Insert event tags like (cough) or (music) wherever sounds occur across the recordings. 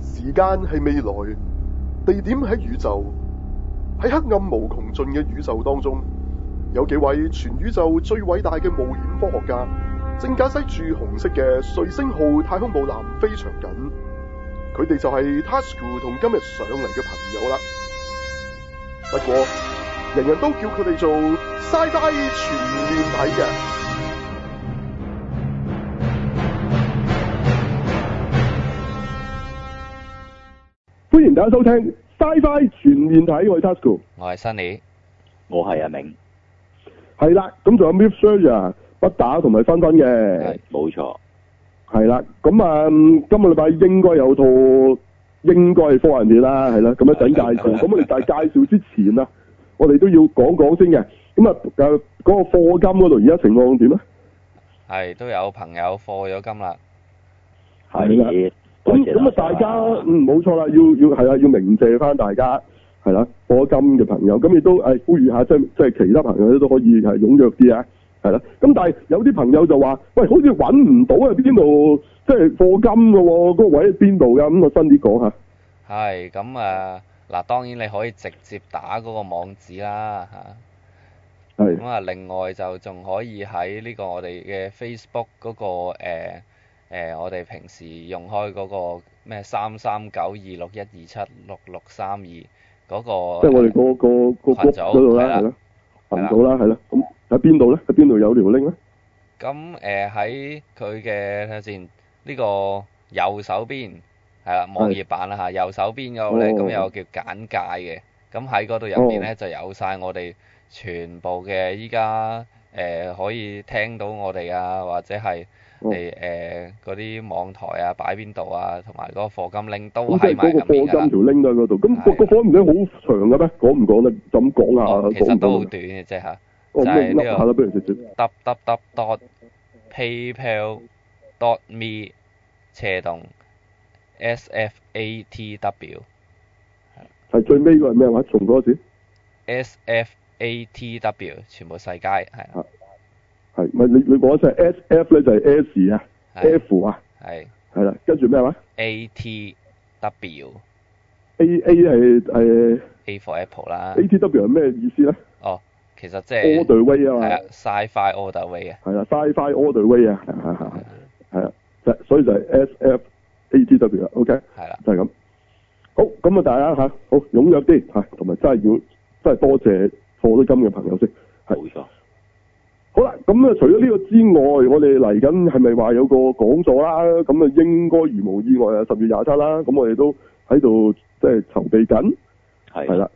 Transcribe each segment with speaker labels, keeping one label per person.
Speaker 1: 時間係未來，地點喺宇宙，喺黑暗無窮盡嘅宇宙當中，有幾位全宇宙最偉大嘅冒險科學家，正駕駛住紅色嘅瑞星號太空母艦非常緊。佢哋就係 Tasuku 同今日上嚟嘅朋友啦。不過，人人都叫佢哋做 Sci-Fi 全面睇嘅。
Speaker 2: 歡迎大家收聽《Sci-Fi 全面睇》，我係 Tasco，
Speaker 3: 我係 Sunny，
Speaker 4: 我係阿明，
Speaker 2: 係啦，咁仲有 Milk Surge、不打同埋分分嘅
Speaker 3: 係，
Speaker 4: 冇錯，
Speaker 2: 係啦，咁啊、嗯今個禮拜應該有套應該係科幻片啦，係啦，咁一陣介紹，咁我哋但係介紹之前啊，我哋都要講講先嘅，咁啊誒嗰個課金嗰度而家情啊況點咧？
Speaker 3: 係都有朋友課咗金啦，
Speaker 2: 係啦
Speaker 4: 係多
Speaker 2: 咁
Speaker 4: 謝
Speaker 2: 咁啊，大家嗯冇錯啦，要要係啦，啊要鳴謝翻大家係啦，課金嘅朋友，咁亦都誒呼籲下，即係即係其他朋友咧都可以係踴躍啲啊，係啦。咁但係有啲朋友就話，喂，好似揾唔到啊，邊度即係課金嘅喎，嗰、個位喺邊度㗎？咁我新啲講下。
Speaker 3: 係咁啊嗱，當然你可以直接打嗰個網址啦嚇，
Speaker 2: 係
Speaker 3: 咁啊另外就仲可以喺呢個我哋嘅 Facebook 嗰、個誒、呃呃我哋平時用開嗰個咩三三九二六一二七六六三二嗰個，
Speaker 2: 即係我哋個個個
Speaker 3: 群
Speaker 2: group 嗰
Speaker 3: 組
Speaker 2: 度啦，
Speaker 3: 係啦
Speaker 2: 係啦，
Speaker 3: 係
Speaker 2: 群
Speaker 3: 啦
Speaker 2: 組啦，係啦，咁喺邊度咧？喺邊度有條 link 咧？
Speaker 3: 咁誒喺佢嘅睇下先，呢、個右手邊係啦，網頁版啦嚇，右手邊嗰度咧，咁、
Speaker 2: 哦
Speaker 3: 有個叫簡介嘅，咁喺嗰度入邊
Speaker 2: 哦
Speaker 3: 咧就有晒我哋全部嘅依家誒可以聽到我哋啊，或者係
Speaker 2: 哦
Speaker 3: 係誒嗰啲網台啊擺邊度啊，同埋嗰個課金令都
Speaker 2: 咁即係
Speaker 3: 哦喺埋
Speaker 2: 嗰個
Speaker 3: 入
Speaker 2: 課
Speaker 3: 面
Speaker 2: 金
Speaker 3: 㗎啦。
Speaker 2: 條 link 都喺嗰度。咁
Speaker 3: 係
Speaker 2: 個個課金條 link 好長嘅咩？講唔講得？就咁講下，
Speaker 3: 哦，其
Speaker 2: 講
Speaker 3: 實
Speaker 2: 唔
Speaker 3: 都好
Speaker 2: 講得？
Speaker 3: 短嘅啫嚇
Speaker 2: 哦，
Speaker 3: 就
Speaker 2: 咁
Speaker 3: 係
Speaker 2: 你
Speaker 3: 呢個
Speaker 2: 噏下啦，不如直接。
Speaker 3: ，dot dot paypal dot me 斜洞 S F A T W。
Speaker 2: 係最尾嗰個係咩話？重嗰次
Speaker 3: S F A T W 全部世界係啦
Speaker 2: 係咪你你講一聲 S F 咧就係 S 啊
Speaker 3: 係
Speaker 2: ，F 啊，
Speaker 3: 係
Speaker 2: 係啦，跟住咩話
Speaker 3: A T W
Speaker 2: ？A A 係係
Speaker 3: A for Apple 啦。
Speaker 2: A T W 係咩意思咧
Speaker 3: 哦，其實即
Speaker 2: ？All
Speaker 3: 係
Speaker 2: the way 啊
Speaker 3: 係
Speaker 2: 嘛
Speaker 3: 啦，，sci-fi all the way 啊，
Speaker 2: 係啦，Sci-Fi all the way 啊，係係
Speaker 3: 嗯
Speaker 2: 係係啊，就所以就係 S F A T W 啦，OK。
Speaker 3: 係啦，
Speaker 2: 就係咁。好，咁啊，大家吓好踴躍啲吓，同埋真係要真係多謝課咗金嘅朋友先。係
Speaker 4: 冇錯，
Speaker 2: 好啦，咁啊，除咗呢個之外，我哋嚟緊係咪話有個講座啦？咁啊，應該如無意外啊，十月廿七啦。咁我哋都喺度即係籌備緊，
Speaker 4: 係
Speaker 2: 係，啦。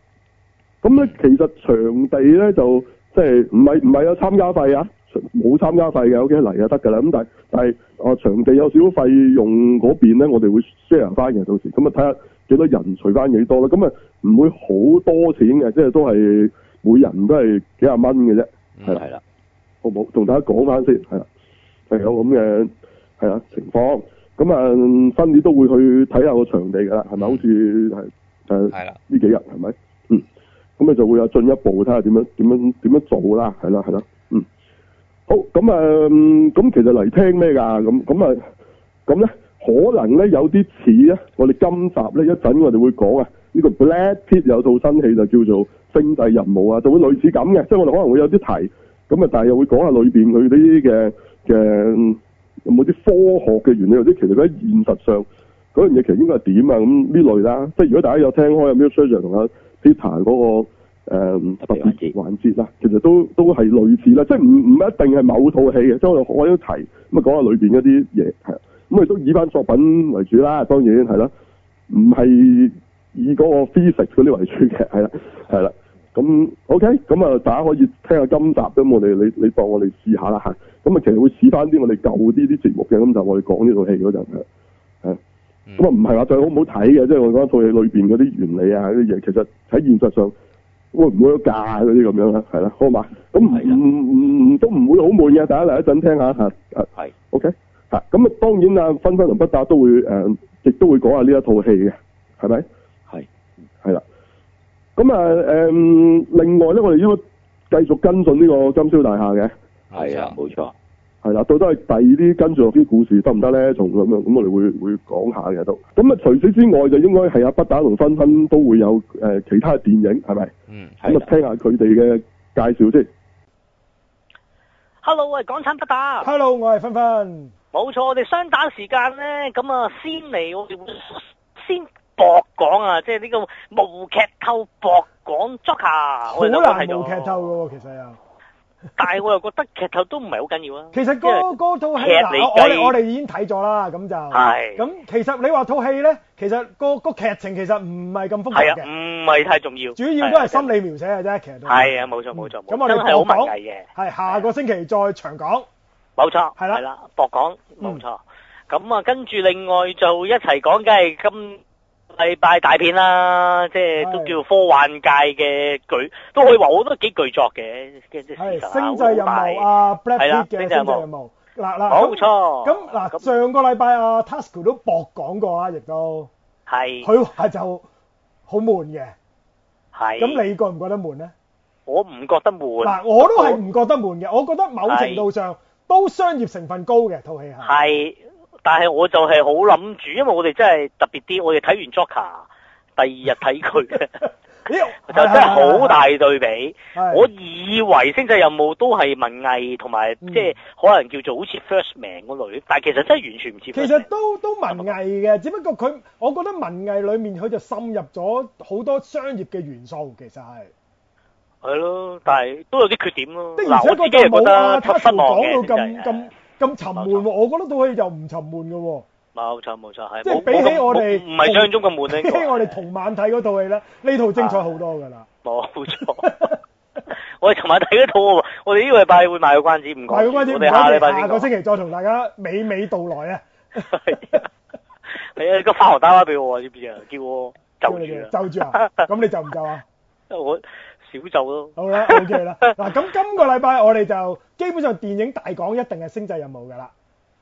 Speaker 2: 咁咧，其實場地咧就即係唔係唔係有參加費啊？冇參加費嘅，OK 嚟就得㗎啦。咁但係但係啊，場地有少少費用嗰邊咧，我哋會 share 翻嘅，到時咁啊睇下幾多人除翻幾多啦。咁啊唔會好多錢嘅，即係都係每人都係幾廿蚊嘅啫。
Speaker 3: 嗯
Speaker 4: 係啦，
Speaker 2: 好唔好？同大家講翻先，係啦，啊係有咁嘅係啦情況。咁啊，新年都會去睇下個場地㗎啦，係咪？
Speaker 3: 嗯
Speaker 2: 好似係誒
Speaker 3: 係啦，
Speaker 2: 呢幾日係咪？嗯，咁啊就會有進一步睇下點樣點樣點樣做啦，係啦係啦，嗯。好，咁啊，嗯咁其實嚟聽咩㗎？咁咁啊，咁咧可能咧有啲似咧，我哋今集咧一陣我哋會講啊，呢、個 Black Pit 有套新戲就叫做《星際任務》啊，就會類似咁嘅，即係我哋可能會有啲題，咁啊，但係又會講下裏邊佢啲嘅嘅嗯有冇啲科學嘅原理，或者其實佢喺現實上嗰樣嘢其實應該係點啊？咁呢類啦，即係如果大家有聽開有 m i l s u r g e 同阿 Peter 嗰、個、誒特別
Speaker 4: 特別環節
Speaker 2: 環節啦，其實都都係類似啦，即係唔唔一定係某套戲嘅，即係我哋我有提咁啊講下裏邊嗰啲嘢係啊，咁啊都以翻作品為主啦，當然係啦，唔係以嗰個 physics 嗰啲為主嘅，係啦係啦。咁 OK，咁啊，大家可以聽下今集咁，我哋你你當我哋試下啦嚇。咁啊，其實會試翻啲我哋舊啲啲節目嘅，咁就我哋講呢套戲嗰陣係係
Speaker 3: 嗯
Speaker 2: 咁啊，唔係話最好唔好睇嘅，即係我講套戲裏邊嗰啲原理啊嗰啲嘢，其實喺現實上會唔會有價嗰啲咁樣啦，啊係啦，好嘛？咁唔
Speaker 4: 係啦
Speaker 2: 唔唔都唔會好悶嘅，大家嚟一陣聽下嚇。啊
Speaker 4: 係
Speaker 2: OK，嚇咁啊，當然啊，分分同不打都會誒，亦、都會講下呢一套戲嘅，係咪？
Speaker 4: 係
Speaker 2: 係啦。咁啊誒，另外咧，我哋應該繼續跟進呢個金宵大廈嘅。
Speaker 3: 冇
Speaker 4: 係啊，
Speaker 3: 錯，
Speaker 4: 冇錯，
Speaker 2: 係啦，到底係第二啲跟住落啲故事得唔得咧？仲咁樣咁我哋會會講下嘅都。咁啊，除此之外就應該係阿北打同芬芬都會有誒、呃其他嘅電影係咪？
Speaker 3: 嗯，
Speaker 2: 咁啊，聽下佢哋嘅介紹先。
Speaker 4: Hello，我係港產不打，
Speaker 5: Hello，我係芬芬。
Speaker 4: 冇錯，我哋雙打時間咧，咁啊先嚟我哋會先博講啊，即係呢個無劇透博講 Joker，
Speaker 5: 好
Speaker 4: 我哋兩個睇
Speaker 5: 難
Speaker 4: 咗
Speaker 5: 無劇透㗎喎，其實又。
Speaker 4: 但係我又覺得劇透都唔係好緊要啊。
Speaker 5: 其實
Speaker 4: 因為
Speaker 5: 嗰嗰套戲
Speaker 4: 劇
Speaker 5: 嗱，
Speaker 4: 嚟
Speaker 5: 我我
Speaker 4: 計
Speaker 5: 哋我哋已經睇咗啦，咁就
Speaker 4: 係
Speaker 5: 咁。其實你話套戲咧，其實個個劇情其實唔係咁
Speaker 4: 係
Speaker 5: 複雜
Speaker 4: 啊，
Speaker 5: 嘅，
Speaker 4: 唔係太重要，
Speaker 5: 主要都係心
Speaker 4: 理。
Speaker 5: 理描寫嘅啫，其實都
Speaker 4: 係啊，冇錯冇錯，冇
Speaker 5: 咁
Speaker 4: 錯
Speaker 5: 我哋
Speaker 4: 真係好
Speaker 5: 博
Speaker 4: 文
Speaker 5: 講
Speaker 4: 藝嘅。
Speaker 5: 係下個星期再長講。
Speaker 4: 冇錯，
Speaker 5: 係啦
Speaker 4: 係啦，博講冇
Speaker 5: 嗯
Speaker 4: 錯。咁啊，跟住另外就一齊講，梗係今禮拜大片啦，即係都
Speaker 5: 係
Speaker 4: 叫科幻界嘅巨，都可以話我都幾巨作嘅，即係即係
Speaker 5: 係
Speaker 4: 事實
Speaker 5: 星際任務啊，Black
Speaker 4: 係啦
Speaker 5: Pit 嘅
Speaker 4: 星際
Speaker 5: 星
Speaker 4: 任務
Speaker 5: 際任務。嗱嗱，
Speaker 4: 冇
Speaker 5: 咁
Speaker 4: 錯。
Speaker 5: 咁嗱，上個禮拜啊 t a s k 都博講過啦，亦都
Speaker 4: 係
Speaker 5: 佢話就好悶嘅。
Speaker 4: 係。
Speaker 5: 咁你覺唔覺得悶咧？
Speaker 4: 我唔覺得悶。
Speaker 5: 嗱，我都係唔覺得悶嘅，我覺得某程度上都商業成分高嘅套戲係。
Speaker 4: 係，但係我就係好諗住，因為我哋真係特別啲，我哋睇完 Joker，第二日睇
Speaker 5: (laughs)
Speaker 4: 佢，就
Speaker 5: 咦
Speaker 4: 真係好大對比。
Speaker 5: 係
Speaker 4: 我以為星際任務都係文藝同埋
Speaker 5: 嗯
Speaker 4: 即係可能叫做好似 First Man 嗰類，但係其實真係完全唔似
Speaker 5: 其
Speaker 4: First
Speaker 5: 實
Speaker 4: Man。
Speaker 5: 都都文藝嘅，只不過佢，我覺得文藝裡面佢就滲入咗好多商業嘅元素，其實係。
Speaker 4: 係咯，但係都有啲缺點咯。
Speaker 5: 的而
Speaker 4: 嗱，
Speaker 5: 且
Speaker 4: 我自
Speaker 5: 確就
Speaker 4: 己係覺
Speaker 5: 冇啊
Speaker 4: 得
Speaker 5: t a
Speaker 4: 失
Speaker 5: s
Speaker 4: 望嘅
Speaker 5: 講到
Speaker 4: 真
Speaker 5: 咁
Speaker 4: 係
Speaker 5: 咁咁沉悶喎，我覺得套戲又唔沉悶嘅喎，
Speaker 4: 冇錯冇錯係。
Speaker 5: 即係
Speaker 4: 冇
Speaker 5: 比起
Speaker 4: 冇咁
Speaker 5: 我哋
Speaker 4: 冇唔係
Speaker 5: 同
Speaker 4: 想像中咁悶咧。
Speaker 5: (laughs) 比
Speaker 4: 應該
Speaker 5: 起我哋同晚睇嗰套戲咧，呢套精彩好多㗎啦。
Speaker 4: 冇錯。 (laughs) 我哋尋晚睇嗰套喎，我哋呢個禮拜會賣個關子，唔講。
Speaker 5: 但係個關鍵
Speaker 4: 我
Speaker 5: 唔
Speaker 4: 哋下禮
Speaker 5: 該，
Speaker 4: 拜
Speaker 5: 啊下
Speaker 4: 先
Speaker 5: 個
Speaker 4: 講
Speaker 5: 星。期再同大家娓娓道來啊！
Speaker 4: (laughs) 係啊，個花紅打電話俾我啊，知唔知啊？叫我就
Speaker 5: 叫你哋
Speaker 4: 住
Speaker 5: 就住
Speaker 4: (laughs)
Speaker 5: 啊！咁你就唔就啊？
Speaker 4: 啊，我少就咯。
Speaker 5: 好啦
Speaker 4: (laughs)
Speaker 5: ，OK 啦。嗱，咁今個禮拜我哋就基本上電影大講一定係星際任務㗎啦。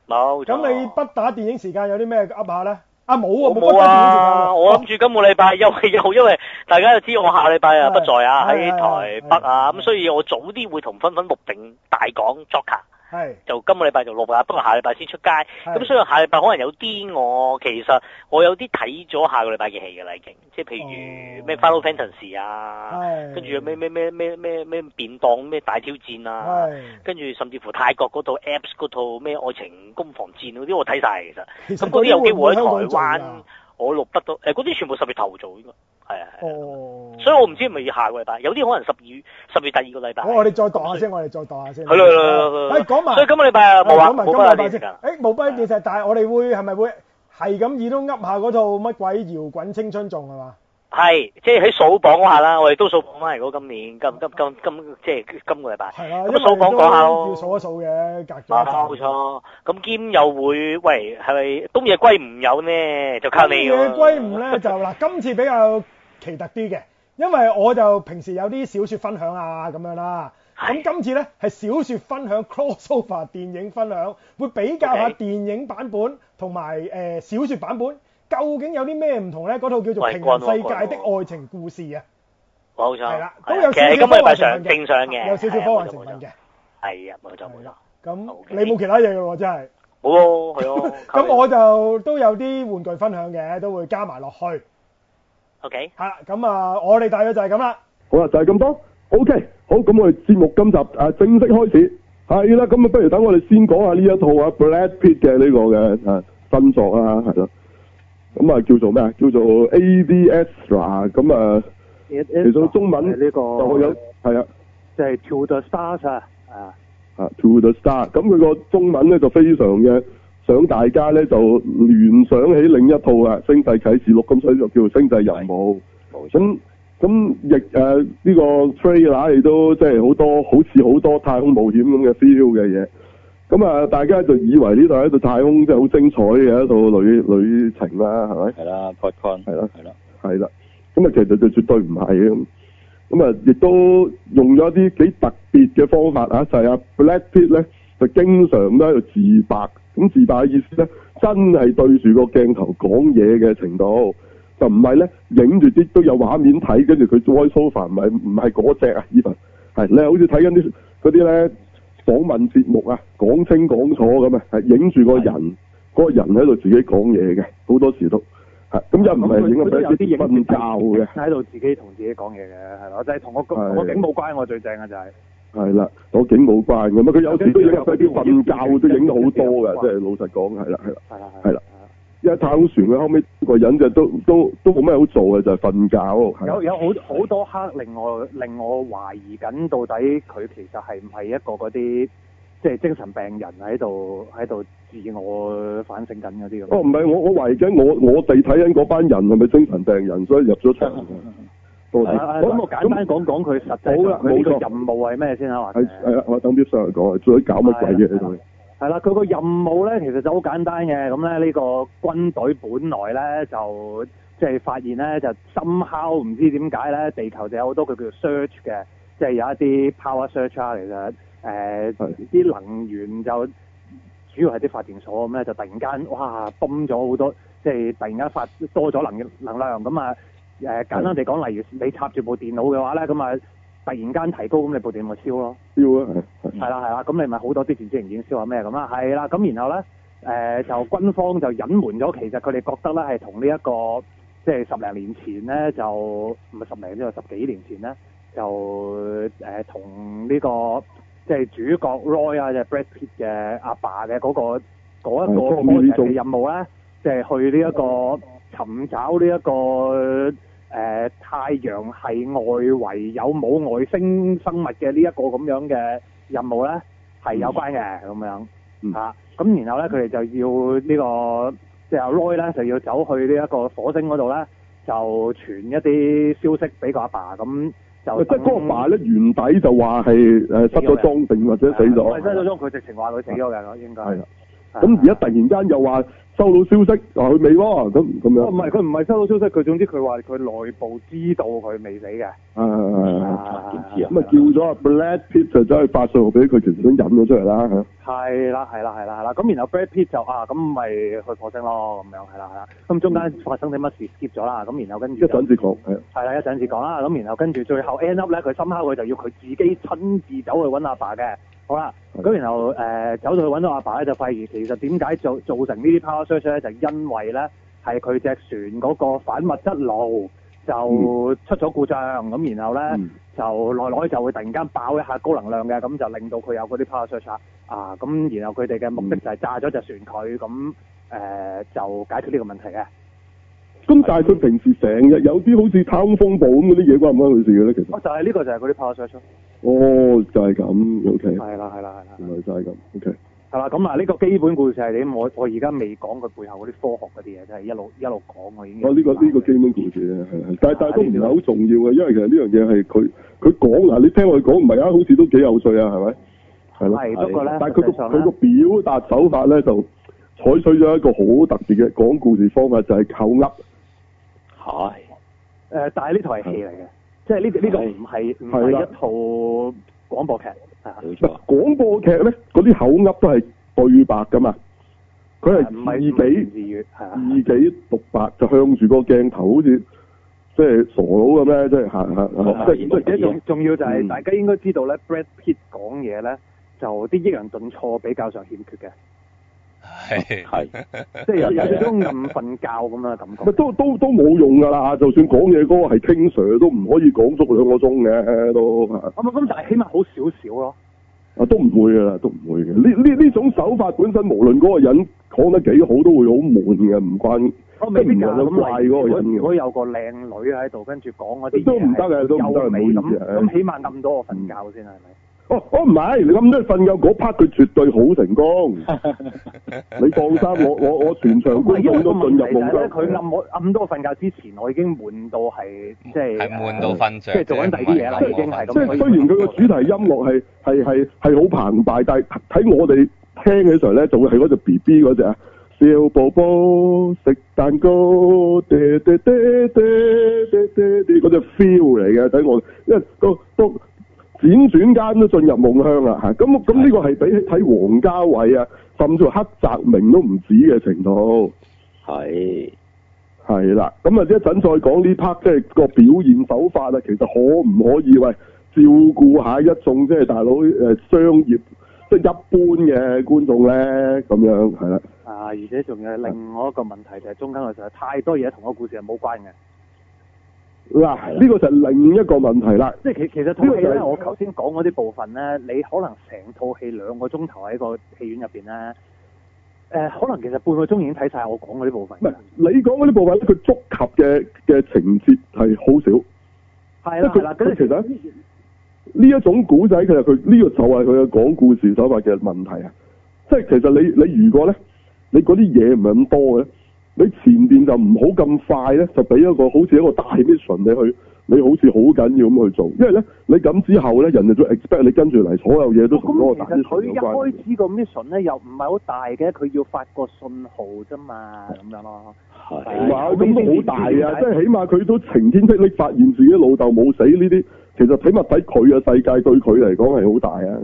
Speaker 4: 冇錯。
Speaker 5: 咁你不打電影時間有啲咩噏下咧？啊冇
Speaker 4: 我
Speaker 5: 喎，
Speaker 4: 冇
Speaker 5: 不打
Speaker 4: 啊！我諗
Speaker 5: 電影時
Speaker 4: 住
Speaker 5: 間喎。
Speaker 4: 今個禮拜又係 (laughs) 又因為大家都知我下禮拜啊
Speaker 5: 係
Speaker 4: 不在啊
Speaker 5: 係
Speaker 4: 喺
Speaker 5: 係
Speaker 4: 台
Speaker 5: 係
Speaker 4: 北啊，
Speaker 5: 係
Speaker 4: 咁所以我早啲會同芬芬錄定大講 Joker，
Speaker 5: 哦係
Speaker 4: 就今個禮拜就錄啊，不過下禮拜先出街。咁所以下禮拜可能有啲我其實我有啲睇咗下個禮拜嘅戲㗎啦，已經即係譬
Speaker 5: 哦
Speaker 4: 如咩 Final Fantasy 啊，
Speaker 5: 係
Speaker 4: 跟住有咩咩咩咩咩咩便當咩大挑戰啊。
Speaker 5: 係
Speaker 4: 跟住甚至乎泰國嗰套 Apps 嗰套咩愛情攻防戰嗰啲我睇晒嘅其實，
Speaker 5: 其實
Speaker 4: 咁嗰啲有機會喺台
Speaker 5: 嗰啲會唔會香港
Speaker 4: 灣
Speaker 5: 做㗎
Speaker 4: 我錄得到，誒嗰啲全部十月頭做應該，係啊係啊，
Speaker 5: 哦，
Speaker 4: 所以我唔知係咪要下個禮拜，有啲可能十二月十月第二個禮拜。
Speaker 5: 我我哋再講下先，我哋再講下先。
Speaker 4: 係咯係咯係
Speaker 5: 係講埋
Speaker 4: 所以，今個禮拜啊冇啊，
Speaker 5: 講埋今
Speaker 4: 冇
Speaker 5: 個禮
Speaker 4: 乜
Speaker 5: 拜
Speaker 4: 電
Speaker 5: 先。
Speaker 4: 視㗎，
Speaker 5: 誒冇不電視，但係我哋會係咪會係咁耳都噏下嗰套乜鬼搖滾青春頌係嘛？
Speaker 4: 係即係喺數榜嗰下啦，我哋都數榜翻嚟嗰今年今今今今即係今個禮拜。
Speaker 5: 係啦，因
Speaker 4: 咁
Speaker 5: 為
Speaker 4: 數榜
Speaker 5: 都
Speaker 4: 講下咯啊
Speaker 5: 要數一數嘅，隔咗一陣
Speaker 4: 冇錯，咁兼又會喂係咪東野圭吾有呢？就靠你喎。
Speaker 5: 嘅歸唔咧 (laughs) 就嗱，今次比較奇特啲嘅，因為我就平時有啲小説分享啊咁樣啦。咁
Speaker 4: 係
Speaker 5: 今次咧係小説分享 (laughs) crossover 電影分享，會比較下
Speaker 4: OK
Speaker 5: 電影版本同埋誒小説版本究竟有啲咩唔同咧？嗰套叫做
Speaker 4: 喂
Speaker 5: 《平行世
Speaker 4: 幹喎
Speaker 5: 界
Speaker 4: 幹
Speaker 5: 的
Speaker 4: 喎
Speaker 5: 愛情故事》啊，
Speaker 4: 冇錯。
Speaker 5: 係啦，都
Speaker 4: 係啊
Speaker 5: 有
Speaker 4: 其實
Speaker 5: 少
Speaker 4: 係
Speaker 5: 少
Speaker 4: 今個
Speaker 5: 科
Speaker 4: 禮拜
Speaker 5: 幻成
Speaker 4: 上
Speaker 5: 分嘅，
Speaker 4: 正常嘅，
Speaker 5: 有少少
Speaker 4: 係啊
Speaker 5: 科幻
Speaker 4: 冇錯
Speaker 5: 成
Speaker 4: 冇
Speaker 5: 分
Speaker 4: 錯
Speaker 5: 嘅，
Speaker 4: 係啊，冇錯冇
Speaker 5: 係
Speaker 4: 錯
Speaker 5: 啦。。咁
Speaker 4: OK
Speaker 5: 你冇其他嘢嘅喎，真係。
Speaker 4: 冇咯，係咯。
Speaker 5: (laughs)
Speaker 4: 靠你
Speaker 5: 咁我就都有啲玩具分享嘅，都會加埋落去。
Speaker 4: OK，
Speaker 5: 係啦，咁啊，我哋大約就係咁啦。
Speaker 2: 好啦，就係、咁多。OK，好，咁我哋節目今集啊正式開始。係啦，咁啊，不如等我哋先講下呢一套啊 Brad Pitt 嘅呢個嘅啊新作啊，係咯。咁啊，叫做咩啊？叫做 A.D. Extra。咁啊，
Speaker 6: 其
Speaker 2: 其實中文
Speaker 6: 呢個
Speaker 2: 就有係啊
Speaker 6: 就係 To the Stars 啊，啊
Speaker 2: 啊 To the Star。咁佢個中文咧就非常嘅想大家咧就聯想起另一套啊《星際啟示錄》，咁所以就叫做《星際任務》。
Speaker 6: 冇錯，
Speaker 2: 咁啊咁亦誒呢個 trailer 亦都即係好多好似好多太空冒險咁嘅 feel 嘅嘢。咁啊，大家就以為呢度係一度太空即係好精彩嘅一套旅旅程啦，係咪？
Speaker 7: 係啦，popcorn
Speaker 2: 係啦
Speaker 7: 係啦，
Speaker 2: 係啦。咁啊，其實就絕對唔係嘅咁。咁啊，亦都用咗啲幾特別嘅方法啊，就係、阿 Brad Pitt 咧，就經常都喺度自白。咁自白嘅意思咧，真係對住個鏡頭講嘢嘅程度，就唔係咧影住啲都有畫面睇，跟住佢 voice over 唔係唔係嗰只啊，even 係你係好似睇緊啲嗰啲咧訪問節目啊，講清講楚咁啊，係影住個人，嗰個人喺度自己講嘢嘅，好多時都係咁又唔係影
Speaker 6: 佢
Speaker 2: 入
Speaker 6: 都有啲
Speaker 2: 俾
Speaker 6: 影
Speaker 2: 人瞓覺嘅，
Speaker 6: 喺度自己同自己講嘢嘅，係咯，就係同我個
Speaker 2: 係
Speaker 6: 我警冇關，我最正啊嘅就係
Speaker 2: 係啦，攞景冇關嘅嘛，佢有時都影入俾啲瞓覺都影到好多嘅，即係老實講係啦係啦，
Speaker 6: 係啦
Speaker 2: 係啦因為太空船佢後尾個人就都都都冇咩好做嘅，就係瞓覺係啦
Speaker 6: 有有好好多刻令我令我懷疑緊，到底佢其實係唔係一個嗰啲即係精神病人喺度喺度自我反省緊嗰啲咁。
Speaker 2: 哦，唔係我我懷疑緊我我哋睇緊嗰班人係咪精神病人，所以入咗場嘅。到底
Speaker 6: 啊啊
Speaker 2: 好啦
Speaker 6: 咁我簡單講講佢實際
Speaker 2: 好啦
Speaker 6: 上佢呢個
Speaker 2: 冇錯
Speaker 6: 任務係咩先啊？或者
Speaker 2: 係係啦，我等啲上嚟講，最搞乜鬼嘢喺度？
Speaker 6: 係啦，佢個任務咧其實就好簡單嘅，咁咧呢個軍隊本來咧就即係發現咧就深烤唔知點解咧，地球就有好多佢叫 search 嘅，即係有一啲 power search 啊，其實誒
Speaker 2: 係
Speaker 6: 啲、能源就主要係啲發電所咁咧，就突然間哇泵咗好多，即係突然間發多咗能能量咁啊誒簡單地講，例如你插住部電腦嘅話咧，咁啊突然間提高，咁你部電腦咪燒咯。
Speaker 2: 要啊，係係
Speaker 6: 係啦係啦，咁你咪好多啲電子零件燒啊咩咁啦，係啦，咁然後咧誒、呃就軍方就隱瞞咗，其實佢哋覺得咧係同呢一個即係十零年前咧就唔係十零呢個十幾年前咧就誒同呢個即係主角 Roy 啊，即係 Brad Pitt 嘅阿爸嘅嗰、個嗰一個
Speaker 2: 係，Tommy Lee 做
Speaker 6: project 嘅任務咧，即係去呢一個尋找呢、一個。誒、太陽系外圍有冇外星生物嘅呢一個咁樣嘅任務咧，係有關嘅咁樣
Speaker 2: 嗯
Speaker 6: 嚇。咁、然後咧，佢哋就要呢、個即係阿 Roy 咧，就要走去呢一個火星嗰度咧，就傳一啲消息俾個阿爸咁就
Speaker 2: 即係
Speaker 6: 等。
Speaker 2: 嗰個爸咧，原底就話係誒失咗裝定或者死
Speaker 6: 係啊
Speaker 2: 咗
Speaker 6: 唔係，失咗蹤，佢直情話佢死咗嘅，應該
Speaker 2: 係啦。啊
Speaker 6: 係
Speaker 2: 咁而家突然間又話收到消息啊話佢未喎，咁咁樣
Speaker 6: 哦唔係佢唔係收到消息，佢總之佢話佢內部知道佢未死嘅。
Speaker 2: 啊
Speaker 6: 點
Speaker 7: 知啊
Speaker 2: 咁啊叫咗阿 Brad Pitt 就走去發信號俾佢，其實想引咗出嚟啦啊嚇。
Speaker 6: 係啦，係啦，係啦，係啦。咁然後 Brad Pitt 就啊，咁咪去火星咯，咁樣係啦，係啦。咁中間發生啲乜事 skip 咗啦，咁然後跟
Speaker 2: 一
Speaker 6: 住就
Speaker 2: 陣至講係啊
Speaker 6: 係啦，一陣先講啦。咁然後跟住最後 end up 咧，佢深刻佢就要佢自己親自走去揾阿爸嘅。好啦，
Speaker 2: 係
Speaker 6: 咁然後誒、呃走到去揾到阿爸咧，就發現其實點解造造成呢啲 power surge 咧，就因為咧係佢隻船嗰個反物質爐就出咗故障，咁、然後咧。
Speaker 2: 嗯
Speaker 6: 就內內就會突然間爆一下高能量嘅，咁就令到佢有嗰啲 power surge 啊啊，咁然後佢哋嘅目的就係炸咗隻船佢，咁誒、呃就解決呢個問題嘅。
Speaker 2: 咁但係佢平時成日有啲好似太空風暴咁嗰啲嘢關唔關佢事嘅咧？其實
Speaker 6: 哦，就係、呢個就係嗰啲 power surge 咯。
Speaker 2: 哦，就係咁，OK，
Speaker 6: 係啦，係啦，係啦
Speaker 2: 原。來就係咁，OK。
Speaker 6: 係啦，咁啊，呢個基本故事係點？我我而家未講佢背後嗰啲科學嗰啲嘢，真係一路一路講我已經。
Speaker 2: 哦，呢、個呢、個基本故事咧，係係，但係但係都唔係好重要嘅，啊因為其實呢樣嘢係佢佢講嗱，你聽佢講唔係啊，好似都幾有趣啊，係咪？係咯。
Speaker 6: 係不過咧
Speaker 2: 但係佢
Speaker 6: 實際
Speaker 2: 個
Speaker 6: 上
Speaker 2: 佢
Speaker 6: 咧
Speaker 2: 個表達手法咧，就採取咗一個好特別嘅講故事方法，就係、靠噏。
Speaker 7: 係
Speaker 6: 誒、但係呢套係戲嚟嘅，即係呢個呢個唔係唔係
Speaker 2: 係啦
Speaker 6: 一套廣播劇。係啊
Speaker 7: 冇
Speaker 2: 唔係
Speaker 7: 錯，
Speaker 2: 廣播劇咧，嗰啲口噏都係對白噶嘛，佢
Speaker 6: 啊唔係
Speaker 2: 係自己
Speaker 6: 自語係啊
Speaker 2: 自己獨白，就向住個鏡頭，好似即係傻佬咁咧，即係行行哦行，即係
Speaker 6: 而
Speaker 2: 即
Speaker 6: 且
Speaker 2: 係
Speaker 6: 仲仲要就係
Speaker 2: 嗯
Speaker 6: 大家應該知道咧，Brad Pitt 講嘢咧就啲抑揚頓挫比較上欠缺嘅，
Speaker 3: 係
Speaker 7: 係
Speaker 6: 即係有有少少暗瞓覺咁樣嘅感
Speaker 2: 咪
Speaker 6: 覺。
Speaker 2: 都都都冇用㗎啦！就算講嘢嗰個係 King Sir 都唔可以講足兩個鐘嘅，都啊
Speaker 6: 咁咁但係起碼好少少咯。
Speaker 2: 都唔會㗎啦，都唔會嘅。呢呢呢種手法本身，無論嗰個人講得幾好，都會好悶嘅，唔關
Speaker 6: 我未必
Speaker 2: 都
Speaker 6: 㗎，
Speaker 2: 唔能夠
Speaker 6: 啊咁
Speaker 2: 怪
Speaker 6: 例
Speaker 2: 嗰
Speaker 6: 如
Speaker 2: 個人嘅
Speaker 6: 如果有個靚女喺度，跟住講嗰啲嘢
Speaker 2: 都唔得嘅都唔得
Speaker 6: 優美
Speaker 2: 唔好意
Speaker 6: 咁
Speaker 2: 思啊
Speaker 6: 咁，起碼暗到我瞓覺先係咪？
Speaker 2: 哦，我唔係，你咁多瞓覺嗰 part 佢絕對好成功，
Speaker 6: (laughs)
Speaker 2: 你放心，我我我全場
Speaker 6: 唔係
Speaker 2: 觀
Speaker 6: 啊因
Speaker 2: 眾嗯
Speaker 6: 為個
Speaker 2: 都
Speaker 6: 問
Speaker 2: 進入
Speaker 6: 題就係咧，
Speaker 2: 夢
Speaker 6: 佢
Speaker 2: 鄉。
Speaker 6: 暗我暗到我瞓覺之前，我已經悶到係即係
Speaker 3: 嗯係悶到瞓著
Speaker 6: 即係做緊第二啲嘢啦，
Speaker 3: 啫
Speaker 6: 已經係
Speaker 2: 即
Speaker 6: 咁。
Speaker 2: 係雖然佢個主題音樂係係係係好澎湃，但係睇我哋聽嘅時候咧，就會係嗰隻 B B 嗰只啊，小寶寶食蛋糕，嗲嗲嗲嗲嗲嗲嗲嗰只 feel 嚟嘅，睇我，因為都都輾轉間都進入夢鄉啦嚇。咁咁呢個係比起睇王家衞啊，甚至乎黑澤明都唔止嘅程度。
Speaker 7: 係
Speaker 2: 係啦，咁啊一陣再講呢 part 即係個表現手法呃啊，其實可唔可以喂照顧下一眾即係大佬誒、商業即係一般嘅觀眾咧咁樣係啦，
Speaker 6: 啊，而且仲有另外一個問題就係中間佢實在太多嘢同個故事係冇關嘅，
Speaker 2: 嗱呢、個就係另一個問題啦，
Speaker 6: 即係其其實套戲
Speaker 2: 呢個就
Speaker 6: 咧，
Speaker 2: 係
Speaker 6: 我頭先講嗰啲部分咧，你可能成套戲兩個鐘頭喺個戲院入邊咧，誒、可能其實半個鐘已經睇晒我講嗰啲部分
Speaker 2: 唔
Speaker 6: 㗎
Speaker 2: 係
Speaker 6: 啦，
Speaker 2: 你講嗰啲部分咧，佢觸及嘅嘅情節係好少。
Speaker 6: 係啦
Speaker 2: 即係佢
Speaker 6: 係啦，
Speaker 2: 佢
Speaker 6: 跟
Speaker 2: 其
Speaker 6: 住
Speaker 2: 實呢一種古仔，其實佢呢個就係佢嘅講故事手法嘅問題啊！即係其實你你如果咧，你嗰啲嘢唔係咁多嘅咧，你前邊就唔好咁快咧，就俾一個好似一個大 mission 你去，你好似好緊要咁去做，因為咧你咁之後咧，人哋就 expect 你跟住嚟所有嘢都同嗰
Speaker 6: 咁
Speaker 2: 個大
Speaker 6: 其實佢
Speaker 2: mission
Speaker 6: 一
Speaker 2: 有關。
Speaker 6: 開始個 mission 咧又唔係好大嘅，佢要發個信號啫嘛，咁樣咯。
Speaker 2: 唔
Speaker 7: 係
Speaker 6: 係
Speaker 2: 係咁都好大啊！
Speaker 6: 係
Speaker 2: 即係起碼佢都晴天霹靂發現自己老豆冇死呢啲，其實起碼睇佢啊嘅世界對佢嚟講係好大啊！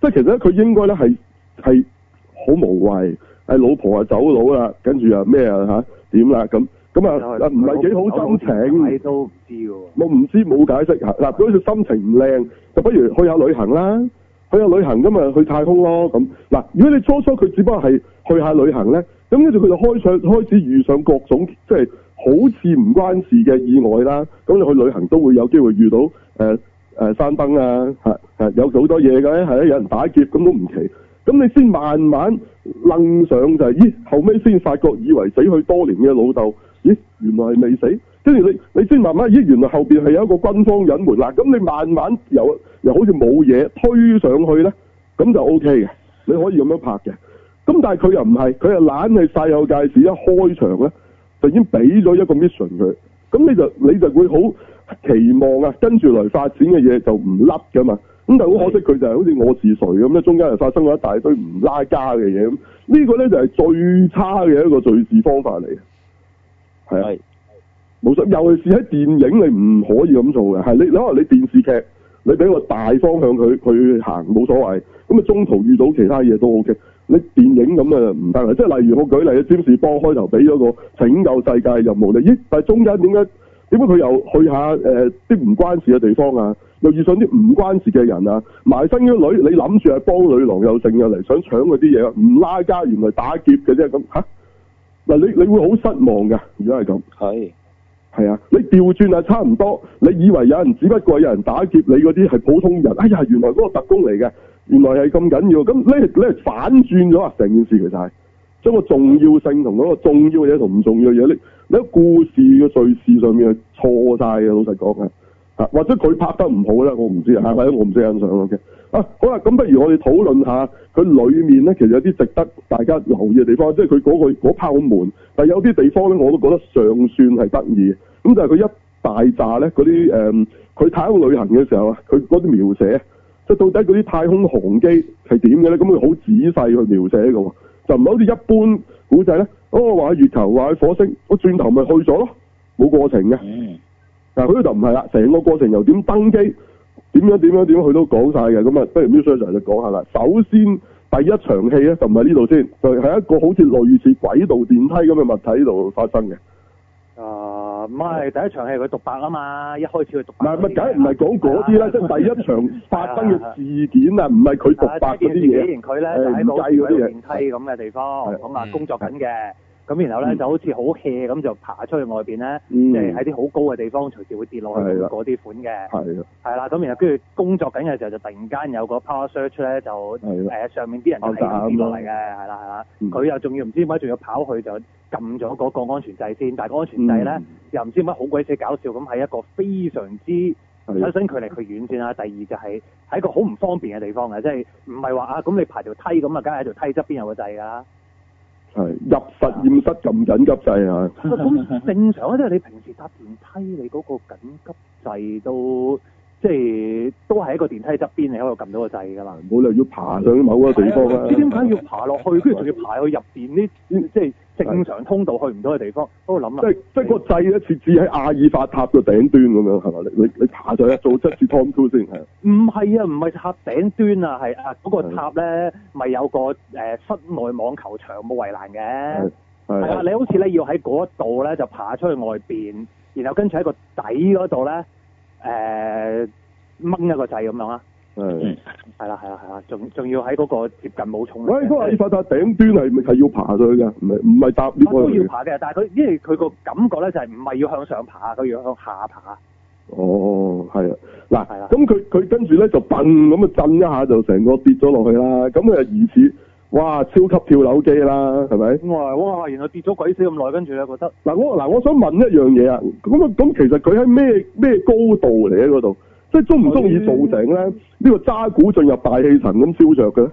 Speaker 2: 即係其實咧，佢應該咧係係好無謂，係老婆啊走佬啦，跟住啊咩啊嚇點啦咁咁啊啊唔係幾好心情
Speaker 6: 睇，都唔知嘅喎。
Speaker 2: 我唔知冇解釋嚇嗱，佢好似心情唔靚，就不如去下旅行啦，去下旅行咁咪去太空咯咁嗱。如果你初初佢只不過係去下旅行咧，咁跟住佢就開上開始遇上各種即係好似唔關事嘅意外啦。咁你去旅行都會有機會遇到誒誒、呃呃山崩啊，係係有好多嘢嘅，係啊有人打劫咁都唔奇。咁你先慢慢楞上就係、咦，後尾先發覺以為死去多年嘅老豆，咦，原來係未死。跟住你你先慢慢，咦，原來後邊係有一個軍方隱瞞啦。咁你慢慢由又好似冇嘢推上去咧，咁就 O K 嘅，你可以咁樣拍嘅。咁但係佢又唔係，佢又懶係晒有介事，一開場咧就已經俾咗一個 mission 佢，咁你就你就會好期望啊，跟住嚟發展嘅嘢就唔甩噶嘛。咁但係好可惜，佢就係好似我是誰咁咧，中間又發生咗一大堆唔拉加嘅嘢咁。呢個咧就係最差嘅一個敘事方法嚟嘅，係啊。
Speaker 7: 係
Speaker 2: 冇錯，尤其是喺電影你唔可以咁做嘅，係你你可能你電視劇你俾個大方向佢去行冇所謂，咁啊中途遇到其他嘢都 O K。你電影咁啊唔得啦，即係例如我舉例，啊詹士邦開頭俾咗個拯救世界任務你，咦？但係中間點解點解佢又去下誒啲唔關事嘅地方啊？又遇上啲唔關事嘅人啊，埋身啲女，你諗住係幫女郎又剩又嚟想搶嗰啲嘢啊，唔拉家原來打劫嘅啫咁嚇，嗱你你會好失望㗎，如果係咁。
Speaker 7: 係
Speaker 2: 係啊，你調轉啊，差唔多。你以為有人只不過有人打劫你嗰啲係普通人，哎呀，原來嗰個特工嚟嘅，原來係咁緊要。咁你係你係反轉咗啊！成件事其實係將個重要性同嗰個重要嘅嘢同唔重要嘅嘢，你你喺故事嘅敘事上面係錯晒嘅。老實講係啊，或者佢拍得唔好啦，我唔知啊，或者我唔識欣賞 OK 啊，好啦，咁不如我哋討論下佢裏面咧，其實有啲值得大家留意嘅地方，即係佢嗰個嗰炮門，但係有啲地方咧，我都覺得尚算係得意嘅。咁就係佢一大扎咧，嗰啲誒，佢太空旅行嘅時候啊，佢嗰啲描寫，即係到底嗰啲太空航機係點嘅咧？咁佢好仔細去描寫嘅喎，就唔係好似一般古仔咧，哦話去月球，話去火星，我轉頭咪去咗咯，冇過程嘅。
Speaker 7: 嗯 (laughs)
Speaker 2: 但佢就唔係啦，成個過程由點登機，點樣點樣點樣，佢都講晒嘅。咁啊，不如 m u s i c 就講下啦。首先第一場戲咧就唔係呢度先，就係一個好似類似軌道電梯咁嘅物體喺度發生嘅。
Speaker 6: 啊，唔係第一場戲佢獨白啊嘛，一開始佢獨
Speaker 2: 唔
Speaker 6: 白
Speaker 2: 係
Speaker 6: 嗰
Speaker 2: 唔係，梗係唔係
Speaker 6: 啲嘢啊。
Speaker 2: 講嗰啲啦，即係第一場發生嘅事件啊，唔係佢獨白
Speaker 6: 啊即
Speaker 2: 嗰
Speaker 6: 係
Speaker 2: 啲
Speaker 6: 件事
Speaker 2: 嘢
Speaker 6: 既。然佢咧
Speaker 2: 誒
Speaker 6: 就喺
Speaker 2: 唔
Speaker 6: 個
Speaker 2: 計嗰啲
Speaker 6: 喺個
Speaker 2: 嘢
Speaker 6: 電梯咁嘅地方，
Speaker 2: 係
Speaker 6: 咁啊
Speaker 3: 嗯
Speaker 6: 工作緊嘅，咁然後咧
Speaker 2: 嗯
Speaker 6: 就好似好 hea 咁就爬出去外邊咧，
Speaker 2: 嗯
Speaker 6: 即係喺啲好高嘅地方隨時會跌落去
Speaker 2: 係啦
Speaker 6: 嗰啲款嘅，
Speaker 2: 係啊，
Speaker 6: 係啦，咁然後跟住工作緊嘅時候就突然間有個 power surge 咧就
Speaker 2: 係啊，
Speaker 6: 誒上面啲人就係咁跌落嚟嘅，係啦係啦，
Speaker 2: 嗯
Speaker 6: 佢又仲要唔知點解仲要跑去就撳咗嗰個安全掣先，但係個安全掣
Speaker 2: 嗯
Speaker 6: 咧又唔知點解好鬼死搞笑咁，係一個非常之〜
Speaker 2: 嗯，係
Speaker 6: 首
Speaker 2: 啊，
Speaker 6: 先距離佢遠先啦，第二就係喺一個好唔方便嘅地方嘅，即係唔係話啊咁你爬條梯咁啊，梗係喺條梯側邊有個掣㗎啦。
Speaker 2: 係入實驗室咁緊急掣啊！
Speaker 6: 咁正常啊，即係你平時搭電梯，你嗰個緊急掣都即係都係喺個電梯側邊，你喺度撳到個掣㗎嘛。
Speaker 2: 冇理由要爬上某個地方
Speaker 6: 唔知點
Speaker 2: 啊！嗯
Speaker 6: 解要爬落去，跟住仲要爬去入邊啲即係正常通道去唔到嘅地方，我諗啊
Speaker 2: 即
Speaker 6: 啦
Speaker 2: 係，即係個掣咧設置喺阿爾法塔嘅頂端咁樣係嘛？你你你爬上去做即似 Tom Cruise 先係啊
Speaker 6: 唔係啊，唔係塔頂端啊，係啊嗰個塔
Speaker 2: 嗯
Speaker 6: 咧，咪有個誒室內網球場冇圍欄嘅。係啊，
Speaker 2: 係
Speaker 6: 你好似咧要喺嗰度咧就爬出去外邊，然後跟住喺個底嗰度咧誒掹一個掣咁樣啦。啊
Speaker 2: 係啊
Speaker 7: 嗯
Speaker 6: 係啦係啦係啦，仲仲要喺嗰個接近冇重力
Speaker 2: 喂，都話你
Speaker 6: 嘅，
Speaker 2: 發達頂端係係要爬上去嘅，唔係唔係搭 lift 嗰
Speaker 6: 我都要
Speaker 2: 樣嘢。
Speaker 6: 爬嘅，但係佢因為佢個感覺咧就係唔係要向上爬，佢要向下爬，
Speaker 2: 哦，係啊，
Speaker 6: 係
Speaker 2: 嗱
Speaker 6: 啦，
Speaker 2: 咁佢佢跟住咧就蹦咁啊震一下就成個跌咗落去啦，咁佢就疑似哇超級跳樓機啦，係咪？
Speaker 6: 咁我話哇原來跌咗鬼死咁耐，跟住咧覺得
Speaker 2: 嗱我嗱我想問一樣嘢啊，咁啊咁其實佢喺咩咩高度嚟喺嗰度？即係中唔中意造成咧呢個渣古進入大氣層咁燒着嘅咧？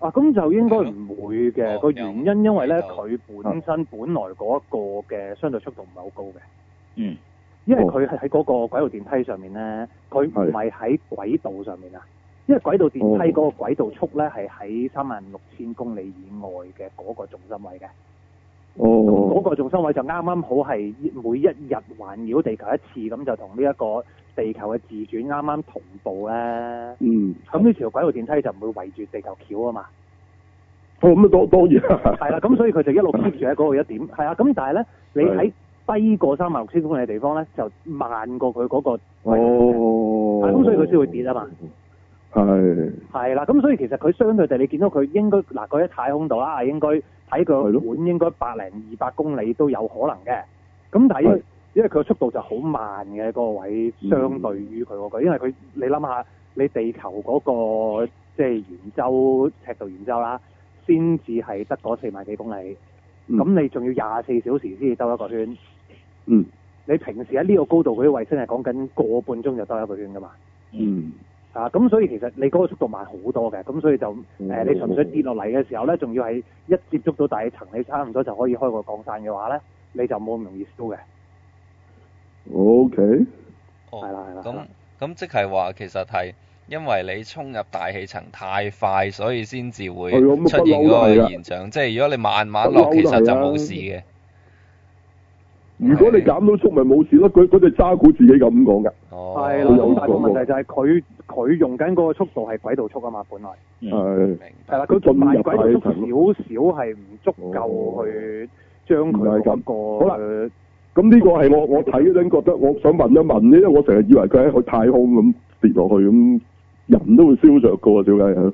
Speaker 6: 啊咁就應該唔會
Speaker 3: 哦
Speaker 6: 嘅，個原因因為咧
Speaker 3: 有
Speaker 6: 佢本身本來嗰一個嘅相對速度唔係好高嘅。
Speaker 7: 嗯，
Speaker 6: 因為
Speaker 2: 哦
Speaker 6: 佢係喺嗰個軌道電梯上面咧，佢
Speaker 2: 係
Speaker 6: 唔係喺軌道上面啊。因為軌道電梯嗰
Speaker 2: 哦
Speaker 6: 個軌道速咧係喺三萬六千公里以外嘅嗰個重心位嘅，嗰、
Speaker 2: 哦，
Speaker 6: 個重心位就啱啱好係每一日環繞地球一次，咁就同呢一個地球嘅自轉啱啱同步咧。
Speaker 2: 嗯，
Speaker 6: 咁呢條軌道電梯就唔會圍住地球橋啊嘛。
Speaker 2: 哦咁啊當當然啦，
Speaker 6: 係啦，咁所以佢就一路 keep 住喺嗰個一點，係啊，咁但係咧，你喺低過三萬六千公里嘅地方咧，就慢過佢嗰、個
Speaker 2: 哦，
Speaker 6: 咁所以佢先會跌啊嘛。
Speaker 2: 係，
Speaker 6: 係啦，咁所以其實佢相對地，你見到佢應該嗱，佢喺太空度啦，應該睇
Speaker 2: 係咯
Speaker 6: 佢本應該百零二百公里都有可能嘅。咁但係因
Speaker 2: 係
Speaker 6: 為因為佢個速度就好慢嘅嗰個位，
Speaker 2: 嗯
Speaker 6: 相對於佢嗰個，因為佢你諗下，你地球嗰、個即係圓周赤道圓周啦，先至係得嗰四萬幾公里，
Speaker 2: 嗯
Speaker 6: 咁、你仲要廿四小時先至兜一個圈。
Speaker 2: 嗯
Speaker 6: 你平時喺呢個高度嗰啲衛星係講緊個半鐘就兜一個圈噶嘛。
Speaker 2: 嗯，
Speaker 6: 啊，咁所以其實你嗰個速度慢好多嘅，咁所以就誒、
Speaker 2: 嗯
Speaker 6: 呃你純粹跌落嚟嘅時候咧，仲要係一接觸到大氣層，你差唔多就可以開個降傘嘅話咧，你就冇咁容易燒嘅。
Speaker 2: O K，
Speaker 3: 哦
Speaker 6: 係啦係啦係
Speaker 3: 咁
Speaker 6: 啦
Speaker 3: 咁即係話其實係因為你衝入大氣層太快，所以先至會
Speaker 2: 係咁
Speaker 3: 出
Speaker 2: 不
Speaker 3: 現
Speaker 2: 嬲都
Speaker 3: 嗰
Speaker 2: 係
Speaker 3: 個
Speaker 2: 㗎
Speaker 3: 現象。即係如果你慢慢落，
Speaker 2: 不
Speaker 3: 其
Speaker 2: 嬲都係
Speaker 3: 實就
Speaker 2: 啊
Speaker 3: 冇事嘅。
Speaker 2: 如果你減到速咪冇事咯，佢佢哋渣古自己咁講㗎，
Speaker 3: 哦，
Speaker 6: 係啦、
Speaker 2: 佢有
Speaker 6: 咁但
Speaker 2: 講
Speaker 6: 係個
Speaker 2: 過
Speaker 6: 問題就係佢佢用緊嗰個速度係軌道速啊嘛，本來
Speaker 7: 嗯
Speaker 2: 係
Speaker 3: 明
Speaker 6: 係
Speaker 3: 白。
Speaker 6: 啦，佢
Speaker 2: 進入
Speaker 6: 賣軌道
Speaker 2: 大氣層哦
Speaker 6: 速少少係唔足夠去將佢
Speaker 2: 唔
Speaker 6: 嗰
Speaker 2: 係咁好
Speaker 6: 個
Speaker 2: 啦咁呢個係我我睇嗰陣覺得，我想問一問呢，因為我成日以為佢喺去太空咁跌落去咁，人都會燒着噶喎，小啊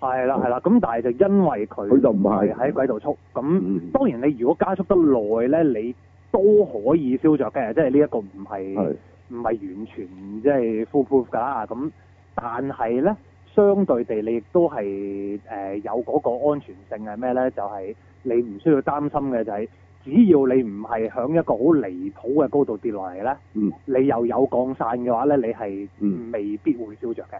Speaker 2: 解係
Speaker 6: 係啦係啦，咁但係就因為佢
Speaker 2: 佢就唔係
Speaker 6: 喺軌道速，咁、
Speaker 2: 嗯
Speaker 6: 當然你如果加速得耐咧，你都可以燒着嘅，即係呢一個唔係。
Speaker 2: 係
Speaker 6: 唔係完全即係 foolproof 㗎啦，咁但係咧，相對地你亦都係誒、呃有嗰個安全性係咩咧？就係、你唔需要擔心嘅就係、只要你唔係響一個好離譜嘅高度跌落嚟咧，
Speaker 2: 嗯
Speaker 6: 你又有降散嘅話咧，你
Speaker 2: 嗯
Speaker 6: 係未必會燒着嘅，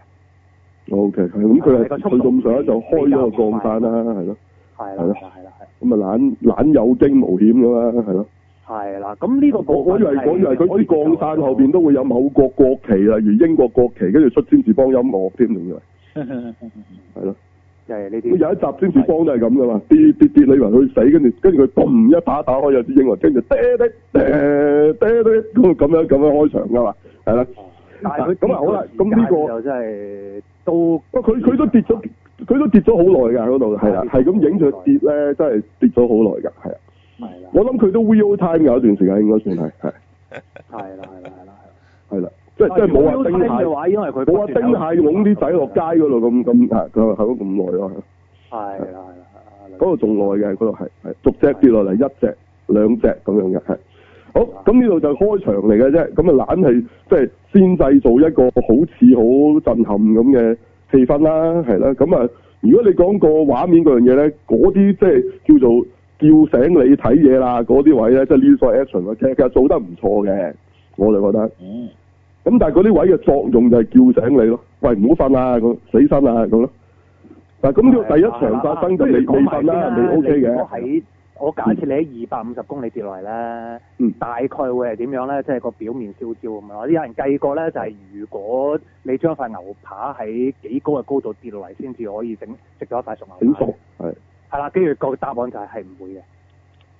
Speaker 2: ，O K，係嗯咁佢係
Speaker 6: 係個
Speaker 2: 去
Speaker 6: 速
Speaker 2: 到
Speaker 6: 度
Speaker 2: 咁上下就開咗個降傘啦，係咯，
Speaker 6: 係
Speaker 2: 係咯
Speaker 6: 啦，係啦，係啦，
Speaker 2: 咁啊懶懶有驚無險噶嘛，係咯，
Speaker 6: 係啦，咁呢個
Speaker 2: 我
Speaker 6: 部分
Speaker 2: 我以為
Speaker 6: 係
Speaker 2: 我以為佢
Speaker 6: 可以接
Speaker 2: 啲
Speaker 6: 受
Speaker 2: 降
Speaker 6: 嘅
Speaker 2: 傘後邊都會有某國國旗，例如英國國旗，跟住出詹士邦音樂添，仲以為係咯。
Speaker 6: 就係呢
Speaker 2: 咁
Speaker 6: 啲
Speaker 2: 有一集先至幫都係咁噶嘛，跌跌跌，你以為佢死，跟住跟住佢嘣一打打開有支英文，跟住嗲嗲嗲嗲嗲咁咁樣咁樣開場噶嘛，係啦。
Speaker 6: 但係佢
Speaker 2: 咁啊好啦咁呢個
Speaker 6: 跌嗰時間就真係都
Speaker 2: 不過佢佢都跌咗，佢都跌咗好耐㗎嗰度，係啦，係咁影住佢跌咧，真係跌咗好耐㗎，係啊。
Speaker 6: 係啦，
Speaker 2: 我諗佢都 real time 有一段時間應該算係係
Speaker 6: 係啦，係啦，係啦。
Speaker 2: 係啦，
Speaker 6: 啊
Speaker 2: 即係即係冇話丁
Speaker 6: 哦嘅
Speaker 2: 蟹，
Speaker 6: 話，因為佢
Speaker 2: 冇話丁
Speaker 6: 啊
Speaker 2: 蟹拱啲仔落街嗰度咁咁係佢係咁耐咯，
Speaker 6: 係啊啦係啦係啦，
Speaker 2: 嗰度仲耐嘅，嗰度係係逐隻跌落嚟，一隻兩隻咁樣嘅係。好，咁呢度就開場嚟嘅啫，咁啊懶係即係先製造一個好似好震撼咁嘅氣氛啦，係啦，咁啊如果你講個畫面嗰樣嘢咧，嗰啲即係叫做叫醒你睇嘢啦，嗰啲位咧即係呢啲所謂 action 啊，其實其實做得唔錯嘅，我就覺得。
Speaker 7: 嗯
Speaker 2: 咁但係嗰啲位嘅作用就係叫醒你咯，喂唔好瞓啦，咁死身啊啦咁咯。嗱咁
Speaker 6: 啊
Speaker 2: 呢個第一場發生就未未瞓啦，未 OK 嘅。
Speaker 6: 喺我假設你喺二百五十公里跌落嚟咧，
Speaker 2: 嗯
Speaker 6: 大概會係點樣咧？即係個表面燒焦咁樣。有人計過咧，就係如果你將塊牛扒喺幾高嘅高度跌落嚟，先至可以整食到一塊熟
Speaker 2: 整
Speaker 6: 牛
Speaker 2: 熟係，
Speaker 6: 係啦，跟住個答案就係係唔會嘅。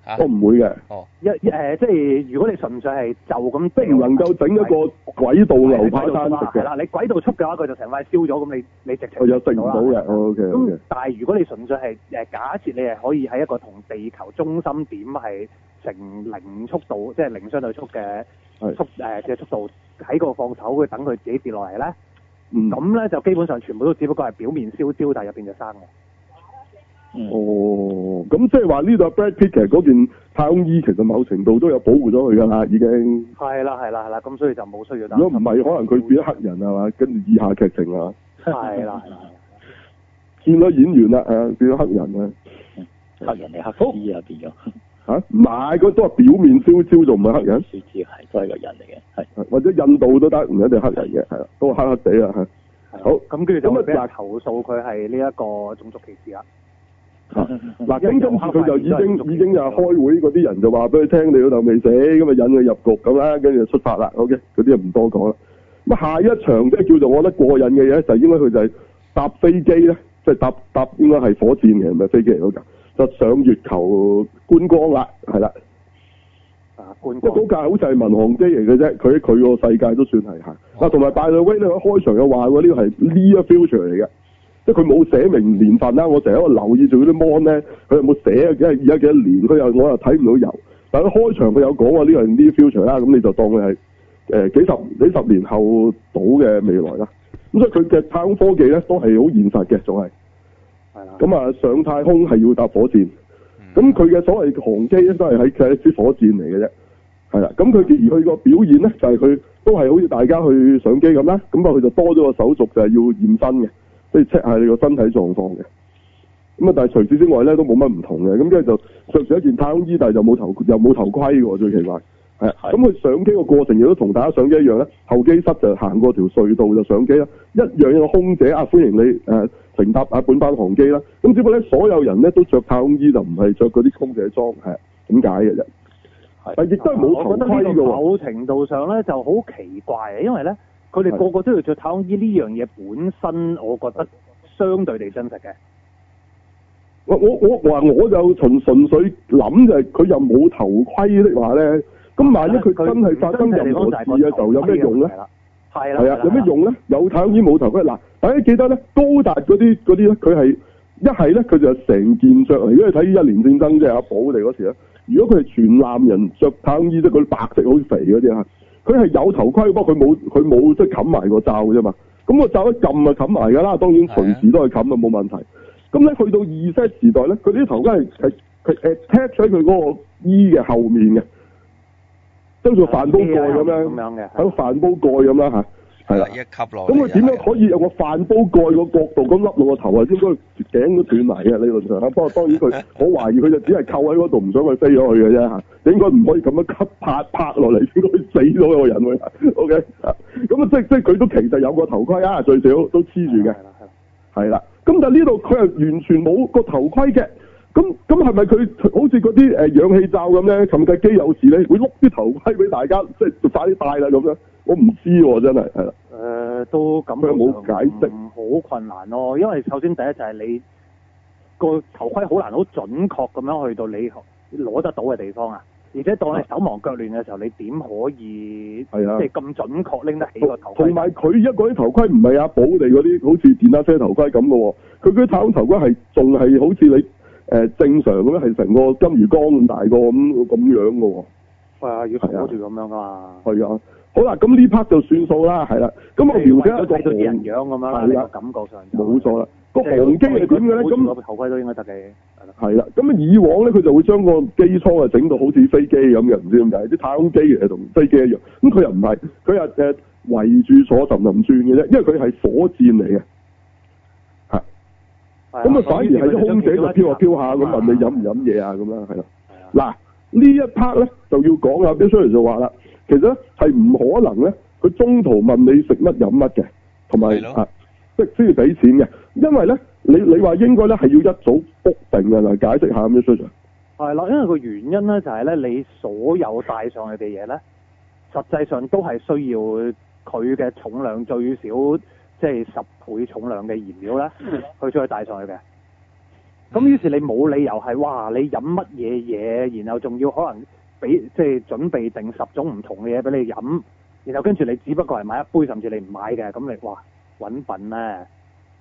Speaker 3: 嚇
Speaker 2: 我唔會嘅，
Speaker 6: 一誒，即係如果你純粹係就咁，
Speaker 2: 即係唔能夠整一個軌道牛扒
Speaker 6: 單
Speaker 2: 單食
Speaker 6: 係
Speaker 2: 嘅，
Speaker 6: 啦，你軌道速嘅話，佢就成塊燒咗，咁你你直情
Speaker 2: 我又食唔到
Speaker 6: 啦
Speaker 2: 嘅。OK
Speaker 6: 啊咁
Speaker 2: OK，
Speaker 6: 但係如果你純粹係誒假設你係可以喺一個同地球中心點係成零速度，即係零相對速嘅
Speaker 2: 係
Speaker 6: 速誒嘅速度喺嗰度放手，佢等佢自己跌落嚟咧，
Speaker 2: 嗯，
Speaker 6: 咁咧就基本上全部都只不過係表面燒焦，但係入邊就生嘅。
Speaker 2: 哦，咁即係話呢度 Brad Pitt 其實嗰件太空衣其實某程度都有保護咗佢㗎啦，已經。
Speaker 6: 係啦係啦係啦，咁所以就冇需要擔
Speaker 2: 如果唔係，
Speaker 6: 心。
Speaker 2: 可能佢變咗黑人係嘛，跟住以下劇情啊，
Speaker 6: 係啦係啦，
Speaker 2: 轉咗演員啦，誒變咗黑人啊，
Speaker 7: 黑人係黑衣啊，變咗
Speaker 2: 嚇唔係，佢都係表面燒焦，仲唔係黑人，
Speaker 7: 雪知係都係個人嚟嘅，係
Speaker 2: 或者印度都得，唔一定黑人嘅，係啦，都係黑黑地啊，係。好
Speaker 6: 咁跟住就
Speaker 2: 咁啊
Speaker 6: 會俾人
Speaker 2: 嗱
Speaker 6: 投訴佢係呢一個種族歧視啦。
Speaker 2: 嗱，咁跟住佢就已經已經啊開會嗰啲人就話俾佢聽，你老豆未死，咁啊引佢入局咁啦，跟住就出發啦。OK，嗰啲就唔多講啦。咁下一場即係叫做我覺得過癮嘅嘢，就應該佢就係搭飛機咧，即係搭搭應該係火箭嘅，唔係飛機嚟嗰架，就上月球觀光啦，係啦。
Speaker 6: 啊，觀
Speaker 2: 即係
Speaker 6: 光
Speaker 2: 嗰架好似係民航機嚟嘅啫，佢佢個世界都算係行。嗱，同埋拜瑞威咧，佢開場又話喎，呢個係 near future 嚟嘅，即係佢冇寫明年份啦。我成日喺度留意住嗰啲 mon 咧，佢有冇寫幾而家幾多年？佢又我又睇唔到有。但係佢開場佢有講話呢個係 near future 啦，咁你就當佢係誒幾十幾十年後到嘅未來啦。咁所以佢嘅太空科技咧都係好現實嘅，仲係。
Speaker 6: 係啦。
Speaker 2: 咁啊，上太空係要搭火箭。
Speaker 3: 嗯
Speaker 2: 咁佢嘅所謂航機咧，都係喺佢一支火箭嚟嘅啫。係啦，咁佢而佢個表現咧，就係、佢都係好似大家去上機咁啦。咁啊，佢就多咗個手續，就係要驗身嘅，即係 check 下你個身體狀況嘅。咁啊，但係除此之外咧，都冇乜唔同嘅。咁跟住就着住一件太空衣，但係就冇頭又冇頭盔喎，最奇怪。係啊，
Speaker 7: 係
Speaker 2: 咁佢上機個過程亦都同大家上機一樣咧，候機室就行過條隧道就上機啦，一樣有個空姐啊，歡迎你誒、呃乘搭啊本班航機啦。咁只不過咧，所有人咧都着太空衣，就唔係着嗰啲空姐裝，係啊點解嘅啫？
Speaker 7: 係
Speaker 2: 但亦都係冇頭
Speaker 6: 我覺
Speaker 2: 盔
Speaker 6: 得呢
Speaker 2: 嘅
Speaker 6: 個
Speaker 2: 喎。
Speaker 6: 某程度上咧就好奇怪嘅，因為咧佢哋個個都要着太空衣呢樣嘢本身，我覺得相對地真實嘅。
Speaker 2: 我我我我話我就純純粹諗就係佢又冇頭盔的話咧，咁萬一佢真係發生任何事嘅時候，有咩用咧？
Speaker 6: 係啦，係啦，
Speaker 2: 係啊，有咩？用咧？有太空衣冇頭盔嗱，大家記得咧，高達嗰啲嗰啲咧，佢係一係咧佢就係成件着嚟，如果你睇一年戰爭即係阿寶嚟嗰時咧，如果佢係全男人着太空衣即係嗰啲白色好肥嗰啲啊，佢係有頭盔，不過佢冇佢冇即係冚埋個罩嘅啫嘛。咁個罩一撳就冚埋㗎啦，當然
Speaker 3: 係啊
Speaker 2: 隨時都係冚啊，冇問題。咁咧去到二 set 時代咧，佢啲頭盔係係佢 attach 喺佢嗰個衣嘅後面嘅，即係做飯煲蓋啊咁
Speaker 6: 咁
Speaker 2: 樣。
Speaker 6: 樣嘅，
Speaker 2: 喺個飯煲蓋咁啦吓，係啊啦
Speaker 3: 一。級落
Speaker 2: 咁
Speaker 6: 啊
Speaker 2: 佢點樣可
Speaker 3: 以？
Speaker 2: 以有個飯煲蓋個角度咁笠落個頭啊？應該頸都斷埋嘅理論上啊 (laughs) 不過當然佢，我懷疑佢就只係扣喺嗰度，唔想佢飛咗去嘅啫嚇。應該唔可以咁樣吸拍拍落嚟，應該死咗個人會。O K，咁啊，即即係佢都其實有個頭盔啊，最少都黐住嘅。係啦，咁但係呢度佢係完全冇個頭盔嘅，咁咁係咪佢好似嗰啲誒氧氣罩咁咧？撳架機有時咧會碌啲頭盔俾大家，即係就快啲戴啦咁樣。我唔知喎、真係係啦，
Speaker 6: 誒、呃都咁
Speaker 2: 佢冇解釋，
Speaker 6: 好困難咯。因為首先第一就係你個頭盔好難好準確咁樣去到你攞得到嘅地方啊，而且當你手忙腳亂嘅時候，你點可以
Speaker 2: 係啊
Speaker 6: 即係。咁準確拎得起個頭
Speaker 2: 同
Speaker 6: 盔
Speaker 2: 同？埋佢一嗰啲頭盔唔係阿寶地嗰啲好似電單車頭盔咁嘅喎，佢嗰啲太空頭盔係仲係好似你誒、呃正常咁樣係成個金魚缸咁大個咁咁樣嘅喎。
Speaker 6: 係啊，要鎖住咁樣噶嘛。
Speaker 2: 係啊，好啦，咁呢 part 就算數啦，係啦。咁我
Speaker 6: 即係
Speaker 2: 描
Speaker 6: 為咗睇到
Speaker 2: 寫一
Speaker 6: 啲
Speaker 2: 個
Speaker 6: 人
Speaker 2: 航
Speaker 6: 樣咁樣啦，
Speaker 2: 係
Speaker 6: 你
Speaker 2: 啦
Speaker 6: 個感覺上就
Speaker 2: 冇錯啦，
Speaker 6: 即
Speaker 2: 個
Speaker 6: 係
Speaker 2: 航機係點嘅咧？咁
Speaker 6: 攞個頭盔都應該得嘅。係啦
Speaker 2: 係啦，咁啊以往咧佢就會將個機艙啊整到好似飛機咁嘅，唔知點解啲太空機其實同飛機一樣，咁佢又唔係，佢又誒圍住坐氹氹轉嘅啫，因為佢係火箭嚟嘅，
Speaker 6: 係啊
Speaker 2: 咁啊反而係啲空姐就飄下飄下咁
Speaker 6: 啊
Speaker 2: 問你飲唔飲嘢啊咁樣係啦。
Speaker 6: 係啊
Speaker 2: 嗱呢一 part 咧就要講啦，b i l l 就話啦，其實咧係唔可能咧，佢中途問你食乜飲乜嘅，同埋
Speaker 3: 係咯
Speaker 2: 啊，即係先要俾錢嘅，因為咧你你話應該咧係要一早 book 定嘅嗱，解釋下 b i l l
Speaker 6: 係啦，因為個原因咧就係咧，你所有帶上去嘅嘢咧，實際上都係需要佢嘅重量最少即係十倍重量嘅燃料咧，去將佢帶上去嘅。咁於是你冇理由係哇，你飲乜嘢嘢，然後仲要可能俾即係準備定十種唔同嘅嘢俾你飲，然後跟住你只不過係買一杯，甚至你唔買嘅，咁你哇揾笨咧！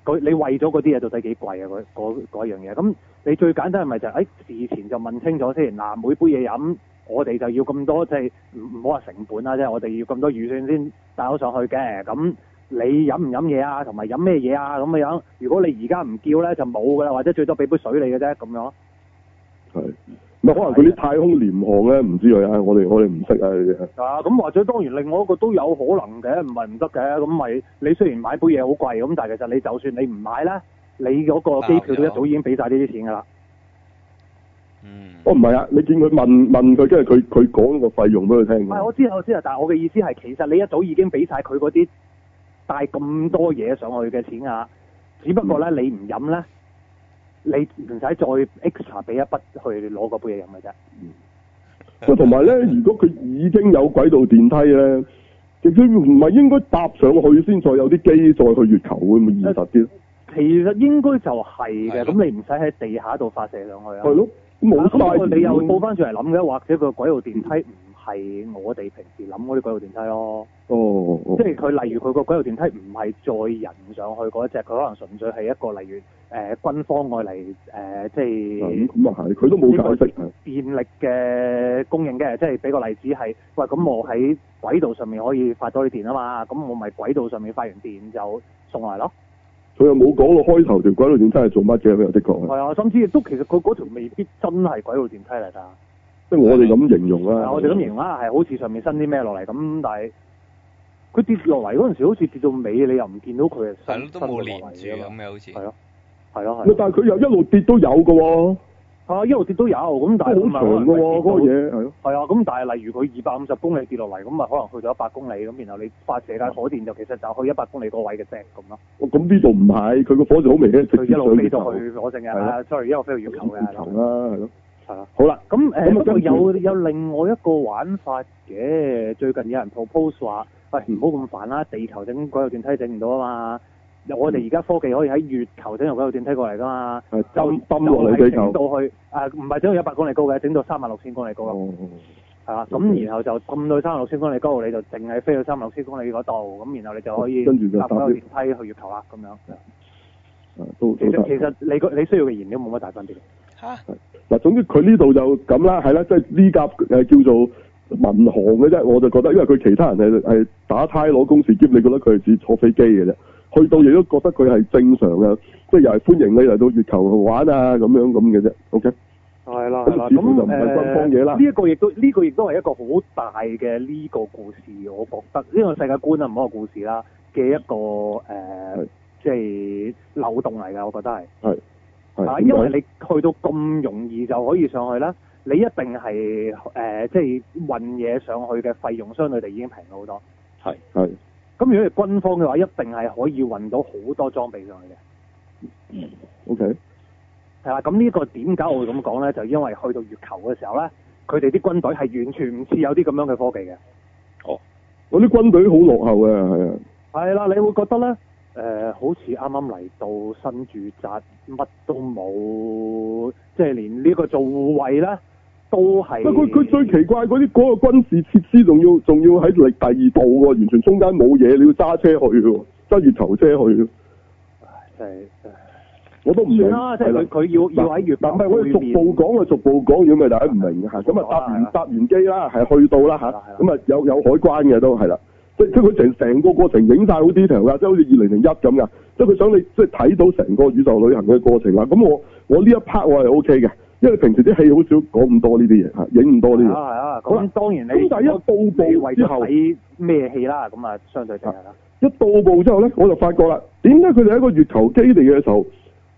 Speaker 6: 佢你為咗嗰啲嘢到底幾貴啊？嗰嗰嗰樣嘢咁。你最簡單係咪就係、誒、事前就問清楚先嗱，每杯嘢飲我哋就啊要咁多，即係唔唔好話成本啦，即係我哋要咁多預算先帶咗上去嘅。咁你飲唔飲嘢啊，同埋飲咩嘢啊咁樣樣。如果你而家唔叫咧，就冇噶啦，或者最多俾杯水你嘅啫咁樣。
Speaker 2: 係咪可能佢啲太空廉航咧唔知佢啊？我哋我哋唔識啊呢啲啊。
Speaker 6: 啊，咁或者當然另外一個都有可能嘅，唔係唔得嘅。咁咪你雖然買杯嘢好貴，咁但係其實你就算你唔買咧，你嗰個機票都一早已經俾晒呢啲錢㗎啦。
Speaker 3: 嗯，
Speaker 2: 哦，唔係啊，你見佢問問佢，跟住佢佢講個費用俾佢聽
Speaker 6: 唔係，我知啊，我知啊，但係我嘅意思係，其實你一早已經俾晒佢嗰啲帶咁多嘢上去嘅錢啊，只不過
Speaker 2: 嗯
Speaker 6: 咧你唔飲咧，你唔使再 extra 俾一筆去攞嗰杯嘢飲嘅啫。 (laughs)
Speaker 2: 喂，同埋咧，如果佢已經有軌道電梯咧，亦都唔係應該搭上去先再有啲機再去月球，會唔會現實啲呢？
Speaker 6: 其實應該就係
Speaker 3: 係
Speaker 6: 嘅，
Speaker 3: 咯
Speaker 6: 咁你唔使喺地下度發射上去啊。
Speaker 2: 係咯，
Speaker 6: 啊，
Speaker 2: 冇
Speaker 6: 咁
Speaker 2: 曬
Speaker 6: 我你又倒翻轉嚟諗嘅，或者個軌道電梯唔係我哋平時諗嗰啲軌道電梯咯。
Speaker 2: 哦，哦
Speaker 6: 即係佢例如佢個軌道電梯唔係載人上去嗰一隻，佢可能純粹係一個例如誒、呃、軍方愛嚟誒即
Speaker 2: 咁
Speaker 6: 係
Speaker 2: 咁啊係，佢都冇解釋係
Speaker 6: 電力嘅供應嘅，即係俾個例子係，喂咁我喺軌道上面可以發多啲電啊嘛，咁我咪軌道上面發完電就送嚟咯。
Speaker 2: 佢又冇講到開頭條軌道電梯係做乜嘅，咁又的確係
Speaker 6: 係啊，甚至亦都其實佢嗰條未必真係軌道電梯嚟㗎。
Speaker 2: 即係我哋咁形容
Speaker 6: 係
Speaker 2: 啦。
Speaker 6: 啊，我哋咁形容啦，係好似上面伸啲咩落嚟咁，但係佢跌落嚟嗰陣時，好似跌到尾，你又唔見到佢係
Speaker 3: 係
Speaker 6: 伸
Speaker 3: 咯，都
Speaker 6: 伸到
Speaker 3: 冇
Speaker 6: 落
Speaker 3: 連
Speaker 6: 嚟
Speaker 3: 住
Speaker 6: 㗎
Speaker 3: 咁
Speaker 6: 嘛
Speaker 3: 嘅好似。
Speaker 6: 係咯，係咯，
Speaker 2: 喂
Speaker 6: 係咯。
Speaker 2: 但係佢又一路跌都有嘅喎，
Speaker 6: 啊，一路跌都有，咁
Speaker 2: 都
Speaker 6: 但
Speaker 2: 好
Speaker 6: 係佢
Speaker 2: 長
Speaker 6: 咪可能
Speaker 2: 嘅喎，嗰個
Speaker 6: 跌到
Speaker 2: 嘢係咯。
Speaker 6: 係啊，咁但係例如佢二百五十公里跌落嚟，咁咪可能去到一百公里，咁然後你發射架火箭就其實就去一百公里嗰位嘅啫，咁咯。
Speaker 2: 哦咁呢度唔係，佢個火箭好明顯係
Speaker 6: 佢
Speaker 2: 直
Speaker 6: 一
Speaker 2: 接
Speaker 6: 路
Speaker 2: 上
Speaker 6: 飛
Speaker 2: 月球
Speaker 6: 到，去火星嘅，
Speaker 2: 係咯
Speaker 6: 係啊，sorry，一路飛到月球嘅，
Speaker 2: 月球啊
Speaker 6: 係咯
Speaker 2: 啦，係咯。
Speaker 6: 係咯。
Speaker 2: 好啦，
Speaker 6: 咁
Speaker 2: 咁啊
Speaker 6: 誒，不過
Speaker 2: 跟住
Speaker 6: 有有另外一個玩法嘅，最近有人 propose 話：喂，唔好咁煩啦，地球整軌道電梯整唔到啊嘛！我哋而家科技可以喺月球整條軌道電梯過嚟噶嘛，
Speaker 2: 係
Speaker 6: 就
Speaker 2: 抌抌啊落嚟
Speaker 6: 就係
Speaker 2: 地球
Speaker 6: 整。到去啊，唔係整到一百公里高嘅，整到三萬六千公里高啦，
Speaker 2: 哦
Speaker 6: 係
Speaker 2: 嗯
Speaker 6: 啦。啊咁然後就撳到三萬六千公里高，你就淨係飛到三萬六千公里嗰度，咁然後你就可以
Speaker 2: 跟住就
Speaker 6: 搭
Speaker 2: 搭
Speaker 6: 軌道
Speaker 2: 啲
Speaker 6: 電梯去月球啦，咁樣。
Speaker 2: 啊都
Speaker 6: 其
Speaker 2: 都得
Speaker 6: 實其實你個你需要嘅燃料冇乜大分別。
Speaker 3: 嚇，
Speaker 2: 嗱，總之佢呢度就咁啦，係啦，即係呢架誒叫做民航嘅啫，我就覺得，因為佢其他人係係打呔攞公事兼，你覺得佢係似坐飛機嘅啫，去到亦都覺得佢係正常嘅，即係又係歡迎你嚟到月球玩啊咁樣咁嘅啫，OK，
Speaker 6: 係啦，
Speaker 2: 咁
Speaker 6: 係啦，
Speaker 2: 似
Speaker 6: 咁
Speaker 2: 乎就唔係軍方嘢啦
Speaker 6: 誒呢一個亦都呢個亦都係一個好大嘅呢個故事，我覺得呢個世界觀啊，唔好話故事啦嘅一個
Speaker 2: 係
Speaker 6: 誒，即係漏洞嚟㗎，我覺得係。
Speaker 2: 係
Speaker 6: 啊，
Speaker 2: 咁
Speaker 6: 因為
Speaker 2: 就
Speaker 6: 你去到咁容易就可以上去啦，你一定係誒，即係運嘢上去嘅費用相對地已經平咗好多。
Speaker 7: 係
Speaker 2: 係
Speaker 6: 咁如果係軍方嘅話，一定係可以運到好多裝備上去嘅。
Speaker 2: OK，
Speaker 6: 係啦，咁呢個點解我會咁講咧？就因為去到月球嘅時候咧，佢哋啲軍隊係完全唔似有啲咁樣嘅科技嘅。
Speaker 2: 我哦啲軍隊好落後嘅，係啊，
Speaker 6: 係啦，你會覺得咧，誒、好似啱啱嚟到新住宅，乜都冇，即係連呢個做護衛咧都係。
Speaker 2: 喂佢佢最奇怪嗰啲嗰個軍事設施仲要仲要喺力第二度喎，完全中間冇嘢，你要揸車去喎，揸月球車去喎，
Speaker 6: 就係誒
Speaker 2: 我都唔明
Speaker 6: 算啦，即
Speaker 2: 係
Speaker 6: 係
Speaker 2: 啦
Speaker 6: 佢佢要要喺月球
Speaker 2: 嗱，唔係我哋逐
Speaker 6: 背面
Speaker 2: 步講啊，逐步講，如果咪大家唔明嘅嚇。咁啊，搭
Speaker 6: 係
Speaker 2: 完
Speaker 6: 啦
Speaker 2: 搭完機啦，係去到啦嚇
Speaker 6: 係啦係啦。
Speaker 2: 咁啊，有有海關嘅都係啦。即即佢成成個過程影晒好 detail 㗎，即係好似二零零一咁噶。即係佢想你即係睇到成個宇宙旅行嘅過程啦。咁我我呢一 part 我係 OK 嘅，因為平時啲戲好少講咁多呢啲嘢嚇，影咁多呢
Speaker 6: 係
Speaker 2: 啲嘢。
Speaker 6: 啊係啊，
Speaker 2: 好
Speaker 6: 咁
Speaker 2: 啦
Speaker 6: 當然你
Speaker 2: 咁但係一到
Speaker 6: 你
Speaker 2: 步
Speaker 6: 為
Speaker 2: 之
Speaker 6: 咗
Speaker 2: 後，
Speaker 6: 睇咩戲啦，咁啊相對地係啦。
Speaker 2: 一到步之後咧，我就發覺啦，點解佢哋喺個月球基地嘅時候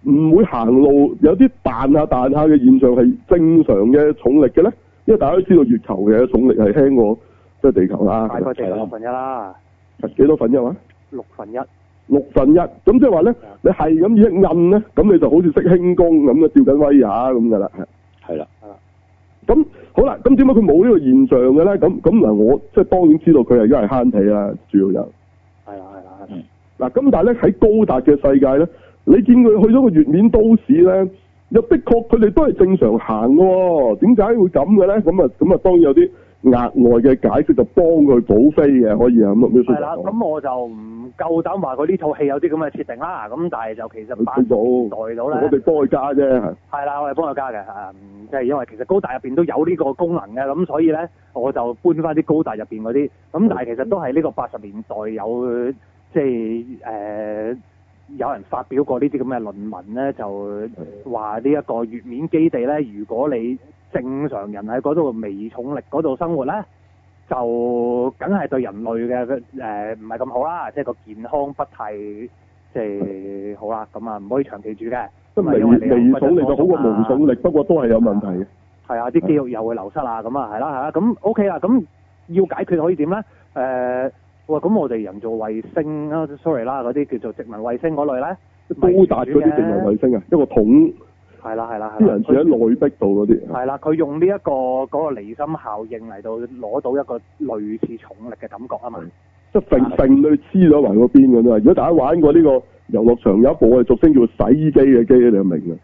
Speaker 2: 唔會行路有啲彈下彈下嘅現象係正常嘅重力嘅咧？因為大家都知道月球嘅重力係輕過即係地球啦，
Speaker 6: 大概地球
Speaker 7: 係啦
Speaker 6: 六分一啦，
Speaker 2: 係幾多份一話？
Speaker 6: 六分一。
Speaker 2: 六分一，咁即係話咧，你係咁一摁咧，咁你就好似識輕功咁嘅，吊緊威下咁噶啦，係。
Speaker 7: 係啦，
Speaker 2: 咁好啦，咁點解佢冇呢個現象嘅咧？咁咁嗱，我即係當然知道佢係因為慳氣啦，主要就。
Speaker 6: 係啦係啦係啦
Speaker 7: 嗯
Speaker 2: 嗱，咁但係咧喺高達嘅世界咧，你見佢去咗個月面都市咧，又的確佢哋都係正常行嘅喎，點解會咁嘅咧？咁啊咁啊，當然有啲額外嘅解釋就幫佢補飛嘅，可以啊咁啊，咩
Speaker 6: 係啦，咁我就唔夠膽話佢呢套戲有啲咁嘅設定啦。咁但係就其實八
Speaker 2: 佢做，
Speaker 6: 代
Speaker 2: 嗯
Speaker 6: 到
Speaker 2: 我
Speaker 6: 咧
Speaker 2: 哋，幫佢加啫，係
Speaker 6: 係啦，我哋幫佢加嘅啊，嗯即係因為其實高達入邊都有呢個功能嘅，咁所以咧我就搬翻啲高達入邊嗰啲。咁但係其實都係呢個八十年代有即係誒、呃有人發表過呢啲咁嘅論文咧，就話呢一個月面基地咧，如果你正常人喺嗰度微重力嗰度生活咧，就梗係對人類嘅誒唔係咁好啦，即係個健康不太即係好啦，咁啊唔可以長期住嘅，
Speaker 2: 即係微
Speaker 6: 因為你有
Speaker 2: 微重力就好過
Speaker 6: 骨質疏鬆啊
Speaker 2: 無重力，不過都係有問題嘅。
Speaker 6: 係啊，啲肌肉又會流失啊，咁啊係啦係啦，咁 OK 啦，咁要解決可以點咧？誒、喂，咁我哋人造衛星啊，sorry 啦，嗰啲叫做殖民衛星嗰類咧，
Speaker 2: 高達嗰啲定係衛星啊，一個桶，
Speaker 6: 係啦係啦係
Speaker 2: 啲
Speaker 6: 啦，
Speaker 2: 人住喺內壁度嗰啲。
Speaker 6: 係啦，佢用呢、一個嗰、個離心效應嚟到攞到一個類似重力嘅感覺啊嘛，
Speaker 2: 即係揈揈到黐咗埋個邊咁啊！如果大家玩過呢個遊樂場有一部我哋俗稱叫洗衣機嘅機，你就明啦。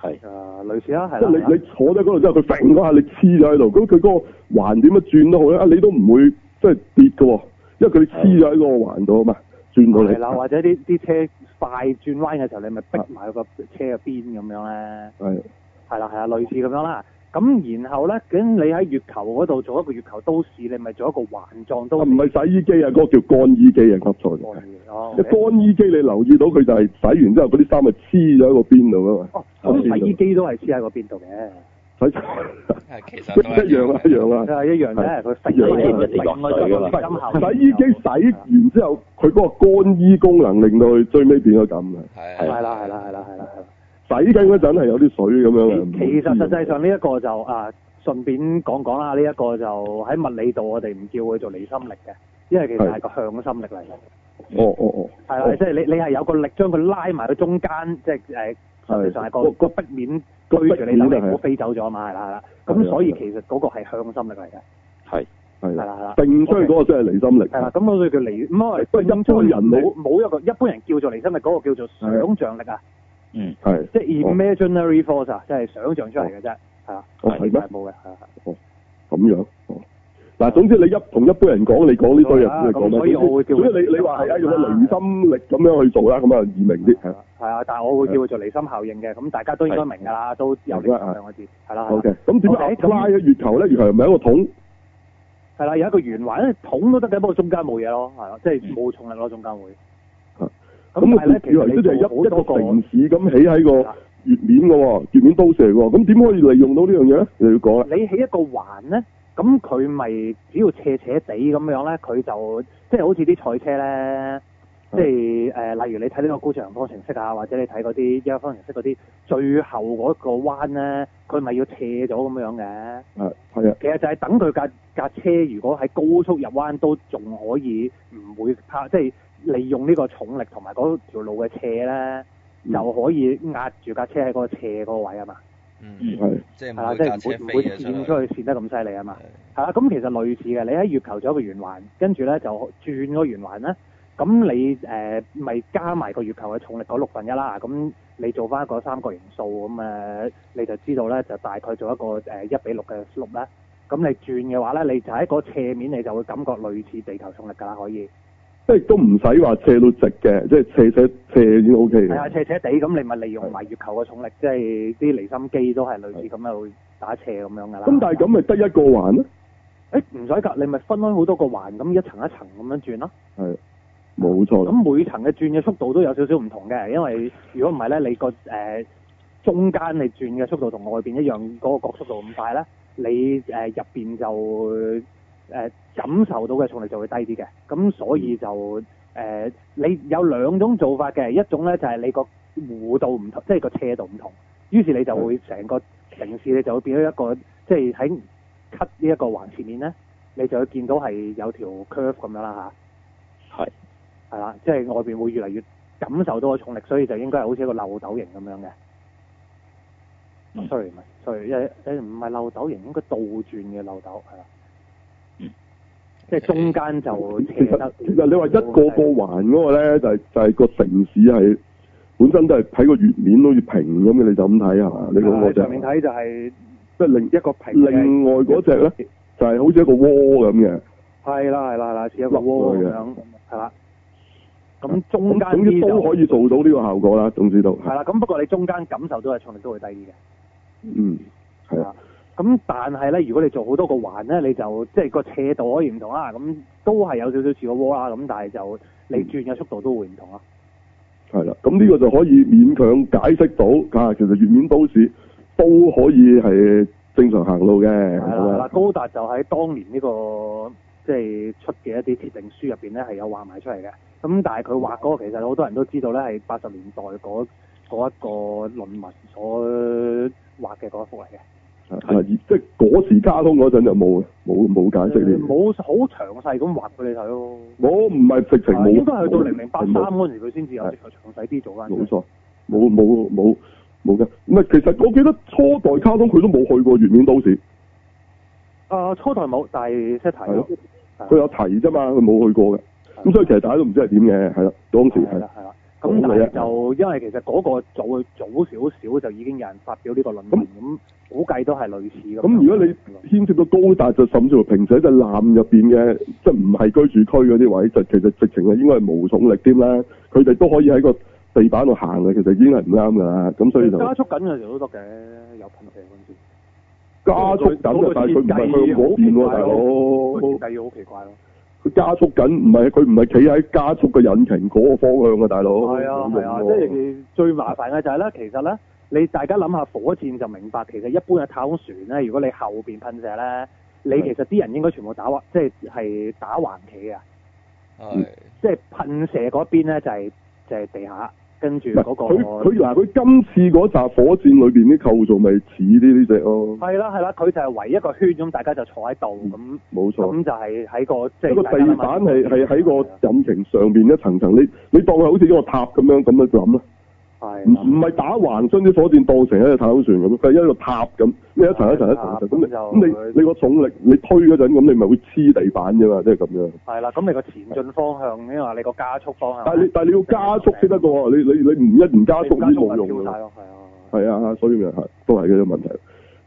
Speaker 7: 係
Speaker 6: 誒、類似啊啦係
Speaker 2: 即係
Speaker 6: 啦
Speaker 2: 你
Speaker 6: 係
Speaker 2: 你
Speaker 6: 啦，
Speaker 2: 坐低嗰度之後，佢揈嗰下你黐咗喺度，咁佢嗰個環點樣轉都好咧，啊你都唔會即係跌嘅喎，因為佢黐咗喺個環度啊嘛，轉到
Speaker 6: 係啦，
Speaker 2: 你。
Speaker 6: 或者啲啲車快轉彎嘅時候，你咪逼埋個車嘅邊咁樣咧。
Speaker 2: 係
Speaker 6: 係啦係啦，類似咁樣啦。咁然後咧，咁你喺月球嗰度做一個月球都市，你咪做一個環狀
Speaker 2: 啊，
Speaker 6: 都市。
Speaker 2: 唔係洗衣機啊，嗰個叫乾衣機啊，噏錯咗。
Speaker 6: 哦
Speaker 2: 即係乾衣機，你留意到佢就係洗完之後，嗰啲衫咪黐咗喺個邊度啊噶嘛。
Speaker 6: 哦，咁洗衣機都係黐喺個邊度嘅，
Speaker 2: 洗 (laughs)
Speaker 3: 係其實
Speaker 6: (laughs)
Speaker 3: 都
Speaker 2: 一樣啊，一樣啊。
Speaker 6: 即係一樣啫。佢揈啊
Speaker 2: 啊洗衣機洗完之後，佢嗰個乾衣功能令到佢最尾變咗咁嘅。
Speaker 3: 係啊
Speaker 6: 係啦係啦係啦係啦係啦。
Speaker 2: 洗緊嗰陣係有啲水咁樣嘅。
Speaker 6: 其其實實際上呢一個就啊，順便講講啦，呢一個就喺物理度我哋唔叫佢做離心力嘅，因為其實係個向心力嚟嘅。
Speaker 2: 哦哦哦，
Speaker 6: 係啊啦，即係你你係有個力將佢拉埋去中間，即係誒實際上係個個壁面
Speaker 2: 個
Speaker 6: 居住你等
Speaker 2: 壁面啊
Speaker 6: 你唔
Speaker 2: 係
Speaker 6: 好
Speaker 2: 啊
Speaker 6: 飛走咗啊嘛，係啦係啦。
Speaker 2: 係
Speaker 6: 咁
Speaker 2: 啊
Speaker 6: 所以
Speaker 2: 係啊
Speaker 6: 其實嗰個係向心力嚟嘅，
Speaker 7: 係
Speaker 2: 係
Speaker 6: 係
Speaker 2: 啦，
Speaker 6: 啦係啦。
Speaker 2: 定出去嗰個真係離心力。
Speaker 6: 係啦，咁啊嗰個叫離，唔係
Speaker 2: 喂一般人你
Speaker 6: 冇冇一個一般人叫做離心力，嗰個叫做想像力啊，
Speaker 7: 嗯
Speaker 2: 係，
Speaker 6: 即係 imaginary force 啊，即係想像出嚟嘅啫，係啦，
Speaker 2: 哦係咩
Speaker 6: 係冇嘅，係啊
Speaker 2: 咁樣。哦嗱，總之你一同一般人講，你講呢堆
Speaker 6: 係啊
Speaker 2: 人你講
Speaker 6: 咁所以我會叫
Speaker 2: 所以你你話係啊，用個離心力咁樣去做啦，咁啊易明啲。
Speaker 6: 係啊係啊，但係我會叫佢做離心效應嘅，咁大家都應該明㗎啦，都有呢兩個字，係啦，係啦
Speaker 2: O K，咁點
Speaker 6: OK，
Speaker 2: 解
Speaker 6: 咁
Speaker 2: apply 啊咗月球咧？月球係咪一個桶？
Speaker 6: 係啦，有一個圓環，桶都得嘅，不過中間冇嘢咯，係咯，即係冇重力咯，中間會。
Speaker 2: 啊
Speaker 6: 咁但係咧，其
Speaker 2: 原
Speaker 6: 實
Speaker 2: 來
Speaker 6: 你
Speaker 2: 都就係
Speaker 6: 做
Speaker 2: 一
Speaker 6: 好
Speaker 2: 一
Speaker 6: 多
Speaker 2: 個
Speaker 6: 個
Speaker 2: 城市咁起喺個
Speaker 6: 啦
Speaker 2: 月面嘅喎，月面都市嚟嘅喎，咁點可以利用到呢樣嘢咧？你要講啦。啊
Speaker 6: 你起一個環咧，咁佢咪只要斜斜地咁樣咧，佢就即係好似啲賽車咧，即係誒、呃例如你睇呢個高長方程式啊，或者你睇嗰啲一級方程式嗰啲，最後嗰個彎咧，佢咪要斜咗咁樣嘅。
Speaker 2: 係係啊，
Speaker 6: 其實就係等佢架架車，如果喺高速入彎都仲可以唔會拋，即係利用呢個重力同埋嗰條路嘅斜咧，
Speaker 2: 嗯
Speaker 6: 就可以壓住架車喺嗰個斜嗰個位啊嘛，
Speaker 3: 嗯，
Speaker 7: 嗯
Speaker 2: 係
Speaker 3: 即係
Speaker 6: 係
Speaker 3: 唔
Speaker 6: 啦，
Speaker 3: 會
Speaker 6: 即係
Speaker 3: 架
Speaker 6: 唔
Speaker 3: 車
Speaker 6: 會
Speaker 3: 飛
Speaker 6: 唔會
Speaker 3: 咗
Speaker 6: 跣
Speaker 3: 出去。
Speaker 6: 出去跣得咁犀利啊嘛。
Speaker 3: 係
Speaker 6: 係啦，咁其實類似嘅，你喺月球做一個圓環，跟住咧就轉個圓環咧，咁你誒咪、加埋個月球嘅重力嗰六分一啦，咁你做翻個三角形數咁誒、呃你就知道咧就大概做一個誒一、比六嘅 slope 啦。咁你轉嘅話咧，你就喺個斜面，你就會感覺類似地球重力㗎啦，可以
Speaker 2: 即係都唔使話斜到直嘅，即係斜斜斜已經 O K
Speaker 6: 係啊，
Speaker 2: 嘅。
Speaker 6: 斜斜地咁，你咪利用埋月球嘅重力，即係啲離心機都係類似咁樣打斜咁樣㗎啦。
Speaker 2: 咁但係咁咪得一個環咧？
Speaker 6: 誒唔使㗎，你咪分開好多個環，咁一層一層咁樣轉咯。
Speaker 2: 係，冇錯啦。
Speaker 6: 咁每層嘅轉嘅速度都有少少唔同嘅，因為如果唔係咧，你個誒、呃中間你轉嘅速度同外邊一樣嗰、個角速度咁快咧，你誒入邊就誒、呃感受到嘅重力就會低啲嘅，咁所以就誒、呃你有兩種做法嘅，一種咧就係、你個弧度唔同，即係個斜度唔同，於是你就會成個城市你就會變咗一個即係喺 cut 呢一個環切面咧，你就會見到係有條 curve 咁樣啦嚇。
Speaker 7: 係
Speaker 6: 係啦，即係外邊會越嚟越感受到個重力，所以就應該係好似一個漏斗形咁樣嘅。哦
Speaker 7: 嗯
Speaker 6: sorry 唔係，sorry 誒誒唔係漏斗形，應該倒轉嘅漏斗係啦。
Speaker 7: 嗯
Speaker 6: 即係
Speaker 3: OK
Speaker 6: 中間就
Speaker 2: 其
Speaker 6: 斜
Speaker 2: 實
Speaker 6: 得。
Speaker 2: 其實你話一個個環嗰個咧，就係、就係、個城市係本身都係睇個月面好似平咁嘅，你就咁睇係嘛？你講嗰
Speaker 6: 喺
Speaker 2: 只
Speaker 6: 啊上面睇就係
Speaker 2: 即係另
Speaker 6: 一個平嘅
Speaker 2: 另外嗰只咧，就係、好似一個窩咁嘅。
Speaker 6: 係啦係啦係啦，似一個
Speaker 2: 凹落
Speaker 6: 窩
Speaker 2: 去
Speaker 6: 咁
Speaker 2: 嘅
Speaker 6: 樣係啦。咁中間
Speaker 2: 總之
Speaker 6: 啲
Speaker 2: 都可
Speaker 6: 就
Speaker 2: 以做到呢個效果啦，總之都
Speaker 6: 係啦，咁不過你中間感受到嘅重力都會低啲嘅。
Speaker 2: 嗯係啊。
Speaker 6: 咁但係咧，如果你做好多個環咧，你就即係個斜度可以唔同啦。咁都係有少少似個窩啦。咁但係就你
Speaker 2: 嗯
Speaker 6: 轉嘅速度都會唔同啦。啊
Speaker 2: 係啦，咁呢個就可以勉強解釋到啊，其實月面都市都可以係正常行路嘅，
Speaker 6: 係啦，係
Speaker 2: 係啊
Speaker 6: 啦
Speaker 2: 啦，
Speaker 6: 高達就喺當年呢、個即係出嘅一啲設定書入邊咧係有畫埋出嚟嘅。咁但係佢畫嗰個其實好多人都知道咧係八十年代嗰嗰一個論文所畫嘅嗰一幅嚟嘅。
Speaker 2: 係係而啊即係嗰時交通嗰陣就冇冇冇解釋呢啲，
Speaker 6: 冇好詳細咁畫俾你睇咯。
Speaker 2: 我唔係直情冇，
Speaker 6: 應該啊去到
Speaker 2: 冇
Speaker 6: 零零八三嗰陣時，佢先至有
Speaker 2: 係
Speaker 6: 比較詳細啲做翻。
Speaker 2: 冇錯，冇冇冇冇嘅。唔係，其實我記得初代卡通佢都冇去過圓面都市，
Speaker 6: 啊，初代冇，但係 set 題
Speaker 2: 係
Speaker 6: 咯
Speaker 2: 咯。
Speaker 6: 係
Speaker 2: 佢有提啫嘛，佢冇去過嘅。咁所以其實大家都唔知係點嘅，係啦，當時
Speaker 6: 係
Speaker 2: 係
Speaker 6: 啦係啦。咁但
Speaker 2: 講你
Speaker 6: 係
Speaker 2: 啊
Speaker 6: 就因為其實嗰個早早少少就已經有人發表呢個論文，咁估計都係類似咁樣。
Speaker 2: 咁如果你牽涉到高達，就甚至乎平時喺隻艦入邊嘅，即係唔係居住區嗰啲位，就其實直情係應該係無重力添啦。佢哋都可以喺個地板度行嘅，其實已經係唔啱㗎啦。咁所以就
Speaker 6: 加速緊嘅時候都得嘅，有噴射嗰陣時。
Speaker 2: 加速緊啊，但係佢唔係去嗰邊喎，大佬。
Speaker 6: 嗰個設計要好奇怪咯。
Speaker 2: 佢加速緊，唔係佢唔係企喺加速嘅引擎嗰個方向啊，大佬。
Speaker 6: 係啊係啊，即
Speaker 2: 冇用喎
Speaker 6: 係最麻煩嘅就係咧，其實咧，你大家諗下火箭就明白，其實一般嘅太空船咧，如果你後邊噴射咧，你其實啲人應該全部打橫，即係係打橫企啊嘅，
Speaker 3: 係
Speaker 6: 即係噴射嗰邊咧就係、就係、地下，跟住
Speaker 2: 唔係佢
Speaker 6: 嗰個
Speaker 2: 佢嗱，佢今次嗰扎火箭裏邊啲構造咪似呢呢只咯，
Speaker 6: 係啦係啦，佢就係圍一個圈咁，大家就坐喺度咁，
Speaker 2: 冇錯。
Speaker 6: 咁就係喺個即
Speaker 2: 即
Speaker 6: 係
Speaker 2: 係嗯個
Speaker 6: 大家
Speaker 2: 地
Speaker 6: 諗下
Speaker 2: 板係係喺個引擎上邊一層層，你你當佢好似一個塔咁樣咁樣諗啦，
Speaker 6: 係啊
Speaker 2: 唔唔係打橫將啲火箭當成一隻太空船咁，佢係一個塔咁，你一層一層一層
Speaker 6: 係
Speaker 2: 咁你
Speaker 6: 塔
Speaker 2: 咁
Speaker 6: 啊咁
Speaker 2: 你
Speaker 6: 就
Speaker 2: 你個重力你推嗰陣咁，你咪會黐地板啫嘛，即係咁樣。
Speaker 6: 係啦，咁你個前進方向，因為你個加速方向，
Speaker 2: 但係你但係你要加速先得噶喎，你你你唔一唔加速已經冇用㗎
Speaker 6: 跳
Speaker 2: 啦
Speaker 6: 晒。咯，係啊。
Speaker 2: 係啊，所以咪係都係嘅問題。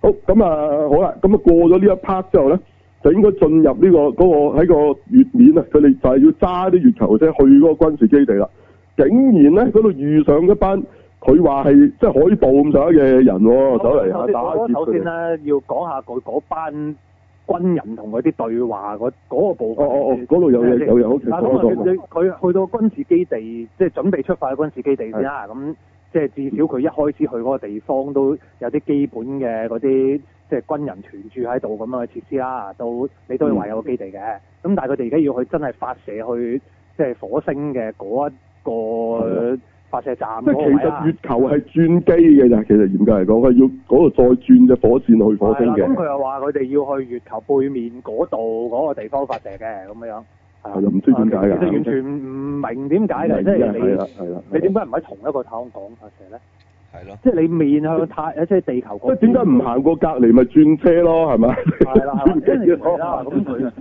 Speaker 2: 好咁啊，好啦，咁啊過咗呢一 part 之後咧，就應該進入呢、個嗰、個喺個月面啊，佢哋就係要揸啲月球車去嗰個軍事基地啦。竟然咧嗰度遇上一班佢話係即係海盜咁上下嘅人喎，走嚟
Speaker 6: 首
Speaker 2: 啊
Speaker 6: 先
Speaker 2: 打
Speaker 6: 我覺得
Speaker 2: 劫
Speaker 6: 首
Speaker 2: 佢
Speaker 6: 先
Speaker 2: 哋。
Speaker 6: 咧，要講下佢嗰班軍人同佢啲對話嗰嗰個部
Speaker 2: 哦
Speaker 6: 分。
Speaker 2: 哦哦，嗰度有嘢有嘢，好似
Speaker 6: 嗱
Speaker 2: 講一
Speaker 6: 咁
Speaker 2: 講。
Speaker 6: 啊，佢佢去到軍事基地，即係準備出發去軍事基地先啦。咁即係至少佢一開始去嗰個地方都有啲基本嘅嗰啲即係軍人團住喺度咁樣嘅設施啦。到你都要話有個基地嘅。咁但係佢哋而家要去真係發射去即係火星嘅嗰一個發射站
Speaker 2: 啊即
Speaker 6: 嗰
Speaker 2: 係
Speaker 6: 個
Speaker 2: 其
Speaker 6: 位啊
Speaker 2: 實
Speaker 6: 啦
Speaker 2: 月。球係轉機嘅咋，其實嚴格嚟講，佢要嗰度再轉隻火箭去火
Speaker 6: 係
Speaker 2: 星
Speaker 6: 啦，
Speaker 2: 嘅。
Speaker 6: 咁佢又話佢哋要去月球背面嗰度嗰個地方發射嘅咁樣，係
Speaker 2: 係就唔知點解㗎
Speaker 6: 啊其實完全唔明點解嘅，即係
Speaker 2: 係啊啦
Speaker 6: 你
Speaker 2: 係啦。
Speaker 6: 你點解唔喺同一個太空港發射咧？
Speaker 3: 係咯，
Speaker 6: 即係你面向太，即係地球
Speaker 2: 哦即係
Speaker 6: 嗰。
Speaker 2: 點解唔？行過隔離咪轉車咯？係咪？
Speaker 6: 係啦，
Speaker 2: (laughs)
Speaker 6: 係啦，跟住係啦，咁佢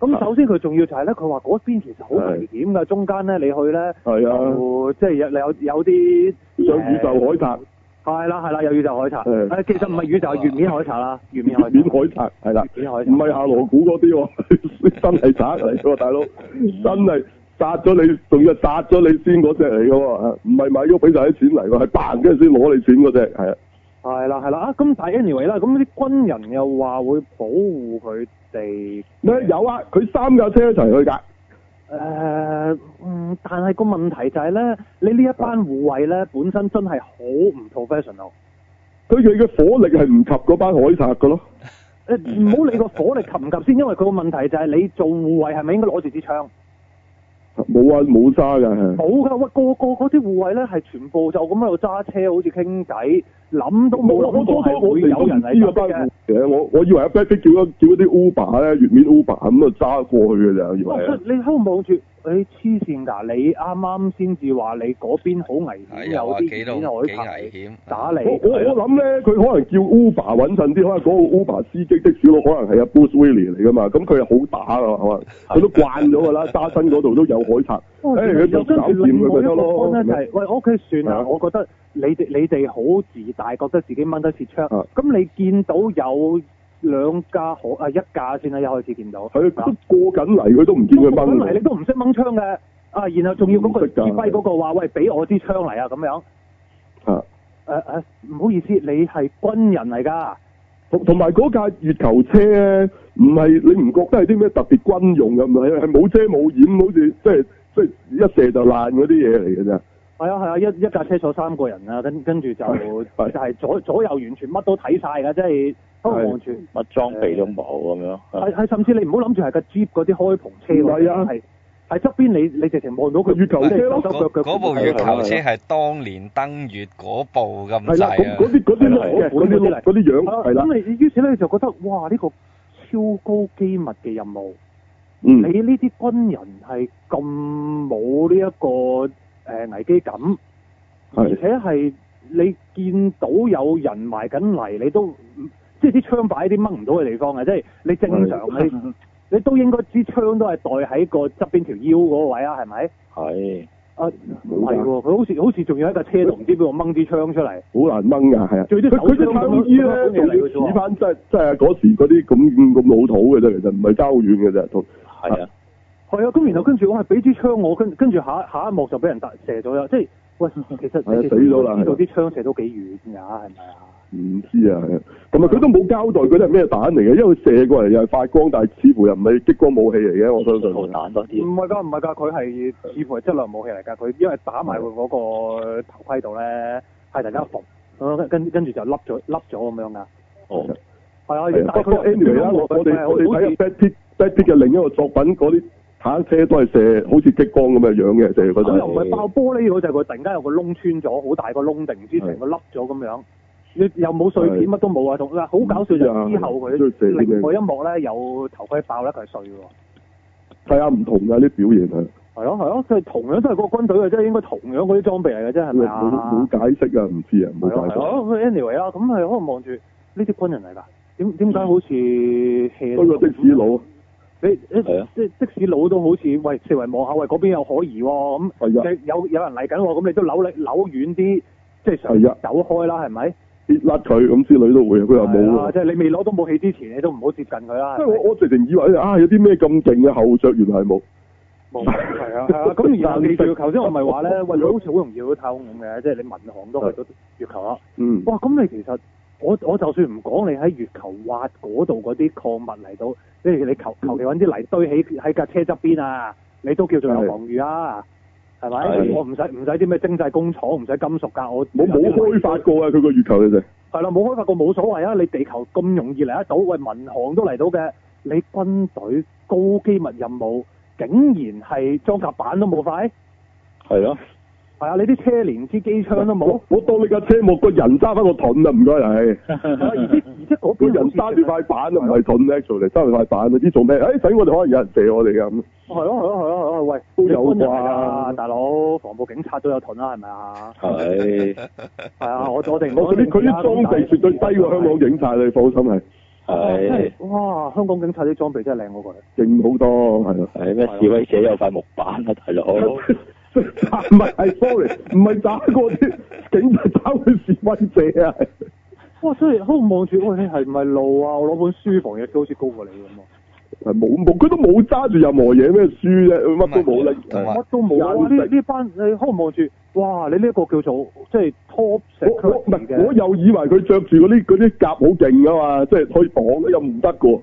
Speaker 6: 咁首先佢仲要就係咧，佢話嗰邊其實好危險㗎，中間咧你去咧
Speaker 2: 係啊，
Speaker 6: 就即係有有有啲
Speaker 2: 上宇宙海賊，
Speaker 6: 係啦係啦，有宇宙海賊，
Speaker 2: 係啊
Speaker 6: 誒其實唔係宇宙，月面海賊啦，月面海
Speaker 2: 面海
Speaker 6: 賊，
Speaker 2: 賊係啦，
Speaker 6: 月面海
Speaker 2: 唔
Speaker 6: 賊
Speaker 2: 係下羅古嗰啲喎，
Speaker 6: (laughs)
Speaker 2: 真係賊嚟嘅喎，大佬，真係殺咗你，仲要係殺咗你先嗰只嚟嘅喎，唔係買咗俾晒啲錢嚟喎，係扮跟住先攞你錢嗰只，係啊，
Speaker 6: 係啦，係啦，啊咁但係 anyway 啦，咁啲軍人又話會保護佢哋，
Speaker 2: 咩有啊？佢三架車一齊去㗎，
Speaker 6: 誒、嗯，但係個問題就係咧，你呢一班護衛咧本身真係好唔 professional，
Speaker 2: 佢哋嘅火力係唔及嗰班海賊嘅咯，
Speaker 6: 誒唔好理個火力及唔及先，因為佢個問題就係你做護衛係咪應該攞住支槍？
Speaker 2: 冇啊冇揸㗎，係
Speaker 6: 冇㗎，喂個個嗰啲護衛咧係全部就咁喺度揸車，好似傾偈，諗都冇
Speaker 2: 我我
Speaker 6: 諗
Speaker 2: 初
Speaker 6: 過係
Speaker 2: 初我
Speaker 6: 會
Speaker 2: 哋
Speaker 6: 有
Speaker 2: 有
Speaker 6: 人
Speaker 2: 人
Speaker 6: 嚟
Speaker 2: 知
Speaker 6: 襲
Speaker 2: 嗰班
Speaker 6: 擊嘅
Speaker 2: 護。嘅，我我以為阿 b a c k 叫咗叫啲 Uber 咧，月面 Uber 咁啊揸過去嘅咋，以為
Speaker 6: 哇
Speaker 2: 係。
Speaker 6: 你喺度望住，誒黐線㗎！你啱啱先至話你嗰邊好危險，
Speaker 3: 係
Speaker 6: 有
Speaker 3: 又話
Speaker 6: 啲啊
Speaker 3: 幾度幾
Speaker 6: 遠海
Speaker 3: 危啊
Speaker 6: 排
Speaker 3: 險，
Speaker 6: 打你。
Speaker 2: 我我我諗咧，佢可能叫 Uber 穩陣啲，可能嗰個 Uber 司機的士佬可能係阿 Bruce Willis 嚟噶嘛，咁佢係好打啊，係嘛？佢都慣咗噶
Speaker 6: (laughs)
Speaker 2: 啦，揸身嗰度都有海賊，
Speaker 6: 哦
Speaker 2: 誒
Speaker 6: 原來
Speaker 2: 佢
Speaker 6: 有
Speaker 2: 就
Speaker 6: 跟
Speaker 2: 搞
Speaker 6: 住
Speaker 2: 掂
Speaker 6: 另外
Speaker 2: 佢咪
Speaker 6: 一
Speaker 2: 得
Speaker 6: 個
Speaker 2: 咯
Speaker 6: point 咧就係，喂，OK 算
Speaker 2: 係
Speaker 6: 啦，
Speaker 2: 啊
Speaker 6: 我覺得你哋你哋好自大，覺得自己掹得切槍。
Speaker 2: 啊
Speaker 6: 咁你見到有兩架可啊一架先啦，一開始見到。
Speaker 2: 係佢
Speaker 6: 嗱
Speaker 2: 都過緊嚟，佢都唔見佢
Speaker 6: 咁啊嚟你
Speaker 2: 掹。
Speaker 6: 都唔識掹槍嘅，啊，然後仲要嗰個
Speaker 2: 唔識
Speaker 6: 指
Speaker 2: 㗎
Speaker 6: 揮嗰個話，喂，俾我支槍嚟啊，咁樣。
Speaker 2: 啊
Speaker 6: 誒誒，唔好意思，你係軍人嚟㗎，
Speaker 2: 同同埋嗰架月球車咧，唔係你唔覺得係啲咩特別軍用嘅，唔係係冇遮冇掩，好似即係即係一射就爛嗰啲嘢嚟嘅啫。
Speaker 6: 係啊係啊，一一架車坐三個人啊，跟跟住就就
Speaker 2: 係
Speaker 6: 係左左右完全乜都睇晒㗎，即係都
Speaker 2: 係
Speaker 6: 望住。
Speaker 7: 乜裝備都冇咁樣。
Speaker 6: 係係，甚至你唔好諗住係個 jeep 嗰啲開篷車
Speaker 2: 唔
Speaker 6: 喎，
Speaker 2: 係啊
Speaker 6: 係係側邊你你直情望到佢
Speaker 2: 月球
Speaker 6: 即係
Speaker 2: 車咯
Speaker 6: 手手腳腳
Speaker 3: 嗰部
Speaker 7: 係
Speaker 3: 月
Speaker 7: 月
Speaker 3: 球車
Speaker 7: 球車
Speaker 3: 係當年登月嗰部咁
Speaker 2: 係啦，
Speaker 3: 滯
Speaker 2: 咁
Speaker 3: 啊！
Speaker 2: 嗰啲嗰啲碌嘅，嗰啲碌嗰啲樣
Speaker 6: 係啊
Speaker 2: 係啦，
Speaker 6: 咁你於是咧就覺得哇呢、個超高機密嘅任務，
Speaker 2: 嗯
Speaker 6: 你呢啲軍人係咁冇呢一個誒、呃危機感，而
Speaker 2: 係
Speaker 6: 且係你見到有人埋緊嚟，你都唔即係啲槍擺喺啲掹唔到嘅地方嘅，即係你正常你 (laughs) 你都應該支槍都係袋喺個側邊條腰嗰個位啊，係咪？
Speaker 7: 係
Speaker 6: 啊，唔
Speaker 2: 冇
Speaker 6: 係
Speaker 2: 㗎
Speaker 6: 喎，佢好似好似仲要喺架車度唔知邊度掹支槍出嚟，
Speaker 2: 好難掹㗎，係啊。
Speaker 6: 最
Speaker 2: 佢
Speaker 6: 啲
Speaker 2: 佢隻探衣咧，仲要似翻真真係嗰時嗰啲咁咁老土嘅啫，其實唔係交遠嘅啫，同
Speaker 7: 係啊，
Speaker 6: 係啊，咁然後跟住我係俾支槍我，跟跟住下下一幕就俾人打射咗啦，即係喂，其實
Speaker 2: 係啊
Speaker 6: 你哋
Speaker 2: 死咗啦
Speaker 6: 知道
Speaker 2: 係
Speaker 6: 啲槍射到幾遠㗎，係咪啊？
Speaker 2: 唔知啊，係啊，同埋佢都冇交代佢啲係咩彈嚟嘅，因為佢射過嚟又係發光，但係似乎又唔係激光武器嚟嘅，我相信。
Speaker 7: 好彈多啲
Speaker 6: 唔。係㗎，唔係㗎，佢係似乎係質量武器嚟㗎，佢因為打埋佢嗰個頭盔度咧，係大家伏，跟跟跟住就凹咗凹咗咁樣㗎。
Speaker 7: 哦，
Speaker 6: 係啊，
Speaker 2: 係啊
Speaker 6: 但係
Speaker 2: 不過
Speaker 6: 佢
Speaker 2: anyway 啦，我我哋我哋睇下 Brad Pitt Brad Pitt 嘅另一個作品，嗰啲坦克車都係射好似激光咁嘅樣嘅，射嗰
Speaker 6: 咁
Speaker 2: 陣
Speaker 6: 又唔係爆玻璃嗰就係佢突然間有個窿穿咗，好大個窿定唔知成個凹咗咁樣。你又冇碎片，
Speaker 2: 係嗯
Speaker 6: 乜都冇啊！同嗱好搞笑就係之後
Speaker 2: 都射啲咩
Speaker 6: 佢另外一幕咧有頭盔爆咧，佢係碎喎。
Speaker 2: 睇下唔同㗎啲表現係，啊
Speaker 6: 係咯係咯，佢同樣都係個軍隊嘅啫，應該同樣嗰啲裝備嚟嘅啫，係
Speaker 2: 冇
Speaker 6: 咪啊？
Speaker 2: 冇解釋啊，唔知啊，冇
Speaker 6: 係咯
Speaker 2: 解
Speaker 6: 係
Speaker 2: 釋。
Speaker 6: 咯咁，anyway 啦，咁係可能望住呢啲軍人嚟㗎，點點解好似 hea
Speaker 2: 不過的士佬
Speaker 6: 你你
Speaker 7: 係啊
Speaker 6: 即即使佬都好似喂四圍望下，喂嗰邊有可疑喎咁。
Speaker 2: 係啊，
Speaker 6: 你有有人嚟緊喎，咁你都扭你扭遠啲，即係想
Speaker 2: 係啊
Speaker 6: 走開啦，係咪？
Speaker 2: 跌甩佢咁之類都會，佢又冇
Speaker 6: 係啊
Speaker 2: 喎。
Speaker 6: 即係你未攞到武器之前，你都唔好接近佢啦。
Speaker 2: 即係我我直情以為啊，有啲咩咁勁嘅後着，原來係冇。
Speaker 6: 冇係啊，係
Speaker 2: (laughs)
Speaker 6: 啊。咁然後你仲要頭先我咪話咧，喂，你好似好容易好透咁嘅，即係你民航都去到月球啊啦。
Speaker 2: 嗯，
Speaker 6: 哇！咁你其實我我就算唔講你喺月球挖嗰度嗰啲礦物嚟到，即係你求
Speaker 2: 嗯
Speaker 6: 求其揾啲泥堆起喺架車側邊啊，你都叫做有防禦啊，係咪？
Speaker 7: 係
Speaker 6: 我唔使唔使啲咩精製工廠，唔使金屬㗎，我
Speaker 2: 冇冇開發過啊，佢個月球嘅啫。
Speaker 6: 係啦，冇開發過冇所謂啊！你地球咁容易嚟得到，喂民航都嚟到嘅，你軍隊高機密任務竟然係裝甲板都冇塊，
Speaker 7: 係咯，
Speaker 6: 係啊！你啲車連支機槍都冇
Speaker 2: (laughs) 我，我當你架車冇個人揸翻個盾啊，唔該係。
Speaker 6: (laughs) 係啊而且而且嗰
Speaker 2: 個
Speaker 6: 邊
Speaker 2: 人
Speaker 6: 好
Speaker 2: 揸
Speaker 6: 似
Speaker 2: 住塊板啊，唔係盾咧，做嚟揸住塊板啊，啲做咩？誒，使我哋可能有人射我哋啊㗎咁。
Speaker 6: 係咯係咯係咯係咯，喂
Speaker 2: 都有啩
Speaker 6: 你軍人嚟㗎大佬防暴警察都有盾啦，係咪啊？ (laughs)
Speaker 7: 係
Speaker 6: 係啊，我我哋唔
Speaker 2: 我
Speaker 6: 講
Speaker 2: 佢啲佢啲裝備絕對低過香港警察，你放心係
Speaker 7: 係
Speaker 6: 哇！香港警察啲裝備真係靚過佢，
Speaker 2: 勁好多，係啊。
Speaker 7: 係咩？示威者有塊木板啊，大佬。
Speaker 2: 唔係係，sorry，唔係打過啲警察打佢示威者啊，係
Speaker 6: 哇！真係好望住，喂你係唔係路啊？我攞本書防亦都好似高過你咁啊！
Speaker 2: 係冇冇，佢都冇揸住任何嘢咩書啫，佢乜都冇啦。
Speaker 3: 同埋
Speaker 6: 乜都冇啊！
Speaker 2: 有
Speaker 6: 呢
Speaker 2: 食
Speaker 6: 呢班你可能望住，哇！你呢一個叫做即係 top 石
Speaker 2: 我我唔係，我
Speaker 6: 嘅，
Speaker 2: 又以為佢着住嗰啲嗰啲甲好勁噶嘛，即係可以擋又唔得噶喎。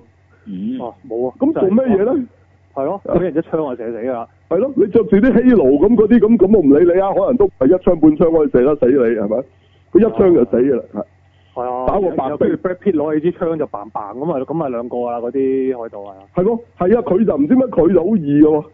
Speaker 7: 嗯，
Speaker 6: 哦冇啊！
Speaker 2: 咁做咩嘢？咧？
Speaker 6: 係咯，俾人一槍我射死㗎啦！
Speaker 2: 係咯，你着住啲稀奴咁嗰啲咁，咁我唔理你啊，可能都係一槍半槍可以射得死你，係咪？佢一槍就死㗎啦，係
Speaker 6: 係啊，
Speaker 2: 打個白
Speaker 6: 然後跟住 Brad Pitt 攞起支槍就 bang bang 咁啊！咁啊兩個啊嗰啲海盜啊！
Speaker 2: 係咯，係啊，佢就唔知乜，佢就好易㗎喎，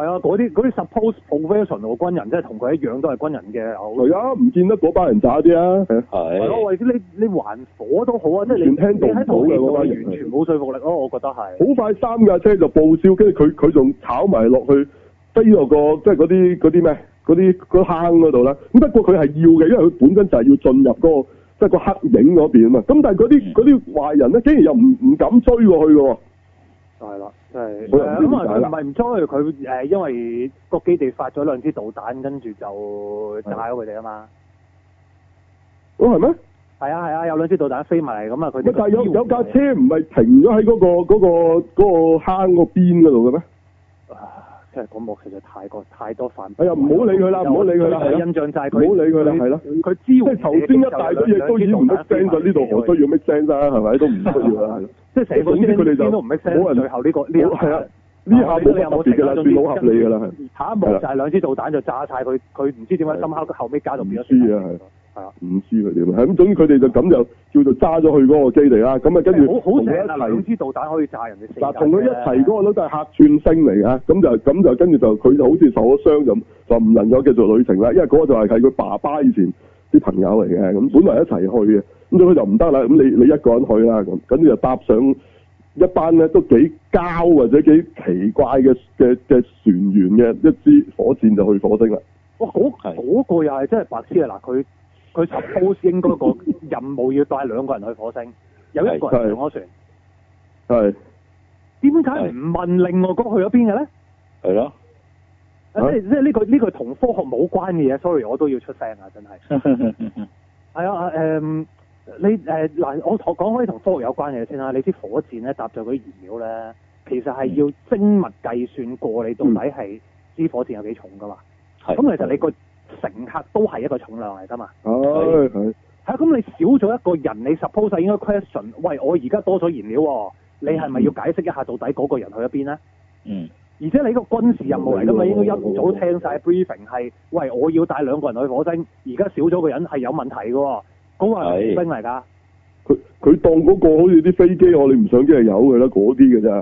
Speaker 6: 係啊，嗰啲嗰啲 suppose professional 軍人，即係同佢一樣都係軍人嘅。係
Speaker 2: 係啊，唔見得嗰班人渣啲啊，係啊
Speaker 6: 係咯，
Speaker 7: 係
Speaker 6: 喂，你你還火都好啊，即係你
Speaker 2: 完全聽到
Speaker 6: 你喺套
Speaker 2: 唔到嘅
Speaker 6: 戲度
Speaker 2: 嗰班
Speaker 6: 你
Speaker 2: 人
Speaker 6: 完全冇說服力咯，我覺得係。
Speaker 2: 好快三架車就報銷，跟住佢佢仲炒埋落去飛落個即係嗰啲嗰啲咩嗰啲嗰坑嗰度啦。咁不過佢係要嘅，因為佢本身就係要進入嗰、個即係個黑影嗰邊啊嘛。咁但係嗰啲嗰啲壞人咧，竟然又唔唔敢追過去嘅喎。
Speaker 6: 係啦，即係
Speaker 2: 好人
Speaker 6: 咁啊，
Speaker 2: 點
Speaker 6: 佢
Speaker 2: 解啦
Speaker 6: 唔係唔追佢誒，因為個基地發咗兩支導彈，跟住就炸咗佢哋啊嘛。
Speaker 2: 哦，係咩？
Speaker 6: 係啊係啊，有兩支導彈飛埋嚟咁啊，佢
Speaker 2: 喂
Speaker 6: 哋。
Speaker 2: 但係有有架車唔係停咗喺嗰個嗰、個嗰個坑個邊嗰度嘅咩？
Speaker 6: 即係嗰幕實在太過太多犯。
Speaker 2: 哎呀唔好理佢啦唔好理佢啦係啦
Speaker 6: 印象就係
Speaker 2: 唔
Speaker 6: 佢，
Speaker 2: 好理佢啦係啦
Speaker 6: 佢支
Speaker 2: 即
Speaker 6: 援
Speaker 2: 係頭先一大堆嘢，當然唔 make sense 啦，呢度何需要 make sense 啊？係咪都唔需要啦，係啦
Speaker 6: 即係成個
Speaker 2: 總之佢哋就
Speaker 6: 都唔 make
Speaker 2: 冇
Speaker 6: sense。
Speaker 2: 人
Speaker 6: 最後呢個呢一
Speaker 2: 冇係啊，呢下冇乜特別㗎啦，算好合理㗎啦，係。
Speaker 6: 下一幕就係兩支導彈就炸晒佢，佢唔知點解
Speaker 2: 係
Speaker 6: 深刻後尾加到變咗
Speaker 2: 唔知啊
Speaker 6: 雪
Speaker 2: 唔知佢點，係咁，總之佢哋就咁就叫做揸咗去嗰個基地啦。咁啊，跟住
Speaker 6: 好好啊
Speaker 2: 同佢
Speaker 6: 正啊！
Speaker 2: 一齊
Speaker 6: 兩支導彈可以炸人哋四架
Speaker 2: 嗱，同佢一齊
Speaker 6: 啫
Speaker 2: 嗰個都係客串星嚟嘅，咁就咁就跟住就佢就好似受咗傷咁，就唔能夠繼續旅程啦。因為嗰個就係係佢爸爸以前啲朋友嚟嘅，咁本來一齊去嘅，咁所以佢就唔得啦。咁你你一個人去啦，咁跟住就搭上一班咧都幾膠或者幾奇怪嘅嘅嘅船員嘅一支火箭就去火星啦。
Speaker 6: 哇！嗰
Speaker 7: 係
Speaker 6: 嗰個又係真係白痴啊！嗱，佢佢 suppose
Speaker 2: (laughs)
Speaker 6: 應該個任務要帶兩個人去火星，有一個
Speaker 2: 係
Speaker 6: 人上咗船，
Speaker 2: 係
Speaker 6: 點解唔問另外嗰個去咗邊嘅咧？
Speaker 7: 係
Speaker 6: (laughs)
Speaker 7: 咯，
Speaker 6: 啊
Speaker 2: 啊
Speaker 6: 即係即係呢個呢個同科學冇關嘅嘢，sorry，我都要出聲啊！真係係啊誒、嗯你誒嗱、我我講開同科學有關嘅嘢先啦。你啲火箭咧搭載嗰啲燃料咧，其實係
Speaker 7: 嗯
Speaker 6: 要精密計算過你到底係支火箭有幾重噶嘛。
Speaker 7: 係。
Speaker 6: 咁其實你個乘客都係一個重量嚟㗎嘛。
Speaker 2: 唉係
Speaker 6: 係啊咁你少咗一個人，你 suppose 應該 question，喂，我而家多咗燃料喎，你係咪要解釋一下到底嗰個人去咗邊咧？
Speaker 7: 嗯
Speaker 6: 而且你個軍事任務嚟㗎嘛，應該一早聽晒 briefing 係，喂，我要帶兩個人去火星，而家少咗個人係有問題㗎喎，嗰、個係
Speaker 7: 係
Speaker 6: 兵嚟㗎。
Speaker 2: 佢佢當嗰個好似啲飛機，我哋唔上機係有嘅啦，嗰啲嘅咋。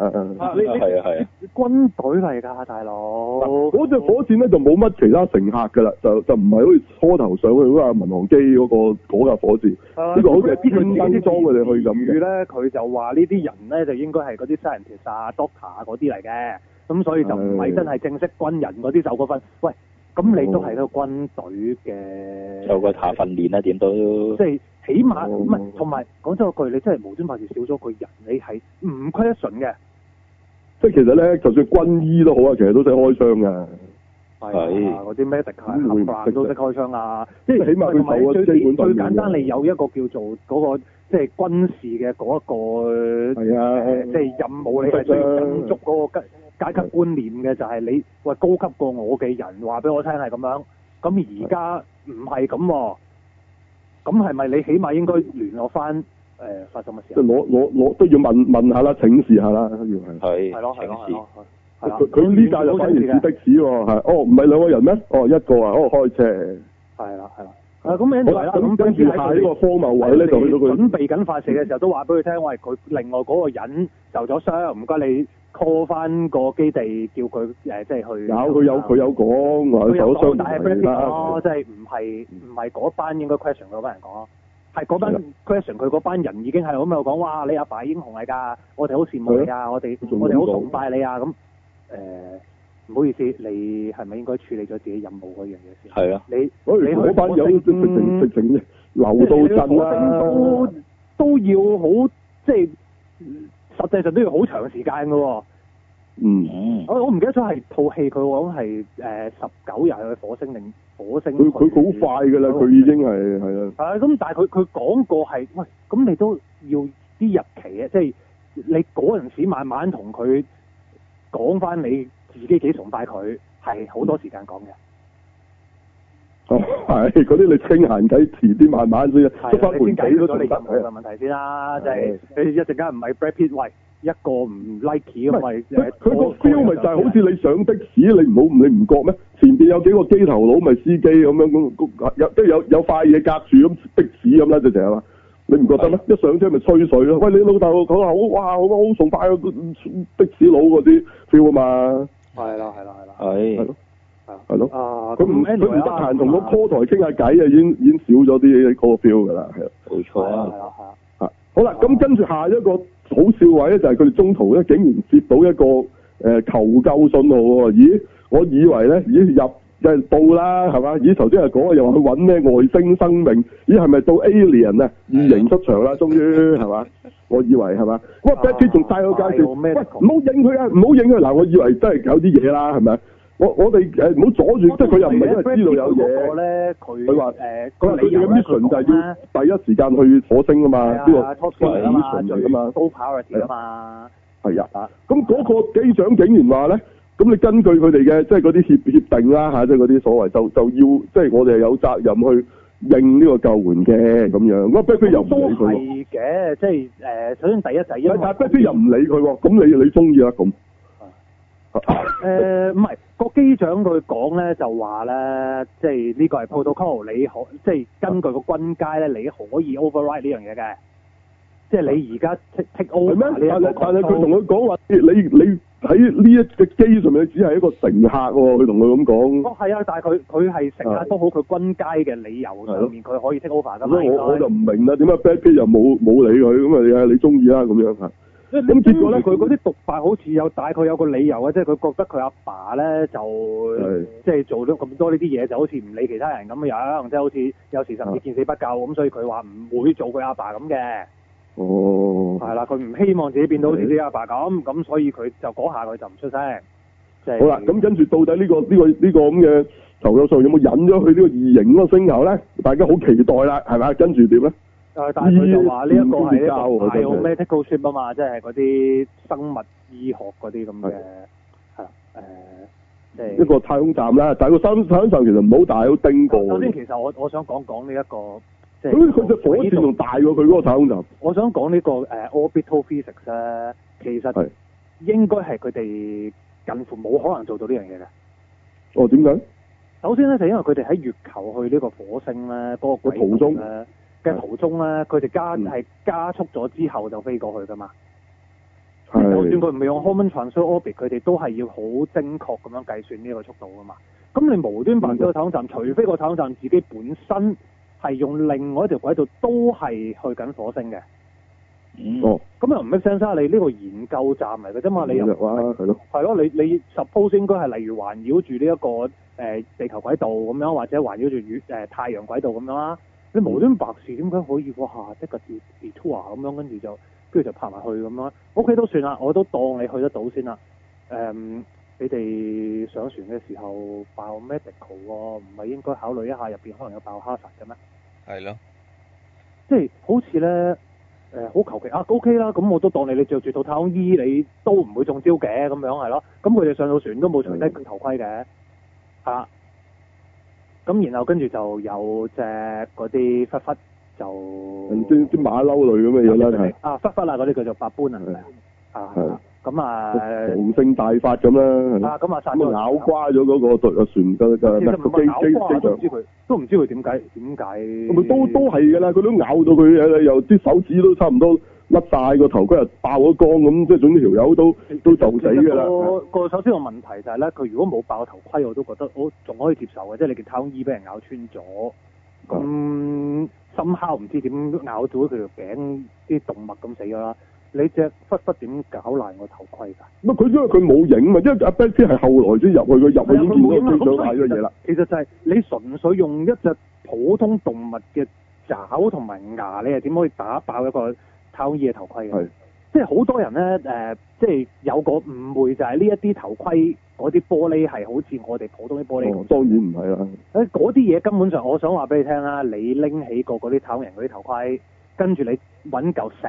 Speaker 6: 啊，你你
Speaker 7: 係啊係啊，
Speaker 6: 軍隊嚟㗎，大佬。哦
Speaker 2: 嗰隻火箭咧就冇乜其他乘客㗎啦，就就唔係好似初頭上去嗰架民航機嗰、個嗰架火箭，呢、
Speaker 6: 呢
Speaker 2: 個好似係專登裝佢哋去咁嘅。
Speaker 6: 咧，佢就話呢啲人咧就應該係嗰啲 scientist 啊、doctor 啊嗰啲嚟嘅，咁所以就唔係真係正式軍人嗰啲受過訓。喂，咁你都係一個軍隊嘅，
Speaker 7: 有個下訓練啦，點都
Speaker 6: 即係起碼
Speaker 2: 哦
Speaker 6: 唔係，同埋講真嗰句，你真係無端白事少咗個人，你係唔 question 嘅。
Speaker 2: 即係其實咧，就算軍醫都好啊，其實都使開槍㗎。
Speaker 6: 係啊，嗰啲 medic 係
Speaker 2: 咁會唔識
Speaker 6: 冚唪唥都識開槍啊！即係
Speaker 2: 即係起碼佢
Speaker 6: 同埋
Speaker 2: 受過
Speaker 6: 最
Speaker 2: 基本
Speaker 6: 最
Speaker 2: 訓練啊
Speaker 6: 簡單，
Speaker 2: 嘅
Speaker 6: 你有一個叫做嗰個即係軍事嘅嗰一個
Speaker 2: 係啊，
Speaker 6: 誒，即係任務你係需要跟足嗰個階階級觀念嘅，就係你喂高級過我嘅人話俾我聽係咁樣，咁而家唔係咁喎，咁係咪你起碼應該聯絡翻誒發生乜
Speaker 2: 即係
Speaker 6: 事啊
Speaker 2: 攞攞攞都要問問下啦，請示下啦，要係。
Speaker 7: 係
Speaker 6: 啊？係咯係咯係咯係啊啦
Speaker 2: 佢，佢呢架就反而似的士喎，係哦，唔係兩個人咩？哦，一個啊，哦開車。
Speaker 6: 係啦係啦，啊咁
Speaker 2: 好
Speaker 6: anyway
Speaker 2: 啦，
Speaker 6: 啦，
Speaker 2: 咁
Speaker 6: 咁
Speaker 2: 跟住
Speaker 6: 喺
Speaker 2: 下
Speaker 6: 佢
Speaker 2: 呢
Speaker 6: 哋
Speaker 2: 個荒謬位咧，就去到佢
Speaker 6: 準備緊發射嘅時候都話俾佢聽，喂，佢另外嗰個人受咗傷，唔該你 call 翻個基地，叫佢誒即係去。
Speaker 2: 有佢有佢有講話
Speaker 6: 佢
Speaker 2: 佢
Speaker 6: 有
Speaker 2: 手
Speaker 6: 講，
Speaker 2: 傷
Speaker 6: 但係
Speaker 2: 唔
Speaker 6: b r e
Speaker 2: 係
Speaker 6: t 咯，
Speaker 2: 啦，
Speaker 6: 即係唔係唔係嗰班應該 question 嗰班人講咯，係嗰班
Speaker 2: 係啦
Speaker 6: question 佢嗰班人已經係咁喺度講，哇！你阿爸英雄嚟㗎，我哋好羨慕你啊，我哋
Speaker 2: 佢仲
Speaker 6: 我哋好
Speaker 2: 咁講
Speaker 6: 崇拜你啊咁誒。唔好意思，你係咪應該處理咗自己任務嗰樣嘢先？
Speaker 7: 係啊，
Speaker 6: 你
Speaker 2: 哎嗰班友直
Speaker 6: 嗯
Speaker 2: 情直情流到震啦
Speaker 6: 都。啊都要好，即係實際上都要好長時間嘅喎。
Speaker 2: 嗯。
Speaker 7: 嗯
Speaker 6: 我我唔記得咗係套戲，佢講係誒十九日去火星定火星。
Speaker 2: 佢佢好快㗎啦，佢已經係係啊啦，
Speaker 6: 係咁，但係佢佢講過係，喂，咁你都要啲日期啊，即係你嗰陣時慢慢同佢講翻你自己幾崇拜佢，係好多時間講嘅。
Speaker 2: 哦係嗰啲你清閒偈，遲啲慢慢先，
Speaker 6: 係啊
Speaker 2: 捉翻
Speaker 6: 啦，
Speaker 2: 盤
Speaker 6: 你先解
Speaker 2: 棋
Speaker 6: 決
Speaker 2: 都
Speaker 6: 咗
Speaker 2: 仲
Speaker 6: 你
Speaker 2: 得
Speaker 6: 任何
Speaker 2: 係
Speaker 6: 嘅
Speaker 2: 啊。
Speaker 6: 問題先啦，即
Speaker 2: 係
Speaker 6: 係你一陣間唔係 Brad Pitt，喂一個唔 Nike 咁咪
Speaker 2: 佢
Speaker 6: 誒
Speaker 2: 佢個 feel 咪就係好
Speaker 6: 係
Speaker 2: 似你上的士，你唔好你唔覺咩？前邊有幾個機頭佬咪司機咁樣咁，有即係有有塊嘢隔住咁的士咁啦，就成係嘛？你唔覺得咩？一上車咪吹水咯。喂，你老豆佢話好哇，好好崇拜啊嗯的士佬嗰啲 feel 啊嘛，
Speaker 6: 係啦係啦係啦
Speaker 2: 係
Speaker 7: 係
Speaker 2: 咯係咯。
Speaker 6: 啊！
Speaker 2: 佢唔佢
Speaker 6: 咁
Speaker 2: 唔得
Speaker 6: anyway 啦
Speaker 2: 閒同個
Speaker 6: 咁啊
Speaker 2: call 台傾下偈啊，已經已經少咗啲嗰個 feel 㗎啦，係啊。
Speaker 7: 冇錯
Speaker 6: 係
Speaker 7: 啊，
Speaker 6: 啦係啦係啦，
Speaker 2: 啊，好啦，咁跟住下一個好笑位咧，就係佢哋中途咧，竟然接到一個誒、呃求救信號喎。咦，我以為咧，咦入即係到啦，係嘛？咦，頭先係講又話去揾咩外星生命，咦係咪到 alien 啊？異形出場啦，終於係嘛？我以為係嘛？哇！
Speaker 6: 啊
Speaker 2: 即係仲帶我介紹，
Speaker 6: 帶我
Speaker 2: 喂，
Speaker 6: 咩都
Speaker 2: 唔好影佢啊，唔好影佢。嗱，我以為真係有啲嘢啦，係咪？我我哋誒唔好阻住，即係佢又唔係真係知道有
Speaker 6: 嗰個
Speaker 2: 嘢。
Speaker 6: 咧，佢
Speaker 2: 佢話佢
Speaker 6: 誒
Speaker 2: 話
Speaker 6: 個
Speaker 2: 佢
Speaker 6: 理
Speaker 2: 哋
Speaker 6: 由
Speaker 2: 嘅
Speaker 6: 咧
Speaker 2: mission 就
Speaker 6: 佢講啦
Speaker 2: 係要第一時間去火星啊嘛，呢
Speaker 6: 係啊
Speaker 2: 個
Speaker 6: top
Speaker 2: 佢
Speaker 6: priority 啊嘛，
Speaker 2: mission
Speaker 6: 最
Speaker 2: 嚟㗎嘛哎
Speaker 6: p r i o r i t y 啊嘛，
Speaker 2: 係啊。
Speaker 6: 啊
Speaker 2: 咁嗰個機長竟然話咧，咁你根據佢哋嘅即係嗰啲協協定啦嚇，即係嗰啲所謂就就要即係我哋有責任去認呢個救援嘅咁樣。咁啊 b a 又唔
Speaker 6: 都
Speaker 2: 理佢喎，
Speaker 6: 係嘅，即係誒、呃首先第一就係因為
Speaker 2: 但係 b a 又唔理佢喎，咁你你中意啦啊咁。
Speaker 6: 誒呃唔係個機長佢講咧就話咧，即係呢個係 protocol，你可即係根據個軍階咧，你可以 override 呢樣嘢嘅，即係你而家 take take
Speaker 2: 係
Speaker 6: over
Speaker 2: 咩？
Speaker 6: 呢一
Speaker 2: 但
Speaker 6: 個
Speaker 2: 係但係佢同
Speaker 6: control
Speaker 2: 佢講話，你你你喺呢一隻機上面，你只係一個乘客喎。佢同佢咁講，
Speaker 6: 哦係啊，但係佢佢係乘客
Speaker 2: 係
Speaker 6: 都好，佢軍階嘅理由
Speaker 2: 係咯
Speaker 6: 上面佢可以 take over 㗎
Speaker 2: 咁
Speaker 6: 嘛，應該
Speaker 2: 我我就唔明啦。點解 Brad Pitt 又冇冇理佢咁啊？你啊你中意啦咁樣嚇。
Speaker 6: 咁
Speaker 2: 咁
Speaker 6: 結
Speaker 2: 結
Speaker 6: 果
Speaker 2: 果
Speaker 6: 咧，
Speaker 2: 呢
Speaker 6: 佢嗰啲獨白好似有大概有個理由嘅，啊即係佢覺得佢阿爸咧就
Speaker 2: 係
Speaker 6: 即係做咗咁多呢啲嘢，就好似唔理其他人咁樣，即係好似有時甚至
Speaker 2: 啊
Speaker 6: 見死不救咁，所以佢話唔會做佢阿爸咁嘅，
Speaker 2: 哦，
Speaker 6: 係啦，佢唔希望自己變到好似
Speaker 2: 係
Speaker 6: 自己阿爸咁，咁所以佢就嗰下佢就唔出聲，即係
Speaker 2: 好啦，咁跟住到底呢、個呢、個呢、個咁嘅投有數有冇引咗去呢個異形嗰個星球咧？大家好期待啦，係咪？跟住點咧？
Speaker 6: 誒，但係佢就話呢一個係一
Speaker 2: 唔
Speaker 6: 個
Speaker 2: 知點交喎真
Speaker 6: biomedical trip 啊嘛，即係嗰啲生物醫學嗰啲咁嘅
Speaker 2: 係
Speaker 6: 係啦誒，即係
Speaker 2: 一個太空站啦，但係個三太空站其實唔好大，好丁過
Speaker 6: 首先，
Speaker 2: 嘅。
Speaker 6: 其實我我想講講呢一個即
Speaker 2: 咁佢隻火箭仲大過佢嗰個太空站。
Speaker 6: 我想講呢、個誒、呃 orbital physics 咧，其實
Speaker 2: 係
Speaker 6: 應該係佢哋近乎冇可能做到呢樣嘢嘅。
Speaker 2: 哦，點解？
Speaker 6: 首先咧，就因為佢哋喺月球去呢個火星咧，嗰、
Speaker 2: 個
Speaker 6: 個軌道
Speaker 2: 途中
Speaker 6: 咧嘅途中咧，佢哋加
Speaker 2: 嗯
Speaker 6: 係、加速咗之後就飛過去噶嘛。
Speaker 2: 哎
Speaker 6: 就算
Speaker 2: 係
Speaker 6: 佢唔係用 Harmon Transfer Orbit，佢哋都係要好精確咁樣計算呢個速度噶嘛。咁你無端辦咗個太空站，除非個太空站自己本身係用另外一條軌道都係去緊火星嘅，啊
Speaker 7: 嗯
Speaker 2: 哦，
Speaker 6: 咁又唔 make sense 啊！你呢個研究站嚟嘅啫嘛，你又
Speaker 2: 咁就哇，係咯，
Speaker 6: 係咯，你你 suppose 應該係例如環繞住呢一個誒、呃地球軌道咁樣，或者環繞住月誒、呃太陽軌道咁樣啦。你無端白事點解可以哇即個 d e t o u r 咁樣，跟住就跟住就拍埋去咁樣？OK 都算啦，我都當你去得到先啦。誒、你哋上船嘅時候爆 medical 喎、唔係應該考慮一下入邊可能有爆哈佛嘅咩？
Speaker 3: 係咯，
Speaker 6: 即係好似咧誒好求其啊 OK 啦，咁我都當你你着住套太空衣，你都唔會中招嘅咁樣係咯。咁佢哋上到船都冇除低
Speaker 2: 嗯
Speaker 6: 佢頭盔嘅，係啦。咁然後跟住就有隻嗰啲忽忽就
Speaker 2: 嗯啲啲馬騮類咁嘅嘢啦，係嗯
Speaker 6: 啊忽忽啦嗰啲叫做白斑啊係咪啊，係啦咁啊
Speaker 2: 雄性大發咁啦，係咯
Speaker 6: 啊咁啊殺咗
Speaker 2: 咁啊咬瓜咗嗰個對個船嘅嘅
Speaker 6: 其實唔
Speaker 2: 個機
Speaker 6: 係
Speaker 2: 機
Speaker 6: 咬瓜啊都唔
Speaker 2: 機
Speaker 6: 知佢都唔知佢點解點解
Speaker 2: 長，咪都都係㗎啦，佢都咬到佢誒又啲手指都差唔多甩晒個頭骨又爆咗光咁，即係總之條友都都就死㗎啦。
Speaker 6: 個個首先個問題就係咧，佢如果冇爆頭盔，我都覺得我仲可以接受嘅，即係你件太空衣俾人咬穿咗，
Speaker 2: 嗯
Speaker 6: 咁深烤唔知點咬到佢條頸啲動脈咁死咗啦。你隻忽忽點搞爛個頭盔㗎？
Speaker 2: 乜啊佢因為佢冇影嘛，因為阿 Ben 係後來先入去，佢入去已經見到機長
Speaker 6: 咁
Speaker 2: 嗌咗嘢啦。
Speaker 6: 其實就係你純粹用一隻普通動物嘅爪同埋牙，你係點可以打爆一個太空衣嘅頭盔嘅
Speaker 2: 係？
Speaker 6: 即係好多人咧誒、即係有個誤會就係呢一啲頭盔嗰啲玻璃係好似我哋普通啲玻璃咁
Speaker 2: 哦，當然唔係啦，
Speaker 6: 誒嗰啲嘢根本上，我想話俾你聽啦，你拎起個嗰啲太空人嗰啲頭盔，跟住你揾嚿石，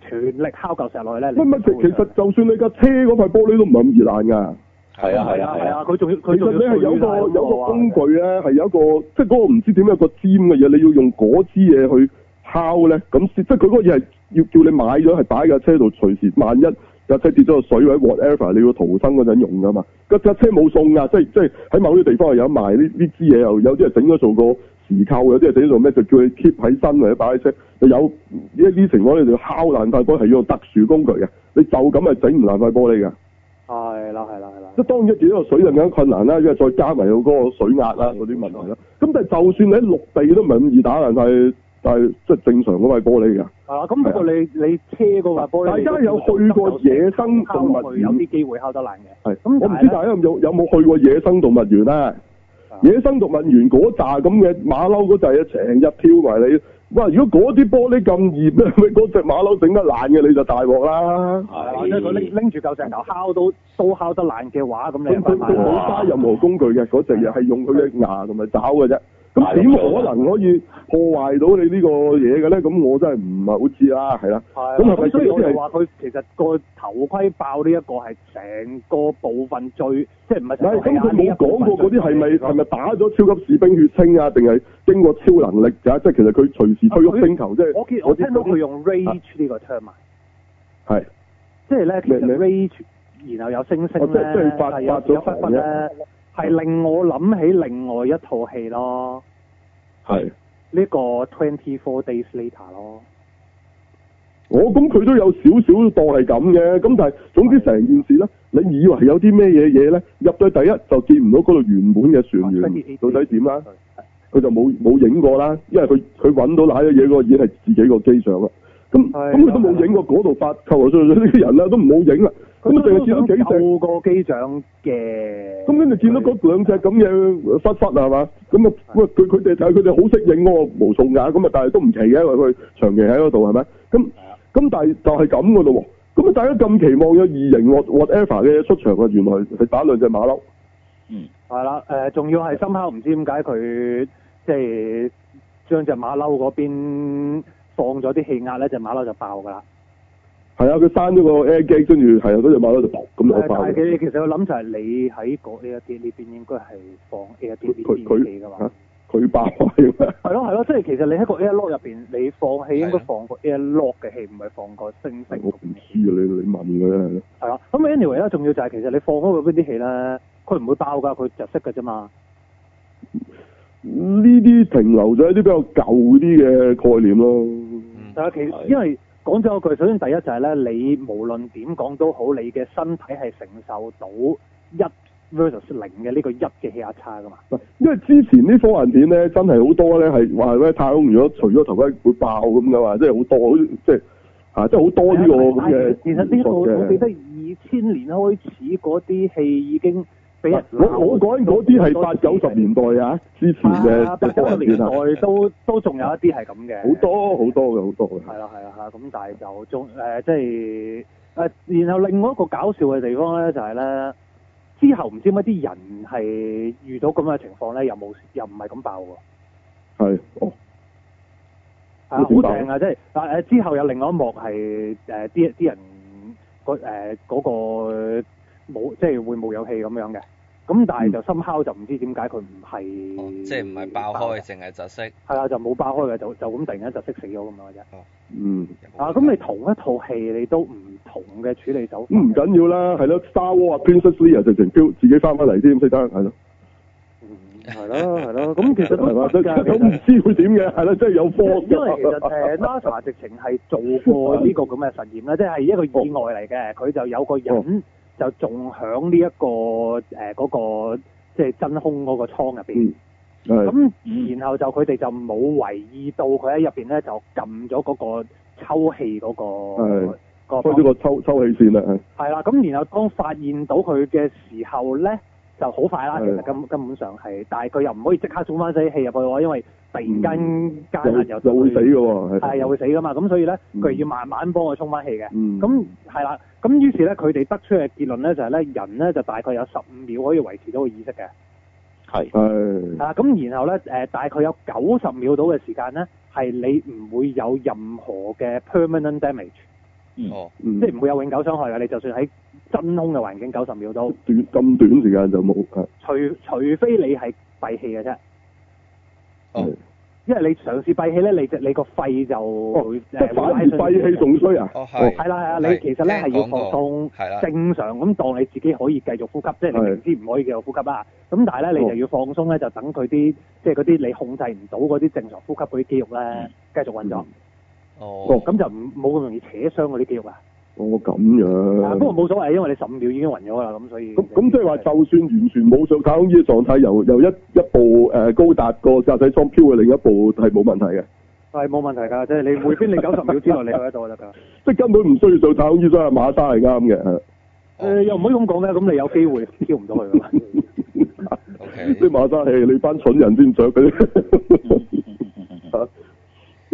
Speaker 6: 全力敲嚿石落去咧，
Speaker 2: 乜
Speaker 6: 你
Speaker 2: 乜其其實就算你架車嗰塊玻璃都唔係咁易爛㗎。
Speaker 7: 係啊
Speaker 6: 係
Speaker 7: 係
Speaker 6: 啊
Speaker 7: 啊
Speaker 6: 係
Speaker 7: 係
Speaker 6: 啊，
Speaker 7: 啊，
Speaker 6: 佢仲要
Speaker 2: 其
Speaker 6: 佢仲
Speaker 2: 實
Speaker 6: 要
Speaker 2: 你係有
Speaker 6: 最大
Speaker 2: 個
Speaker 6: 嗰
Speaker 2: 有個
Speaker 6: 啊
Speaker 2: 工具咧，係有一個即係嗰個唔知點有個尖嘅嘢，你要用嗰支嘢去敲咧，咁先即係佢嗰個嘢係要叫你買咗係擺喺架車度，隨時萬一架車跌咗個水位 whatever，你要逃生嗰陣用噶嘛。架架車冇送㗎，即係即係喺某啲地方係有得賣呢呢支嘢，又有啲係整咗做個時扣，有啲係整咗做咩，就叫你 keep 喺身或者擺喺車。就有呢啲情況，你就敲爛塊玻璃係要用特殊工具嘅，你就咁係整唔爛塊玻璃㗎。
Speaker 6: 係啦係啦係啦。
Speaker 2: 即係當然自己個水就更加困難啦，因為再加埋有嗰個水壓啦嗰啲問題啦。咁但係就算你喺陸地都唔係咁易打爛晒，但係即係正常嗰塊玻璃㗎。
Speaker 6: 係啦，啊咁不過你你車嗰塊玻璃，
Speaker 2: 啊大家有去過野生動物
Speaker 6: 有啲機會敲得爛嘅。
Speaker 2: 係，
Speaker 6: 咁
Speaker 2: 我唔
Speaker 6: 但係
Speaker 2: 知
Speaker 6: 呢
Speaker 2: 大家有有冇去過野生動物園咧？野生動物園嗰扎咁嘅馬騮嗰陣，成日跳埋你。哇！如果嗰啲玻璃咁熱 (laughs) 咧，咪嗰只馬騮整得爛嘅你就大鑊啦。
Speaker 6: 係啊啦即係佢拎
Speaker 7: 係
Speaker 6: 拎住嚿石頭敲到都敲得爛嘅話，咁你
Speaker 2: 佢
Speaker 6: 係
Speaker 2: 佢
Speaker 6: 拜拜
Speaker 2: 佢
Speaker 6: 啦
Speaker 2: 冇揸任何工具嘅，嗰隻嘢係用佢嘅牙同埋爪嘅啫。咁點可能可以破壞到你呢個嘢嘅咧？咁我真係唔係好知啦，係啦。
Speaker 6: 係啊
Speaker 2: 咁係咪
Speaker 6: 咁所以我
Speaker 2: 即係
Speaker 6: 就話佢其實個頭盔爆呢一個係成個部分最，即係唔係
Speaker 2: 但
Speaker 6: 成
Speaker 2: 係啊
Speaker 6: 個啊
Speaker 2: 咁佢冇講過嗰啲係咪係
Speaker 6: 係
Speaker 2: 咪打咗超級士兵血清啊？定係經過超能力㗎？即係其實佢隨時推喐星球，即係
Speaker 6: 我見我聽到佢用
Speaker 2: 啊
Speaker 6: rage 呢個 term 啊，
Speaker 2: 係
Speaker 6: 即係咧其
Speaker 2: 咩
Speaker 6: 實 rage，然後有星星
Speaker 2: 哦即係即
Speaker 6: 咧
Speaker 2: 係，發
Speaker 6: 係
Speaker 2: 發
Speaker 6: 有
Speaker 2: 咗
Speaker 6: 有忽忽
Speaker 2: 狂啫
Speaker 6: 咧，係令我諗起另外一套戲咯，
Speaker 2: 係。
Speaker 6: 呢個 Twenty Four Days Later 咯。
Speaker 2: 我咁佢都有少少當係咁嘅，咁但係總之成件事咧，你以為有啲咩嘢嘢咧？入到去第一就見唔到嗰度原本嘅
Speaker 6: 哦
Speaker 2: 船員到底點啦，啊佢就冇冇影過啦，因為佢佢揾到嗱咗嘢嗰個已經係自己個機上啦。咁
Speaker 6: 係啊
Speaker 2: 咁佢都冇影過嗰度發球啊！所以呢啲人啦都唔好影啦。啊咁
Speaker 6: 佢
Speaker 2: 淨係見到
Speaker 6: 都想
Speaker 2: 幾隻，
Speaker 6: 救個機長嘅。
Speaker 2: 咁跟住見到嗰兩隻咁嘅忽忽係嘛？咁啊喂佢佢哋但係佢哋好識影喎，無數眼咁啊，但係都唔奇嘅，因為佢長期喺嗰度係咪？咁咁但係就係咁噶咯喎，咁啊大家咁期望有異形 what- whatever 嘅出場啊，原來係打兩隻馬騮，
Speaker 6: 係啦，誒、仲要係深刻唔知點解佢即係將只馬騮嗰邊放咗啲氣壓咧，只馬騮就爆㗎啦。
Speaker 2: 係啊，佢閂咗個 air gate，跟住係啊，嗰只馬騮就砰咁
Speaker 6: 誒
Speaker 2: 就
Speaker 6: 但
Speaker 2: 爆嘅。
Speaker 6: 係佢其實我諗就係你喺嗰 A 一啲呢邊應該係放 A 一啲呢
Speaker 2: 佢
Speaker 6: 邊氣
Speaker 2: 佢
Speaker 6: 㗎
Speaker 2: 嚇
Speaker 6: 嘛。
Speaker 2: 佢爆啊係咩？
Speaker 6: 係咯係咯，即係其實你喺個 air lock 入邊，你放氣應該
Speaker 3: 係啊
Speaker 6: 放個 air lock 嘅氣，唔係放個星星
Speaker 2: 我唔知啊，你你問佢啦，係咯
Speaker 6: 係啦，咁 anyway 咧，仲要就係其實你放嗰個邊啲氣咧，佢唔會爆㗎，佢就熄㗎啫嘛。
Speaker 2: 呢啲停留咗一啲比較舊啲嘅概念咯。
Speaker 3: 嗯，
Speaker 6: 但係其
Speaker 7: 係
Speaker 6: 實因為講真嗰句，首先第一就係咧，你無論點講都好，你嘅身體係承受到一 versus 零嘅呢個一嘅氣壓差噶嘛。
Speaker 2: 因為之前啲科幻片咧，真係好多咧係話咩太空如果除咗頭盔會爆咁嘅嘛，即係好多，好似即係啊，即係好多呢個咁嘅。
Speaker 6: 其實呢一度我記
Speaker 2: 嘅
Speaker 6: 得二千年開始嗰啲戲已經俾人
Speaker 2: 我我講緊嗰啲係八九十年代啊，之前
Speaker 6: 啊
Speaker 2: 嘅
Speaker 6: 八
Speaker 2: 科
Speaker 6: 九十
Speaker 2: 幻
Speaker 6: 年
Speaker 2: 片
Speaker 6: 代
Speaker 2: 啊，
Speaker 6: 都都仲有一啲係咁嘅。
Speaker 2: 好多好多嘅好多嘅。
Speaker 6: 係啦，係啦，係啦咁但係就中誒、即係誒、呃然後另外一個搞笑嘅地方咧，就係、呢，咧，之後唔知點解啲人係遇到咁嘅情況咧，又冇又唔係咁爆喎，
Speaker 2: 係哦，
Speaker 6: 係啊，
Speaker 2: 點
Speaker 6: 好
Speaker 2: 爆
Speaker 6: 正啊！即係但誒之後有另外一幕係誒啲啲人個誒嗰個冇即係會冇氧氣咁樣嘅，咁但係
Speaker 2: 嗯
Speaker 6: 就深烤就唔知點解佢唔係
Speaker 3: 哦
Speaker 6: 嗯
Speaker 3: 即係唔係爆開，淨係窒息。
Speaker 6: 係啊，就冇爆開嘅，就就咁突然間就熄死咗咁樣嘅啫。
Speaker 2: 嗯，
Speaker 6: 啊，咁你同一套戲你都唔同嘅處理手法。
Speaker 2: 咁嗯唔緊要啦，係咯，Star War 啊，Princess Leia 直情飆自己翻返嚟添，識得係咯，
Speaker 6: 嗯係咯係咯，咁其實都
Speaker 2: 係嘛，
Speaker 6: 得
Speaker 2: 即
Speaker 6: 㗎
Speaker 2: 係
Speaker 6: 其
Speaker 2: 咁唔
Speaker 6: 實
Speaker 2: 知會點嘅，係咯，即係有科學
Speaker 6: 因為其實
Speaker 2: 嘅。
Speaker 6: 誒 NASA 直情係做過呢個咁嘅實驗啦，即係一個意外嚟
Speaker 2: 哦
Speaker 6: 嘅，佢就有個人就仲響呢一個誒嗰個即係真空嗰個倉入邊，
Speaker 2: 嗯係
Speaker 6: 咁然後就佢哋就冇為意到佢喺入邊咧就撳咗嗰個抽氣嗰
Speaker 2: 係
Speaker 6: 個個
Speaker 2: 開咗個抽抽氣扇啦，係。
Speaker 6: 係啦，咁然後當發現到佢嘅時候咧，就好快啦。
Speaker 2: 係
Speaker 6: 其實根根本上係，但係佢又唔可以即刻送翻死氣入去喎，因為突然間啊加壓又
Speaker 2: 嗯又又會死嘅喎，
Speaker 6: 係又會死噶嘛。咁所以咧，
Speaker 2: 嗯
Speaker 6: 佢要慢慢幫佢充翻氣嘅。
Speaker 2: 嗯
Speaker 6: 咁係啦，咁於是咧，佢哋得出嘅結論咧就係咧，人咧就大概有十五秒可以維持到個意識嘅。
Speaker 7: 係
Speaker 2: 係
Speaker 6: 啊，咁然後咧，誒、大概有九十秒到嘅時間咧，係你唔會有任何嘅 permanent damage，
Speaker 3: 哦，
Speaker 2: 嗯
Speaker 6: 即係唔會有永久傷害嘅。你就算喺真空嘅環境九十秒都。
Speaker 2: 短咁短時間就冇係
Speaker 6: 除除非你係閉氣嘅啫，
Speaker 3: 哦
Speaker 2: 係
Speaker 6: 因為你嘗試閉氣咧，你隻你個肺就
Speaker 2: 哦
Speaker 6: 會
Speaker 2: 即係
Speaker 6: 誒
Speaker 2: 反
Speaker 6: 會拉
Speaker 2: 而
Speaker 6: 傷自己
Speaker 2: 廢氣仲衰啊！
Speaker 3: 哦係
Speaker 6: 係啦係啦，
Speaker 3: 係
Speaker 6: 你其實咧係
Speaker 3: 聽
Speaker 6: 要
Speaker 3: 講
Speaker 6: 放
Speaker 3: 過
Speaker 6: 鬆，
Speaker 3: 係啦，
Speaker 6: 正常咁當你自己可以繼續呼吸，即係你明知唔可以繼續呼吸啦。咁但係咧，你
Speaker 2: 哦
Speaker 6: 就要放鬆咧，就等佢啲即係嗰啲你控制唔到嗰啲正常呼吸嗰啲肌肉
Speaker 3: 嗯
Speaker 6: 咧，繼續運作，
Speaker 3: 哦，
Speaker 6: 咁就唔冇咁容易扯傷嗰啲肌肉啊。
Speaker 2: 哦咁
Speaker 6: 啊
Speaker 2: 樣，
Speaker 6: 不過冇所謂，因為你十五秒已經暈咗㗎啦，咁所以
Speaker 2: 咁咁即係話，就算完全冇上太空衣嘅狀態，由由一一部誒高達個駕駛艙飄去另一部係冇問題嘅，
Speaker 6: 係冇問題㗎，即係你每邊你九十秒之內你去得到就得㗎啦。
Speaker 2: 即係根本唔需要上太空衣，所以馬莎係啱嘅。係
Speaker 3: 哦
Speaker 6: 誒、呃又唔可以咁講嘅，咁你有機會 (laughs) 挑唔到佢噶
Speaker 2: (laughs)
Speaker 6: 嘛？
Speaker 3: OK
Speaker 2: 啲馬莎係你班蠢人先着嘅啫。係咯，
Speaker 6: 嗯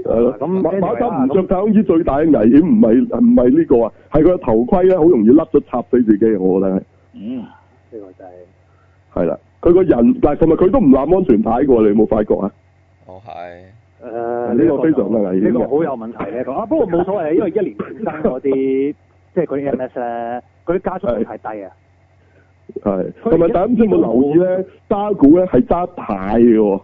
Speaker 6: 咁
Speaker 2: 馬
Speaker 6: anyway
Speaker 2: 馬
Speaker 6: 啦
Speaker 2: 莎唔
Speaker 6: 咁
Speaker 2: 着太空衣最大嘅危險唔係唔係呢個啊，係佢個頭盔咧好容易甩咗插死自己，我覺得係
Speaker 7: 嗯，
Speaker 6: 呢個就係
Speaker 2: 係啦。佢個人，但係同埋佢都唔攬安全牌嘅喎，你有冇發覺啊？
Speaker 3: 我哦係
Speaker 6: 誒
Speaker 2: 呢個非常嘅危險
Speaker 6: 呃呢個好有問題呢個啊！不過冇所謂，因為一年前生嗰啲即係嗰啲 MS 咧，嗰啲加速度太低啊！
Speaker 2: 係，
Speaker 6: 佢
Speaker 2: 同埋大家唔知有冇留意咧，揸鼓咧係揸太嘅喎，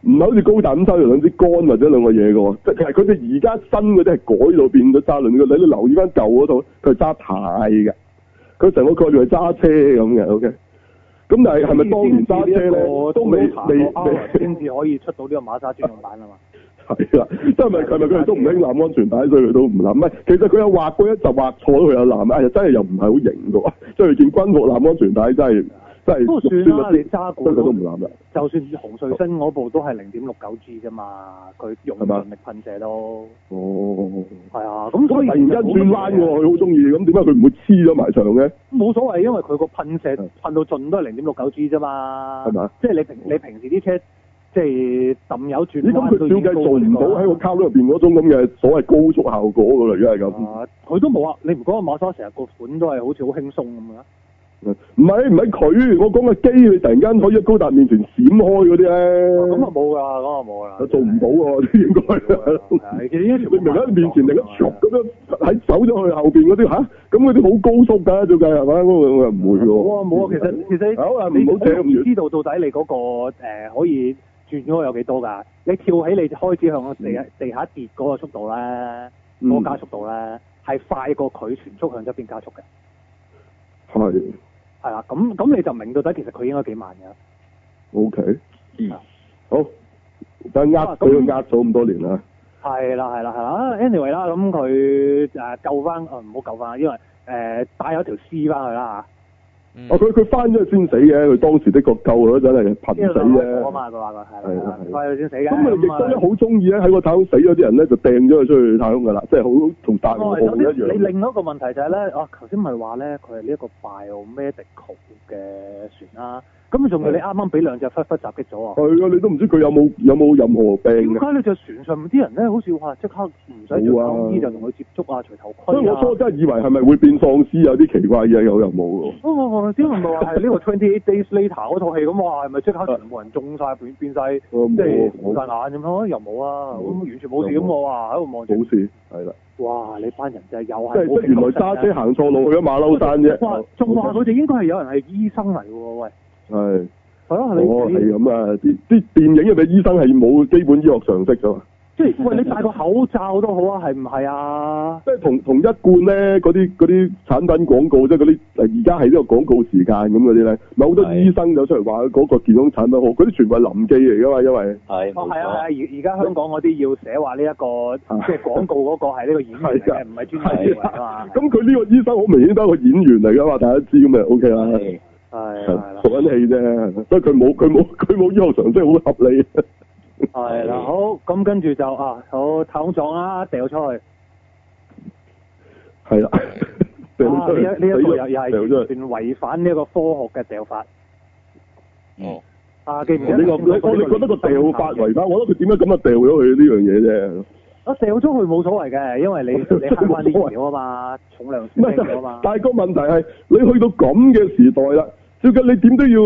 Speaker 2: 唔係好似高達咁揸住兩支杆或者兩個嘢嘅喎，即係其實佢哋而家新嗰啲係改到變咗揸輪嘅，你你留意翻舊嗰套，佢係揸太嘅，佢成個概念係揸車咁嘅，OK。咁但係係咪當年揸車咧都未未未
Speaker 6: 先至可以出到呢個馬莎專用版啊嘛？
Speaker 2: 係啦，即係咪係咪佢哋都唔興攬安全帶，所以佢都唔攬？唔係，其實佢有畫過一集畫錯咗，佢有攬，哎呀，真係又唔係好型嘅喎， (laughs) 即係佢件軍服攬安全帶真係真係
Speaker 6: 不過算
Speaker 2: 肉酸
Speaker 6: 啦，
Speaker 2: 啊
Speaker 6: 你揸
Speaker 2: 所以佢都唔
Speaker 6: 股
Speaker 2: 攬啦。
Speaker 6: 就算紅瑞星嗰部都係零點六九 G 啫嘛，佢用
Speaker 2: 係嘛
Speaker 6: 盡力噴射都
Speaker 2: 哦，
Speaker 6: 係啊，咁
Speaker 2: 突
Speaker 6: 所以
Speaker 2: 然間轉彎
Speaker 6: 啊
Speaker 2: 喎，佢好中意，咁點解佢唔會黐咗埋牆嘅？
Speaker 6: 冇所謂，因為佢個噴射
Speaker 2: 嗯
Speaker 6: 噴到盡都係零點六九 G 啫嘛，
Speaker 2: 係嘛？
Speaker 6: 即係你平你平時啲車即係抌油轉
Speaker 2: 咦，咁佢
Speaker 6: 彎都已經
Speaker 2: 照計做
Speaker 6: 高
Speaker 2: 唔
Speaker 6: 過你個
Speaker 2: 到喺個卡裏邊嗰種咁嘅所謂高速效果㗎啦，而家係咁。
Speaker 6: 啊佢都冇啊！你唔講馬莎成日個款都係好似好輕鬆咁啊？
Speaker 2: 唔係唔係佢，我講個機，你突然間可以喺高達面前閃開嗰啲咧，
Speaker 6: 咁啊冇㗎，咁啊冇啦，
Speaker 2: 做唔到喎，應該係咯 (laughs)
Speaker 6: 係啊。你呢
Speaker 2: 你明喺面前另一撮咁樣喺走咗去後邊嗰啲吓，咁嗰啲好高速㗎，最計係嘛？咁啊唔會㗎喎。
Speaker 6: 冇啊冇啊，其實其實
Speaker 2: 好啊，唔
Speaker 6: 你
Speaker 2: 好扯咁
Speaker 6: 你
Speaker 2: 遠。
Speaker 6: 知道到底你嗰、個、呃、可以轉咗有幾多㗎？你跳起你就開始向個地下、地下跌嗰個速度咧，
Speaker 2: 嗯
Speaker 6: 嗰、個加速度咧係快過佢全速向側邊加速嘅，
Speaker 2: 係
Speaker 6: 係啦。咁咁你就明到底其實佢應該幾慢嘅。
Speaker 2: ，OK，
Speaker 7: 嗯
Speaker 2: 哦好。但係呃
Speaker 6: 啊咁
Speaker 2: 俾佢呃咗咁多年啦，
Speaker 6: 係啦，係啦，係啦。anyway 啦，咁佢誒救翻，啊唔好救翻，因為誒、呃、帶咗條絲翻去啦啊
Speaker 3: 嗯
Speaker 2: 哦佢佢翻咗去先死嘅，佢當時的確救佢真係
Speaker 6: 嚇，
Speaker 2: 貧
Speaker 6: 因為
Speaker 2: 死
Speaker 6: 佢攞火
Speaker 2: 啫。
Speaker 6: 啊嘛，佢話佢係
Speaker 2: 係
Speaker 6: 啦
Speaker 2: 啦係，啦啊
Speaker 6: 佢先死嘅。
Speaker 2: 咁佢哋亦都咧
Speaker 6: 啊
Speaker 2: 好中意咧喺個太空死咗啲人咧就掟咗佢出去太空㗎啦，即係好同大
Speaker 6: 哦
Speaker 2: 和
Speaker 6: 首
Speaker 2: 號一
Speaker 6: 先你
Speaker 2: 樣。
Speaker 6: 另一個問題就係、咧，啊頭先咪話咧，佢係呢一個 biomedical 嘅船啦、咁仲要你啱啱俾兩隻忽忽襲擊咗啊！
Speaker 2: 係啊，你都唔知佢有冇有冇任何病嘅。
Speaker 6: 點解你隻船上面啲人咧，好似哇即刻唔使
Speaker 2: 冇啊
Speaker 6: 做抗衣就同佢接觸啊，除頭盔
Speaker 2: 所以我
Speaker 6: 啊？
Speaker 2: 初真係以為係咪會變喪屍有啊啲奇怪嘢，有又冇喎。
Speaker 6: 我我我啲人咪話係呢個 Twenty Eight Days Later 嗰套戲咁，哇係咪即刻全部人中晒變變晒即
Speaker 2: 我
Speaker 6: 係
Speaker 2: 哦冇
Speaker 6: 冇晒
Speaker 2: 冇
Speaker 6: 眼咁樣？又冇啊，
Speaker 2: 冇
Speaker 6: 咁完全冇事咁
Speaker 2: 又冇
Speaker 6: 我話喺度望住，
Speaker 2: 冇事，係啦，
Speaker 6: 哇你班人就係又
Speaker 2: 即係
Speaker 6: 係
Speaker 2: 即係原來揸車行錯路去咗馬騮山啫。
Speaker 6: 哇仲話佢哋應該係有人係醫生嚟喎喂！
Speaker 2: 係，
Speaker 6: 係咯，
Speaker 2: 哦
Speaker 6: 你
Speaker 2: 係
Speaker 6: 你
Speaker 2: 咁啊！啲啲電影入面醫生係冇基本醫學常識噶嘛，
Speaker 6: 即係喂，你戴個口罩都好啊，係唔係啊？
Speaker 2: 即係同同一貫咧嗰啲嗰啲產品廣告，即係嗰啲而家係呢個廣告時間咁嗰啲咧，咪好多
Speaker 7: 係
Speaker 2: 醫生走出嚟話嗰個健康產品好，嗰啲全部係臨記嚟噶嘛，因為
Speaker 7: 係
Speaker 6: 哦，
Speaker 7: 冇
Speaker 6: 係啊，
Speaker 7: 錯，
Speaker 6: 係啊而而家香港嗰啲要寫話呢一個即係廣告嗰個係呢個演員嚟
Speaker 2: 係啊
Speaker 6: 嘅，唔係專業嚟啊嘛。
Speaker 2: (laughs) 咁佢呢個醫生好明顯都係一個演員嚟噶嘛，大家知咁咪 OK 啦。
Speaker 7: 係
Speaker 6: 係啦係啦
Speaker 2: 做緊戲啫，所以佢冇佢冇佢冇醫學常識，好合理。
Speaker 6: 係啦，好咁跟住就啊，好太空撞啦，掉出去。
Speaker 2: 係啦，啊掉
Speaker 6: 啊
Speaker 2: 出
Speaker 6: 呢
Speaker 2: 去，
Speaker 6: 一呢一度又又
Speaker 2: 掉出
Speaker 6: 係完
Speaker 2: 去。
Speaker 6: 全違反呢一個科學嘅掉法。
Speaker 7: 嗯
Speaker 6: 啊，記唔記
Speaker 2: 呢
Speaker 6: 得？
Speaker 2: 個哦你我哋覺得個掉法違法，我覺得佢點解咁啊掉咗佢呢樣嘢啫？
Speaker 6: 我啊掉咗佢冇所謂嘅，因
Speaker 2: (laughs)
Speaker 6: 為你你慳翻啲料啊嘛，重量
Speaker 2: 唔
Speaker 6: 少
Speaker 2: 係
Speaker 6: 啊嘛，。
Speaker 2: 但係個問題係你去到咁嘅時代啦，最緊你點都要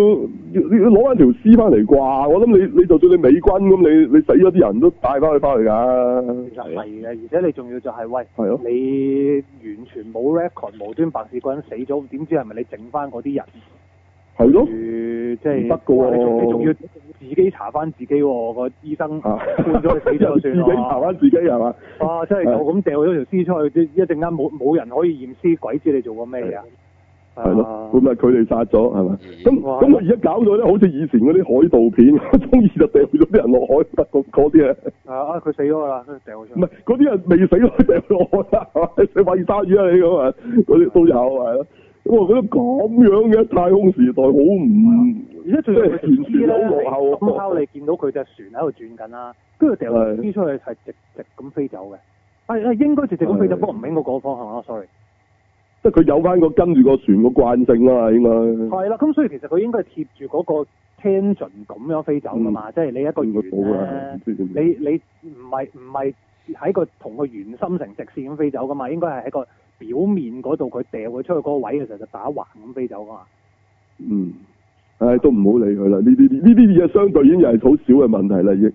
Speaker 2: 要要攞翻條絲翻嚟啩？我諗你你就算你美軍咁，你你死咗啲人都帶翻佢翻去㗎。
Speaker 6: 其實係嘅，而且你仲要就係、喂，
Speaker 2: 係咯
Speaker 6: 你完全冇 record 無端白事嗰人死咗，點知係咪你整翻嗰啲人？
Speaker 2: 係咯，
Speaker 6: 嗯
Speaker 2: 哦唔
Speaker 6: 跟住即係
Speaker 2: 得㗎喎
Speaker 6: 你仲你仲要自己查翻自己喎，個醫生
Speaker 2: 嚇
Speaker 6: 判咗佢死咗就
Speaker 2: 啊 (laughs) 自己
Speaker 6: 算
Speaker 2: 查
Speaker 6: 啦。
Speaker 2: 翻自己係嘛？
Speaker 6: 哇！真係就咁掉咗條屍出去，一陣間冇冇人可以驗屍，鬼知你做過咩嘢啊？
Speaker 2: 係
Speaker 6: 啊
Speaker 2: 咯，咁咪佢哋殺咗係咪？咁
Speaker 6: 哇
Speaker 2: 咁啊佢而家搞到咧，好似以前嗰啲海盜片， (laughs) 中意就掉咗啲人落海得嗰嗰啲啊，
Speaker 6: 啊！佢死咗㗎啦，佢掉咗出
Speaker 2: 唔
Speaker 6: 去
Speaker 2: 係。嗰啲人未死都掉落海啦，係咪你喂鯊魚啊你咁啊，嗰
Speaker 6: 嗯
Speaker 2: 啲都有係咯。咁我覺得咁樣嘅太空時代好
Speaker 6: 嗯
Speaker 2: 唔
Speaker 6: 而家最佢條屍咧，
Speaker 2: 好落後喎
Speaker 6: 咁敲你見到佢隻船喺度轉緊啦，跟住掉條屍出去係直直咁飛走嘅。係係應該直直咁飛走，
Speaker 2: 係
Speaker 6: 不過唔應該嗰個方向咯，sorry。
Speaker 2: 即係佢有翻個跟住個船個慣性啊嘛，應該
Speaker 6: 係啦，咁所以其實佢應該係貼住嗰個 tangent 咁樣飛走噶嘛，即係你一個
Speaker 2: 嗯應該冇啊，
Speaker 6: 圓
Speaker 2: 唔知點
Speaker 6: 咧，你你唔係唔係喺個同個圓心成直線咁飛走噶嘛，應該係喺個表面嗰度佢掉佢出去嗰個位嘅時候就打橫咁飛走噶嘛。
Speaker 2: 嗯唉，都唔好理佢啦。呢啲呢啲嘢相對已經係好少嘅問題啦，已經。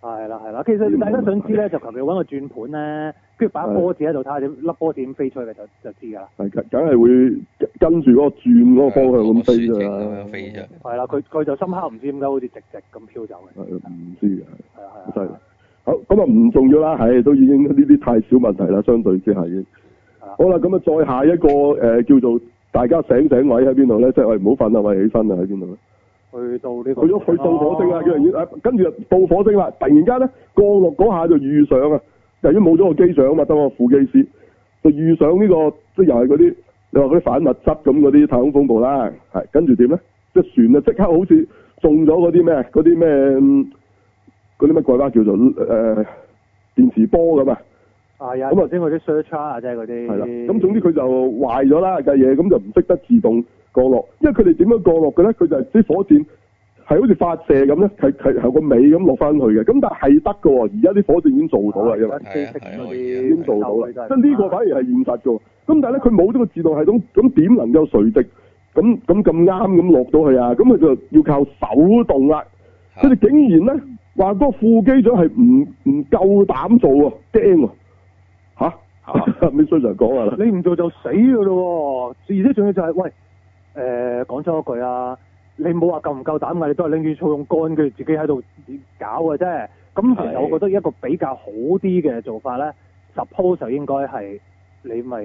Speaker 6: 係啦係啦，其
Speaker 2: 嗯
Speaker 6: 實大家想知咧，就求其揾個轉盤咧，跟住擺粒波子喺度睇下點粒波子點飛出去嘅就就知㗎啦。
Speaker 2: 係梗梗係會跟跟住嗰個轉嗰個方向咁飛
Speaker 3: 咁
Speaker 2: 㗎
Speaker 3: 樣
Speaker 2: 啦。
Speaker 3: 飛咗。
Speaker 6: 係啊啦，佢佢就深刻唔知點解好似直直咁飄走嘅。
Speaker 2: 係唔知嘅，
Speaker 6: 係啊
Speaker 2: 好犀
Speaker 6: 係
Speaker 2: 利
Speaker 6: 啊。
Speaker 2: 好，咁啊唔重要啦，係都已經呢啲太少問題啦，相對之下已經。
Speaker 6: 係啊
Speaker 2: 好啦，咁啊再下一個誒、呃叫做大家醒醒位喺邊度咧？即係喂唔好瞓啊，喂起身啊喺邊度咧？
Speaker 6: 去到呢個哦
Speaker 2: 去咗去到火星啦，跟住啊跟住就到火星啦，突然間咧降落嗰下就遇上啊，由於冇咗個機長啊嘛，得個副機師，就遇上呢、個即係又係嗰啲你話嗰啲反物質咁嗰啲太空風暴啦，係跟住點咧？即係船啊即刻好似中咗嗰啲咩嗰啲咩嗯嗰啲乜鬼話叫做誒、呃、電磁波咁啊！
Speaker 6: 係啊，
Speaker 2: 咁啊
Speaker 6: 頭先嗰啲 search 啊，即係嗰啲啊
Speaker 2: 係啦，咁總之佢就壞咗啦架嘢，咁就唔識得自動降落，因為佢哋點樣降落嘅咧？佢就係啲火箭係好似發射咁咧，係係係個尾咁落翻去嘅，咁但係係得嘅喎，而家啲火箭已經做到啦，因為
Speaker 6: 係啊係啊
Speaker 2: 已經做到啦，即係呢個反而係現實嘅喎。咁但係咧，佢冇呢個自動系統，咁點能夠垂直咁咁咁啱咁落到去啊？咁佢就要靠手動啦。佢哋竟然咧話嗰個副機長係唔唔夠膽做喎，驚喎嚇！ (laughs) 咩衰常講啊啦？
Speaker 6: 你唔做就死噶咯喎！而且仲要就係、喂，誒、講真一句啊，你唔好話夠唔夠膽啊，你都係拎住操控杆，跟住自己喺度搞嘅啫。咁其實
Speaker 7: 係
Speaker 6: 我覺得一個比較好啲嘅做法咧，suppose 就應該係你咪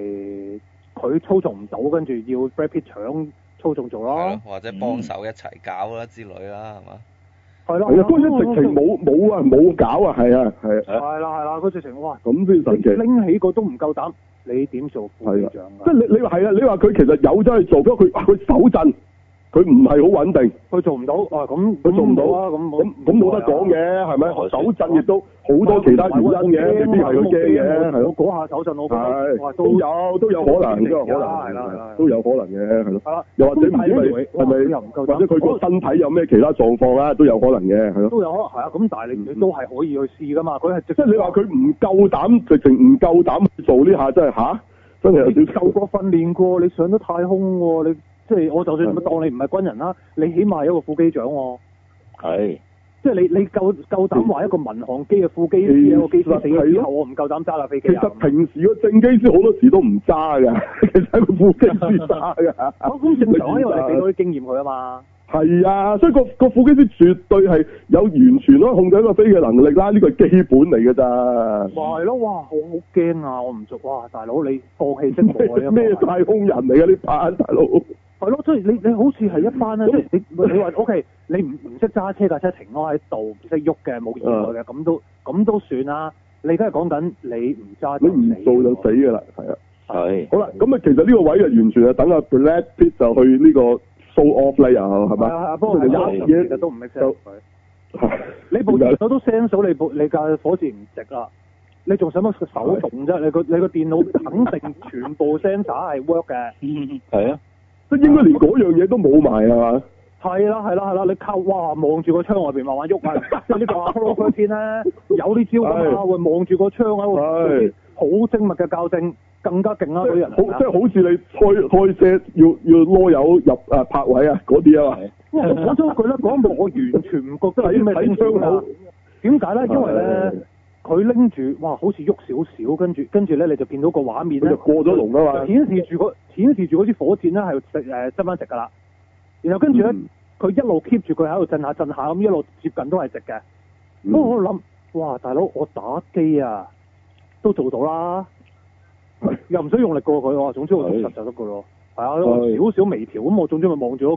Speaker 6: 佢操縱唔到，跟住要 Brad Pitt 搶操縱做
Speaker 3: 係
Speaker 6: 咯
Speaker 3: 咯，，或者幫手一齊搞啦之類啦，係嘛？
Speaker 6: 係咯，
Speaker 2: 係啊，嗰陣直情冇冇啊，冇搞啊，係啊，係啊，
Speaker 6: 係啦係啦，嗰直情哇，
Speaker 2: 咁先
Speaker 6: 你
Speaker 2: 神奇。
Speaker 6: 拎起個都唔夠膽，你點做副
Speaker 2: 係
Speaker 6: 隊
Speaker 2: 啊
Speaker 6: 長
Speaker 2: 即係
Speaker 6: 㗎？
Speaker 2: 你你話係啊，你話佢其實有真係做，不過佢啊佢手震，佢唔係好穩定，
Speaker 6: 佢做唔到，哦咁
Speaker 2: 佢做唔到
Speaker 6: 咁啊，咁
Speaker 2: 咁咁冇啊得講嘅，係咪？手震亦都
Speaker 6: 啊
Speaker 2: 好多其他原因嘅，未必係佢驚嘅，係咯
Speaker 6: 我。嗰下手震，
Speaker 2: 啊
Speaker 6: 我覺得哇
Speaker 2: 係
Speaker 6: 都
Speaker 2: 都有都有可能，都有可
Speaker 6: 係啦係啦
Speaker 2: 能，啊都有可能嘅，係咯。
Speaker 6: 係啦，
Speaker 2: 又或者唔知咪
Speaker 6: 咁但係你
Speaker 2: 係咪
Speaker 6: 又唔
Speaker 2: 或
Speaker 6: 夠膽
Speaker 2: 者佢哦個身體有咩其他狀況啦，都有可能嘅，係咯。
Speaker 6: 都有可能係啊，咁但係你
Speaker 2: 嗯
Speaker 6: 你都係啊可以去試噶嘛，佢係直
Speaker 2: 即係你話佢唔夠膽，直情唔夠膽去做呢下，真係吓，真係有
Speaker 6: 你
Speaker 2: 少少
Speaker 6: 受。過訓練過，你上咗太空喎，你即係我就算
Speaker 2: 係
Speaker 6: 當你唔係軍人啦，你起碼係一個副機長喎。
Speaker 7: 係
Speaker 6: 即係你你夠夠膽話一個民航機嘅副機師
Speaker 2: 其實
Speaker 6: 一個機師死咗之
Speaker 2: 係咯
Speaker 6: 後，我唔夠膽揸架飛
Speaker 2: 其
Speaker 6: 機啊
Speaker 2: 實！平時個正機師好多時都唔揸㗎， (laughs) 其實係個副機師揸㗎。
Speaker 6: 咁咁正常啊，因為你俾到啲經驗佢啊嘛。
Speaker 2: 係啊，所以個個副機師絕對係有完全可以控制一個飛嘅能力啦，呢個係基本嚟㗎咋。
Speaker 6: 咪係咯，哇！我好驚啊，我唔做，哇！大佬你放棄職務啊，
Speaker 2: 咩
Speaker 6: 呢個
Speaker 2: 太空人嚟㗎呢班大
Speaker 6: (laughs)
Speaker 2: 佬？
Speaker 6: 係咯，即係你你好似係一班咧，
Speaker 2: 咁
Speaker 6: 即係你你話 O K，你唔唔識揸車架車停咗喺度，唔識喐嘅，冇意
Speaker 2: 啊
Speaker 6: 外嘅，咁都咁都算啦。你而家係講緊你唔揸
Speaker 2: 你
Speaker 6: 就
Speaker 2: 唔
Speaker 6: 死
Speaker 2: 做就
Speaker 6: 喎
Speaker 2: 死㗎啦，係啊。
Speaker 6: (laughs)
Speaker 7: 係
Speaker 2: 好啦，咁啊，其實呢個位就完全係等阿 Brad Pitt 就去呢個 show off 啦，又係
Speaker 6: 係
Speaker 2: 咪？
Speaker 6: 啊係啊，不過係
Speaker 2: 咁
Speaker 6: 有
Speaker 2: 佢
Speaker 6: 嘢
Speaker 2: 哋
Speaker 6: 其實都唔 make sense
Speaker 2: 就
Speaker 6: 佢。
Speaker 2: 係 (laughs)
Speaker 6: 你部
Speaker 2: 點解咧
Speaker 6: 電腦都 sense 到你部你架火箭唔值啦，你仲使乜手動啫？你個你個電腦肯定全部 sensor 係 work 嘅。
Speaker 7: 係啊，
Speaker 2: 即係應該連嗰樣嘢都冇埋係嘛？
Speaker 6: 係啦係啦係啦，你靠哇望住個窗外邊慢慢喐啊！即係呢個 Apollo 嗰片咧，有啲招㗎嘛，
Speaker 2: 係
Speaker 6: 會望住個窗喺度做
Speaker 2: 係
Speaker 6: 啲好精密嘅校正，更加勁啦嗰啲人
Speaker 2: 好即係好似你開開車要要攞油入啊泊位啊嗰啲啊嘛
Speaker 7: 係。
Speaker 6: 哇！講咗句咧，嗰一幕我完全唔覺得係啲咩
Speaker 2: 睇
Speaker 6: 精
Speaker 2: 窗
Speaker 6: 巧
Speaker 2: 口
Speaker 6: 啊！點解咧？因為咧，佢拎住哇，好似喐少少，跟住跟住咧，你就見到個畫面
Speaker 2: 佢
Speaker 6: 咧
Speaker 2: 就，過咗龍啊嘛
Speaker 6: 就。顯示住個顯示住嗰支火箭咧係誒執翻直㗎啦。然後跟住咧，
Speaker 2: 嗯
Speaker 6: 佢一路 keep 住佢喺度震下震下咁，一路接近都係直嘅。
Speaker 2: 嗯
Speaker 6: 不過我諗，哇，大佬，我打機啊，都做到
Speaker 2: (laughs)
Speaker 6: 啦，又唔使用力過佢喎。總之我捉實就得噶咯。係啊，我少少微調咁，我總之咪望住嗰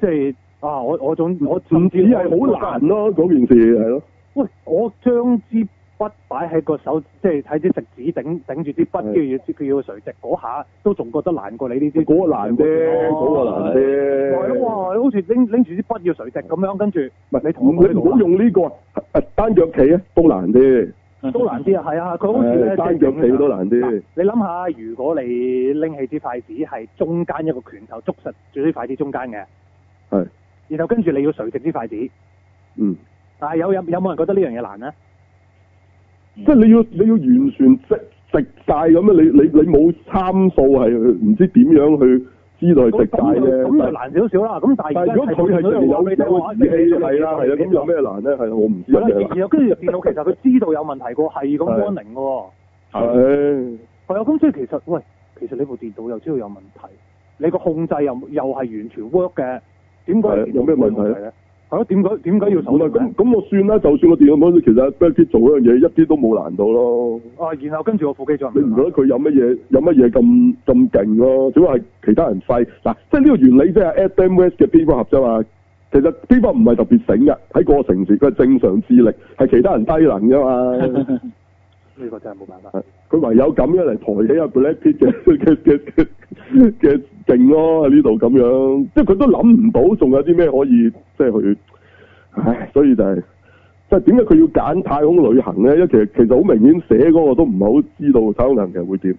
Speaker 6: 個，即係啊，我我總我
Speaker 2: 唔
Speaker 6: 甚
Speaker 2: 止
Speaker 6: 至
Speaker 2: 係好難。咯，嗰件事係咯，
Speaker 6: 喂，我將支筆擺喺個手，即係睇啲食指頂頂住支筆，
Speaker 2: 係
Speaker 6: 跟住要佢要垂直嗰下，都仲覺得難過你呢啲。
Speaker 2: 嗰個難啫，嗰個
Speaker 6: 哦
Speaker 2: 難
Speaker 6: 係
Speaker 2: 啫。
Speaker 6: 咯哇！好似拎拎住支筆要垂直咁樣，跟住
Speaker 2: 唔係
Speaker 6: 你同我
Speaker 2: 你唔好用呢個啊啊單腳企啊，都難啲。
Speaker 6: 都難啲啊，係啊，佢好似咧
Speaker 2: 係單腳企都難啲。
Speaker 6: 你諗下，如果你拎起支筷子係中間一個拳頭捉實住啲筷子中間嘅，
Speaker 2: 係，
Speaker 6: 然後跟住你要垂直啲筷子，
Speaker 2: 嗯，
Speaker 6: 但係有有有冇人覺得呢樣嘢難咧？
Speaker 2: 即係你要你要完全直直晒咁樣，你你你冇參數係唔知點樣去知道係
Speaker 6: 咁
Speaker 2: 直帶
Speaker 6: 咁就
Speaker 2: 啫。
Speaker 6: 咁就
Speaker 2: 但
Speaker 6: 難少少啦。咁但係
Speaker 2: 但係如果佢係
Speaker 6: 真
Speaker 2: 真係有
Speaker 6: 啊
Speaker 2: 有支氣係啦係啦，啊咁有？咩難咧？係啦我唔知啊
Speaker 6: 係啦，
Speaker 2: 有咩
Speaker 6: 然
Speaker 2: 難。
Speaker 6: 後跟住電腦其實佢知道有問題個，係咁 warning 嘅喎。
Speaker 7: 係
Speaker 2: 係
Speaker 6: 係啊，咁所以其實喂，其實你部電腦又知道有問題，你個控制又又係完全 work 嘅，點解
Speaker 2: 係啊
Speaker 6: 電腦
Speaker 2: 有咩問題咧
Speaker 6: 會有咧？係咯，點解點解要手
Speaker 2: 唔
Speaker 6: 動
Speaker 2: 係咁
Speaker 6: 咧？
Speaker 2: 咁，我算啦。就算個電腦本身其實 b a c k 做嗰樣嘢，一啲都冇難度咯。
Speaker 6: 啊，然後跟住個副機長
Speaker 2: 你唔覺得佢有乜嘢有乜嘢咁咁勁咯？只不過係其他人廢嗱，即係呢個原理即係 Adam West 嘅蝙蝠俠啫嘛。其實蝙蝠俠唔係特別醒嘅，喺個城市佢係正常智力，係其他人低能啫嘛。
Speaker 6: 呢個真係冇辦法。
Speaker 2: 佢唯有咁樣嚟抬起阿 Brad Pitt 嘅嘅嘅嘅嘅勁咯，喺呢度咁樣，即係佢都諗唔到，仲有啲咩可以即係去，唉，所以就係、即係點解佢要揀太空旅行咧？因為其實其實好明顯寫嗰個都唔係好知道太空旅行其實會點，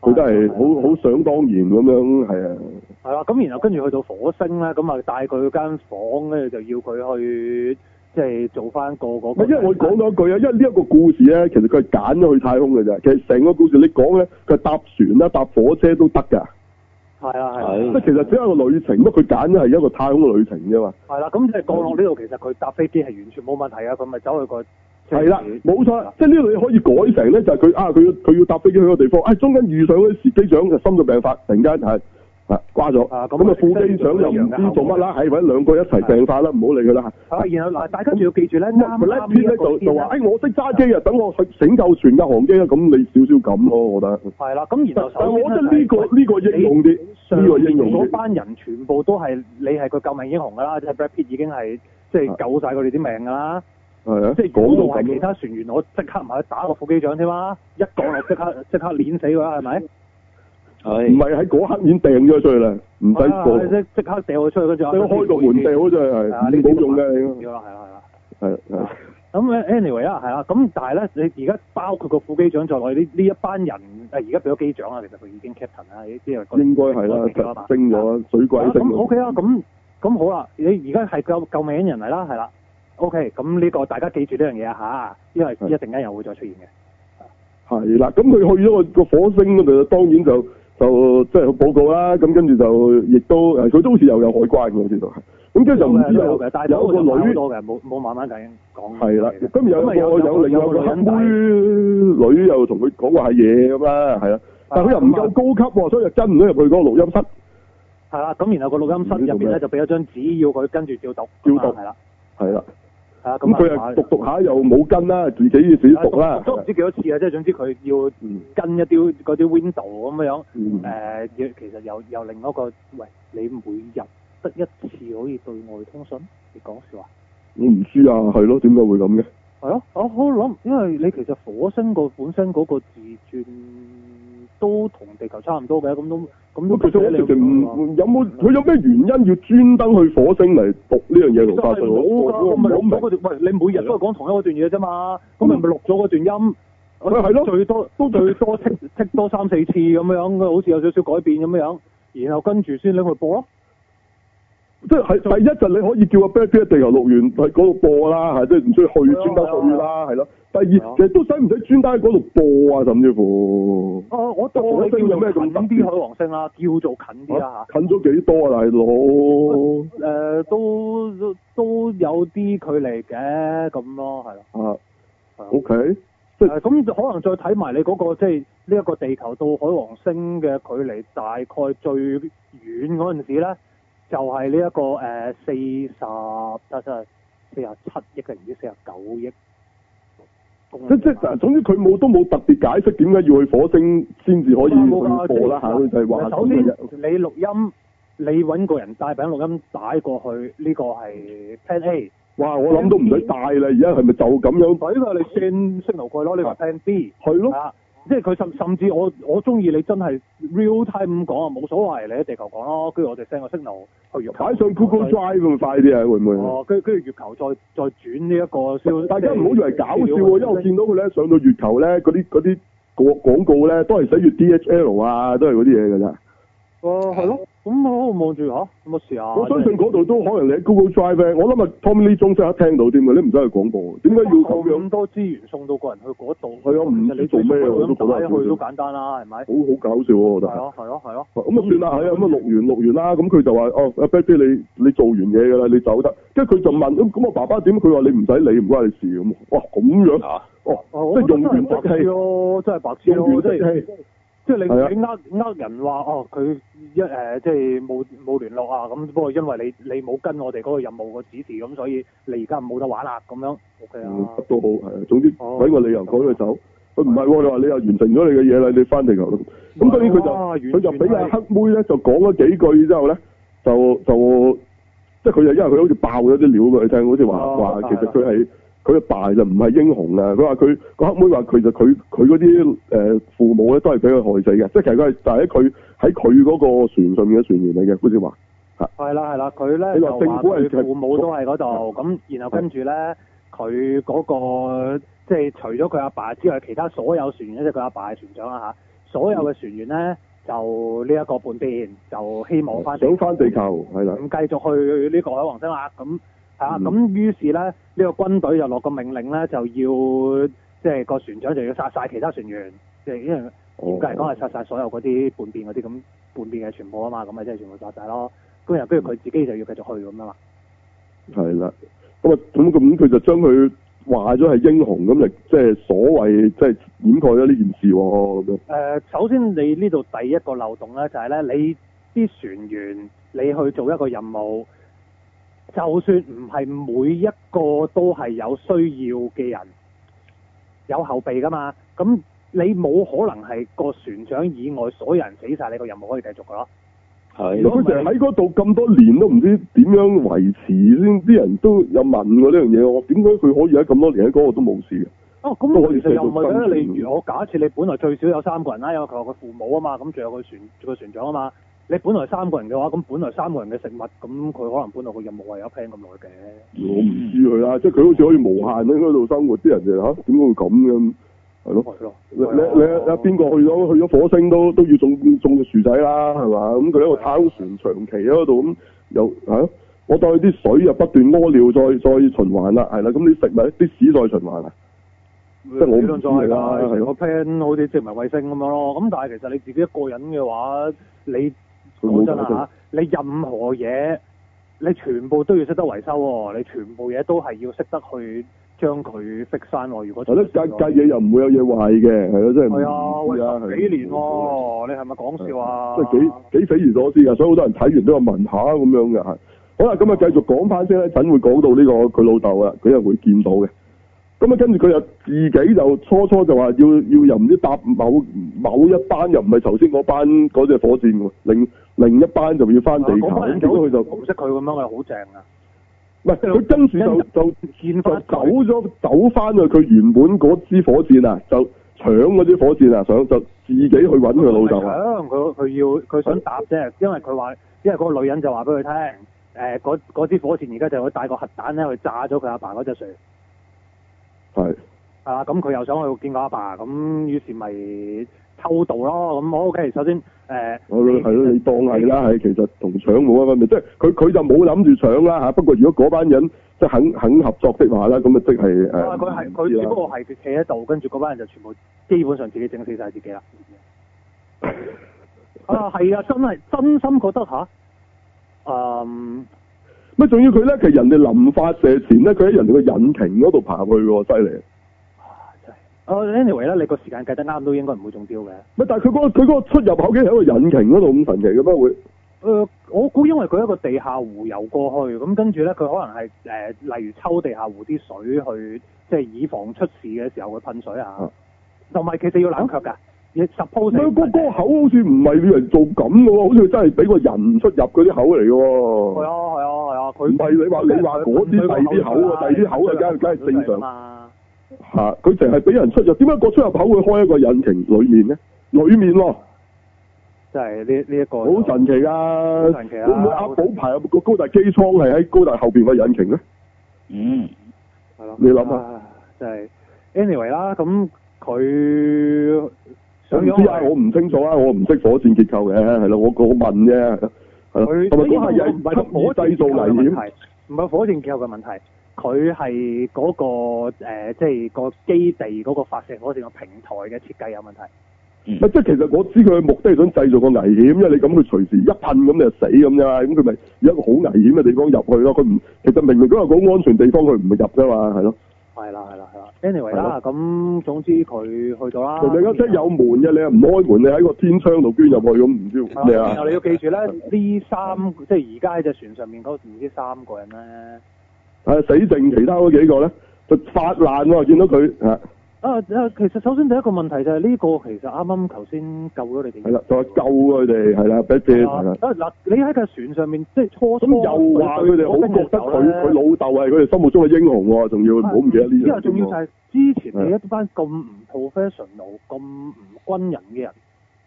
Speaker 2: 佢都係好好想當然咁樣，係啊，
Speaker 6: 係啦，咁然後跟住去到火星咧，咁啊帶佢去間房，跟住就要佢去即係做翻個嗰
Speaker 2: 唔
Speaker 6: 個。
Speaker 2: 係因為我講咗一句啊，因為呢一個故事咧，其實佢係揀咗去太空嘅啫，其實成個故事你講咧，佢係搭船啦、搭火車都得㗎，即係
Speaker 6: 係啊係啊
Speaker 2: 其實只係一個旅程，不過佢揀咗係一個太空嘅旅程啫嘛。
Speaker 6: 係啦，咁即係降落呢度，其實佢搭飛機係完全冇問題啊，佢咪走去個即
Speaker 2: 係啦，冇錯，即係呢度你可以改成咧，就係佢啊，佢要佢要搭飛機去個地方，啊中間遇上嗰啲司機長就心臟病發，突然間係啊掛咗，
Speaker 6: 啊咁
Speaker 2: 咁啊副
Speaker 6: 即係
Speaker 2: 機長又唔知做乜啦，係或者兩個一齊病發啦，唔好理佢啦。
Speaker 6: 啊，然後嗱，大家仲要記住咧，啱
Speaker 2: 咁
Speaker 6: 啱
Speaker 2: Brad
Speaker 6: 呢
Speaker 2: Pitt 咧就
Speaker 6: 一個
Speaker 2: 就
Speaker 6: 先
Speaker 2: 話：，
Speaker 6: 啦
Speaker 2: 哎，我識揸機啊，等我去拯救全架航機啊！咁你少少咁咯，我覺得。
Speaker 6: 係啦，咁然
Speaker 2: 但
Speaker 6: 後
Speaker 2: 但
Speaker 6: 首
Speaker 2: 我
Speaker 6: 先
Speaker 2: 覺得呢個呢個應用啲，
Speaker 6: 上
Speaker 2: 呢個應用
Speaker 6: 嗰
Speaker 2: 啲。
Speaker 6: 班人全部都係你係個救命英雄㗎啦，即係 Brad Pitt 已經係即係救晒佢哋啲命㗎啦，
Speaker 2: 係啊，
Speaker 6: 即係
Speaker 2: 講
Speaker 6: 講
Speaker 2: 到
Speaker 6: 到係
Speaker 2: 咁咯，
Speaker 6: 其他船員，我即刻埋去打個副機長添啦，一降落即刻即刻碾死佢啊啦，係咪？
Speaker 2: 唔
Speaker 7: 係
Speaker 2: 係喺嗰刻已經掟咗出去啦，唔使
Speaker 6: 啊
Speaker 2: 過，
Speaker 6: 即即刻掉佢啊出去，跟住
Speaker 2: 你開個門掟咗出去
Speaker 6: 係啊呢
Speaker 2: 係
Speaker 6: 啲
Speaker 2: 冇用嘅，
Speaker 6: 掉啦，係啦係啦。
Speaker 2: 係係。
Speaker 6: 咁呃 anyway 啦，係啦，啊咁但係咧，你而家包括個副機長在內，呢呢一班人誒呃而家俾咗機長啦，其實佢已經 captain 啦，呢啲
Speaker 2: 應該係
Speaker 6: 啊
Speaker 2: 啦，升咗啦，水鬼升
Speaker 6: 咁
Speaker 2: 咗。
Speaker 6: OK 啦，咁咁好啦，你而家係救救命人嚟啦，係啦，OK，咁呢個大家記住呢樣嘢啊嚇，因為
Speaker 2: 係
Speaker 6: 一陣間又會再出現嘅。
Speaker 2: 係啦，咁佢去咗個個火星嗰度，當然就就即係去報告啦。咁跟住就亦都誒，佢都好似又有海關嘅，我知道。咁跟住就唔知
Speaker 6: 有嘅有
Speaker 2: 有
Speaker 6: 啊嘅，但係
Speaker 2: 有個
Speaker 6: 好
Speaker 2: 女
Speaker 6: 多嘅，冇冇慢慢計講。
Speaker 2: 係啦，咁有個
Speaker 6: 咁啊有
Speaker 2: 有另外
Speaker 6: 有
Speaker 2: 個
Speaker 6: 個
Speaker 2: 黑
Speaker 6: 女人仔
Speaker 2: 妹女又同佢講話係嘢咁啦，
Speaker 6: 啊
Speaker 2: 係啦，但佢又唔夠高級喎，所以就跟唔到入去嗰個錄音室。
Speaker 6: 係啦，咁然後個錄音室入邊咧就俾咗張紙要佢跟住照讀。
Speaker 2: 嗯
Speaker 6: 啊
Speaker 2: 照讀
Speaker 6: 係啦，
Speaker 2: 係啦，
Speaker 6: 係啦，
Speaker 2: 咁佢
Speaker 6: 啊
Speaker 2: 又讀讀下又冇跟啦，自己自己讀啦。
Speaker 6: 都唔知幾多次啊！即係總之佢要
Speaker 2: 嗯
Speaker 6: 跟一啲嗰啲 window 咁樣，
Speaker 2: 嗯
Speaker 6: 誒、要呃其實又又另一個，喂，你每日得一次可以對外通訊，你講笑啊？
Speaker 2: 我唔知啊，係咯，點解會咁嘅？
Speaker 6: 係咯，我好諗，因為你其實火星個本身嗰個自轉都同地球差唔多嘅，咁都咁啊都
Speaker 2: 咁其實我直情
Speaker 6: 你
Speaker 2: 唔有冇佢有咩原因要專登去火星嚟讀呢樣嘢同發信？我
Speaker 6: 冇㗎，
Speaker 2: 我
Speaker 6: 我
Speaker 2: 我
Speaker 6: 咪錄
Speaker 2: 唔好
Speaker 6: 咗
Speaker 2: 明。
Speaker 6: 嗰段，喂，你每日都係講同一嗰段嘢啫嘛，咁咪咪錄咗嗰段音。
Speaker 2: 咪係咯
Speaker 6: 最多都最多剔剔多三四次咁樣，好似有少少改變咁樣，然後跟住先拎去播咯。
Speaker 2: 即係第一就你可以叫阿 Brad Pitt 喺地球錄完喺嗰度播啦，係即係唔需要去專登去啦，係咯。第二
Speaker 6: 啊係啊
Speaker 2: 其實都使唔使專登喺嗰度播啊？甚至乎
Speaker 6: 哦，我當
Speaker 2: 我
Speaker 6: 你
Speaker 2: 覺
Speaker 6: 叫
Speaker 2: 得有
Speaker 6: 做
Speaker 2: 咩啊咁
Speaker 6: 近
Speaker 2: 特別
Speaker 6: 啲海王星啦，啊叫做近啲啦
Speaker 2: 近咗幾多啊，大佬？
Speaker 6: 嚇。誒、都都都有啲距離嘅咁咯，係咯。
Speaker 2: 啊
Speaker 6: 係啊
Speaker 2: ，OK，即係
Speaker 6: 誒咁就可能再睇埋你嗰、個即係呢一個地球到海王星嘅距離，大概最遠嗰陣時咧，就係呢一個誒四十，得得四十七億定唔知四十九億公里
Speaker 2: 即即係總之佢冇都冇特別解釋點解要去火星先至可以
Speaker 6: 冇㗎
Speaker 2: 去播啦嚇，佢就係話
Speaker 6: 首
Speaker 2: 咁
Speaker 6: 先
Speaker 2: 嘅啫。
Speaker 6: 你錄音，你揾個人帶柄錄音帶過去，呢、個係 Plan A。
Speaker 2: 哇！我諗都唔使帶啦，而家係咪就咁樣？
Speaker 6: 佢呢個你算 signal 佢咯，你話 Plan B
Speaker 2: 係咯。
Speaker 6: 啊，即係佢甚甚至我我中意你真係 real time 咁講啊，冇所謂，你喺地球講咯，跟住我哋 send 個 signal 去月球，
Speaker 2: 擺上 Google Drive 咁快啲啊，會唔會？
Speaker 6: 哦，跟跟住月球再再轉呢一個消，
Speaker 2: 大家唔好以為搞笑喎，因為我
Speaker 6: 因
Speaker 2: 見到佢咧上到月球咧，嗰啲嗰啲廣廣告咧都係寫住 DHL 啊，都係嗰啲嘢㗎咋。
Speaker 6: 哦係咯，咁我望住嚇，有冇事啊？
Speaker 2: 我相信嗰度都可能你喺 Google Drive 咧，我諗啊 Tommy Lee 中真一聽到添嘅，你唔使去廣播，點解要咁樣？
Speaker 6: 咁多資源送到個人去嗰度，
Speaker 2: 係啊唔知
Speaker 6: 其實你
Speaker 2: 做咩啊我都覺得嗯
Speaker 6: 打一去都簡單啦，係咪？
Speaker 2: 好好搞笑喎，我覺得
Speaker 6: 係。咯係嗯咯係咯。
Speaker 2: 咁啊算啦，係啊，咁啊錄完錄完啦，咁佢就話哦，阿 b e t t 你你做完嘢㗎啦，你走得，跟住佢就問咁咁我爸爸點？佢話你唔使理，唔關你事咁。哇，咁樣
Speaker 7: 啊，
Speaker 2: 哦，
Speaker 6: 我
Speaker 2: 即係
Speaker 6: 覺得
Speaker 2: 用完
Speaker 6: 真係白
Speaker 2: 即
Speaker 6: 痴
Speaker 2: 係
Speaker 6: 咯，真係白痴
Speaker 2: 用
Speaker 6: 咯，
Speaker 2: 完
Speaker 6: 即
Speaker 2: 即
Speaker 6: 係
Speaker 2: 係
Speaker 6: 即係你
Speaker 2: 係啊
Speaker 6: 你呃呃人話哦，佢一誒即係冇冇聯絡啊，咁不過因為你你冇跟我哋嗰個任務個指示，咁所以你而家冇得玩啦，咁樣 OK
Speaker 2: 嗯
Speaker 6: 啊
Speaker 2: 乜，都好，係啊，總之
Speaker 6: 哦
Speaker 2: 揾個理由趕佢走。佢唔係喎，你話你又完成咗你嘅嘢啦，你翻嚟頭。咁當然佢就
Speaker 6: 哇完全
Speaker 2: 佢就俾阿
Speaker 6: 係
Speaker 2: 黑妹咧就講咗幾句之後咧，就就即係佢就因為佢好似爆咗啲料俾佢聽，好似話
Speaker 6: 哦
Speaker 2: 話
Speaker 6: 大
Speaker 2: 其
Speaker 6: 啦
Speaker 2: 實佢係佢嘅爸就唔係英雄啊！佢話佢個黑妹話其實佢佢嗰啲誒父母咧都係俾佢害死嘅，即係其實佢係但係喺佢喺佢嗰個船上面嘅船員嚟嘅，好似話
Speaker 6: 係啦係啦，佢咧
Speaker 2: 你
Speaker 6: 就
Speaker 2: 話政
Speaker 6: 話
Speaker 2: 府係
Speaker 6: 佢父母都喺
Speaker 2: (laughs)
Speaker 6: 嗰度，咁然後跟住咧佢嗰個即係除咗佢阿爸之外，其他所有船員即係佢阿爸係船長啦嚇，所有嘅船員咧就呢一個叛變，就希望翻
Speaker 2: 想翻地球係啦，
Speaker 6: 咁繼續去呢個海王星啦。咁係啊，
Speaker 2: 嗯
Speaker 6: 咁、於是咧，呢、呢個軍隊就落個命令咧，就要即係個船長就要殺晒其他船員，即係因為嚴格嚟講係殺晒所有嗰啲叛變嗰啲咁叛變嘅全部啊嘛，咁咪即係全部殺晒咯。咁然後跟住佢自己就要繼續去咁啊嘛。
Speaker 2: 係啦，咁啊咁咁佢就將佢話咗係英雄咁嚟，即係所謂即係掩蓋咗呢件事喎咁樣。
Speaker 6: 誒、首先你呢度第一個漏洞咧，就係、呢：咧，你啲船員你去做一個任務，就算唔係每一個都係有需要嘅人，有後備噶嘛，咁你冇可能係個船長以外所有人死晒，你個任務可以繼續噶咯。
Speaker 7: 係
Speaker 2: 佢成日喺嗰度咁多年都唔知點樣維持先，啲人都有問過呢樣嘢，我點解佢可以喺咁多年喺嗰度都冇事嘅？
Speaker 6: 哦，
Speaker 2: 都可
Speaker 6: 咁
Speaker 2: 以
Speaker 6: 其實又唔
Speaker 2: 繼續
Speaker 6: 係嘅，
Speaker 2: 生存
Speaker 6: 你如我假設你本來最少有三個人啦，因為佢話佢父母啊嘛，咁仲有佢船佢船長啊嘛，你本來三個人嘅話，咁本來三個人嘅食物，咁佢可能本來個任務係有 plan 咁耐嘅。
Speaker 2: 我唔知佢啦，即係佢好似可以無限喺嗰度生活，啲人就嚇點解會咁嘅？係咯，
Speaker 6: 係咯，
Speaker 2: 你你你你邊個去咗去咗火星都都要種種樹仔啦，係嘛？咁佢喺個太空船長期喺嗰度咁又嚇、我當佢啲水又不斷屙尿再再循環啦，係啦，咁啲食物啲屎再循環啊，
Speaker 6: 即
Speaker 2: 係我唔
Speaker 6: 理論上係
Speaker 2: 知啊
Speaker 6: 㗎，
Speaker 2: 係
Speaker 6: 成
Speaker 2: 咯
Speaker 6: 個 plan 好似殖民衛星咁樣咯。咁但係其實你自己一個人嘅話，你
Speaker 2: 佢
Speaker 6: 講
Speaker 2: 冇
Speaker 6: 真啊
Speaker 2: 搞
Speaker 6: 啦
Speaker 2: 到。
Speaker 6: 嚇，你任何嘢你全部都要識得維修喎，你全部嘢都係要識得去將佢 fix 翻喎。如果
Speaker 2: 係咯，隔隔嘢又唔會有嘢壞嘅，係咯，真係
Speaker 6: 係啊，
Speaker 2: 唔知啊
Speaker 6: 喂，十幾年喎，你係咪講笑啊？
Speaker 2: 即係幾幾匪夷所思㗎，所以好多人睇完都有問下咁樣嘅係。好啦，咁啊繼續講翻先啦，陣會講到呢、個佢老豆啊，佢又會見到嘅。咁啊，跟住佢又自己就初初就話要要又唔知搭某某一班，又唔係頭先嗰班嗰隻火箭喎，另另一班就要翻地球，
Speaker 6: 啊嗰班
Speaker 2: 咁
Speaker 6: 人
Speaker 2: 結果佢就
Speaker 6: 我唔識佢咁樣，我係好正
Speaker 2: (laughs)
Speaker 6: 啊！
Speaker 2: 唔係佢跟住就就。
Speaker 6: 見
Speaker 2: 就
Speaker 6: 翻
Speaker 2: 走咗走翻去佢原本嗰支火箭啊，就搶嗰支火箭啊，想就自己去揾佢老豆啊。
Speaker 6: 佢佢佢要佢想答啫，因為佢話，因為嗰個女人就話俾佢聽，誒、嗰嗰支火箭而家就會帶個核彈咧去炸咗佢阿爸嗰隻船，
Speaker 2: 係
Speaker 6: 係嘛？咁佢又想去見個阿爸，咁於是咪偷渡咯。咁 OK，首先誒，呃
Speaker 2: 我係咯，你當係啦，係其實同搶冇乜分別，即係佢佢就冇諗住搶啦嚇。不過如果嗰班人即係肯肯合作的話啦，咁啊即係誒。
Speaker 6: 因為佢係佢只不過係企喺度，跟住嗰班人就全部基本上自己整死晒
Speaker 2: (laughs)
Speaker 6: 自己啦。啊，係啊，真係真心覺得吓，嗯。
Speaker 2: 乜仲要佢咧？其實人哋臨發射前咧，佢喺人哋個引擎嗰度爬去喎，犀利！
Speaker 6: 哦，anyway 啦，你個時間計得啱都應該唔會中標嘅。
Speaker 2: 乜但係佢嗰個佢嗰個出入口竟然喺個引擎嗰度咁神奇嘅咩會？
Speaker 6: 誒、呃我估因為佢一個地下湖游過去，咁跟住咧，佢可能係誒、呃例如抽地下湖啲水去，即係以防出事嘅時候會噴水啊
Speaker 2: 啊。
Speaker 6: 同埋其實要冷卻㗎，你 suppose
Speaker 2: 唔係
Speaker 6: 係
Speaker 2: 嗰個口好似唔係要人做咁嘅喎，好似真係俾個人出入嗰啲口嚟嘅
Speaker 6: 係
Speaker 2: 喎。
Speaker 6: 啊係啊係啊，佢
Speaker 2: 唔係你話你話嗰啲第啲口啊，第啲口啊，梗係梗係正常
Speaker 6: 嘛。
Speaker 2: 嚇。佢淨係俾人出入，點解個出入口會開一個引擎裡面咧？裡面喎，
Speaker 6: 即係呢呢一個
Speaker 2: 好神奇㗎！
Speaker 6: 神奇啊
Speaker 2: 會唔會阿寶牌有個高達機艙係喺高達後邊個引擎咧？
Speaker 7: 嗯，
Speaker 6: 係咯，
Speaker 2: 你諗下
Speaker 6: 啊，真係 anyway 啦，咁佢
Speaker 2: 我
Speaker 6: 上
Speaker 2: 唔
Speaker 6: 咗
Speaker 2: 知啊，我唔清楚啊，我唔識火箭結構嘅，係咯，我我問啫。係
Speaker 6: 佢
Speaker 2: 啦同埋嗰下
Speaker 6: 佢
Speaker 2: 嘢唔係刻意製造危險。
Speaker 6: 佢唔係火箭結構嘅問題，佢係嗰個、呃、即係個基地嗰個發射火箭個平台嘅設計有問題。
Speaker 2: 唔
Speaker 6: 啊
Speaker 2: 係即係其實我知佢嘅目的係想製造個危險，因為你咁佢隨時一噴咁你就死咁啫嘛，咁佢咪有一個好危險嘅地方入去咯。佢唔其實明明嗰個好安全地方，佢唔入啫嘛，係咯。
Speaker 6: 係啦，係啦，係啦。anyway
Speaker 2: 係
Speaker 6: 啦，咁總之佢去到啦。
Speaker 2: 明明啊嗰即係有門嘅，你又唔開門，你喺個天窗度捐入去咁，唔知
Speaker 6: 係啦
Speaker 2: 咩啊
Speaker 6: 然？後你要記住咧，呢三即係而家喺只船上面嗰唔知三個人咧。
Speaker 2: 係啊死剩其他嗰幾個咧就發爛喎，見到佢嚇
Speaker 6: 啊啊，其實首先第一個問題就係呢個其實啱啱頭先救咗你哋。
Speaker 2: 係啦，就話救佢哋係啦，俾借係
Speaker 6: 啊
Speaker 2: 啦。
Speaker 6: 嗱，你喺架船上面即係初初
Speaker 2: 咁又話佢哋好覺得佢佢老豆係佢哋心目中嘅英雄喎，仲要唔好唔記得呢
Speaker 6: 之
Speaker 2: 樣
Speaker 6: 啊後仲要就
Speaker 2: 嘢喎。啊
Speaker 6: 係之前你一班咁唔 professional、咁唔軍人嘅人，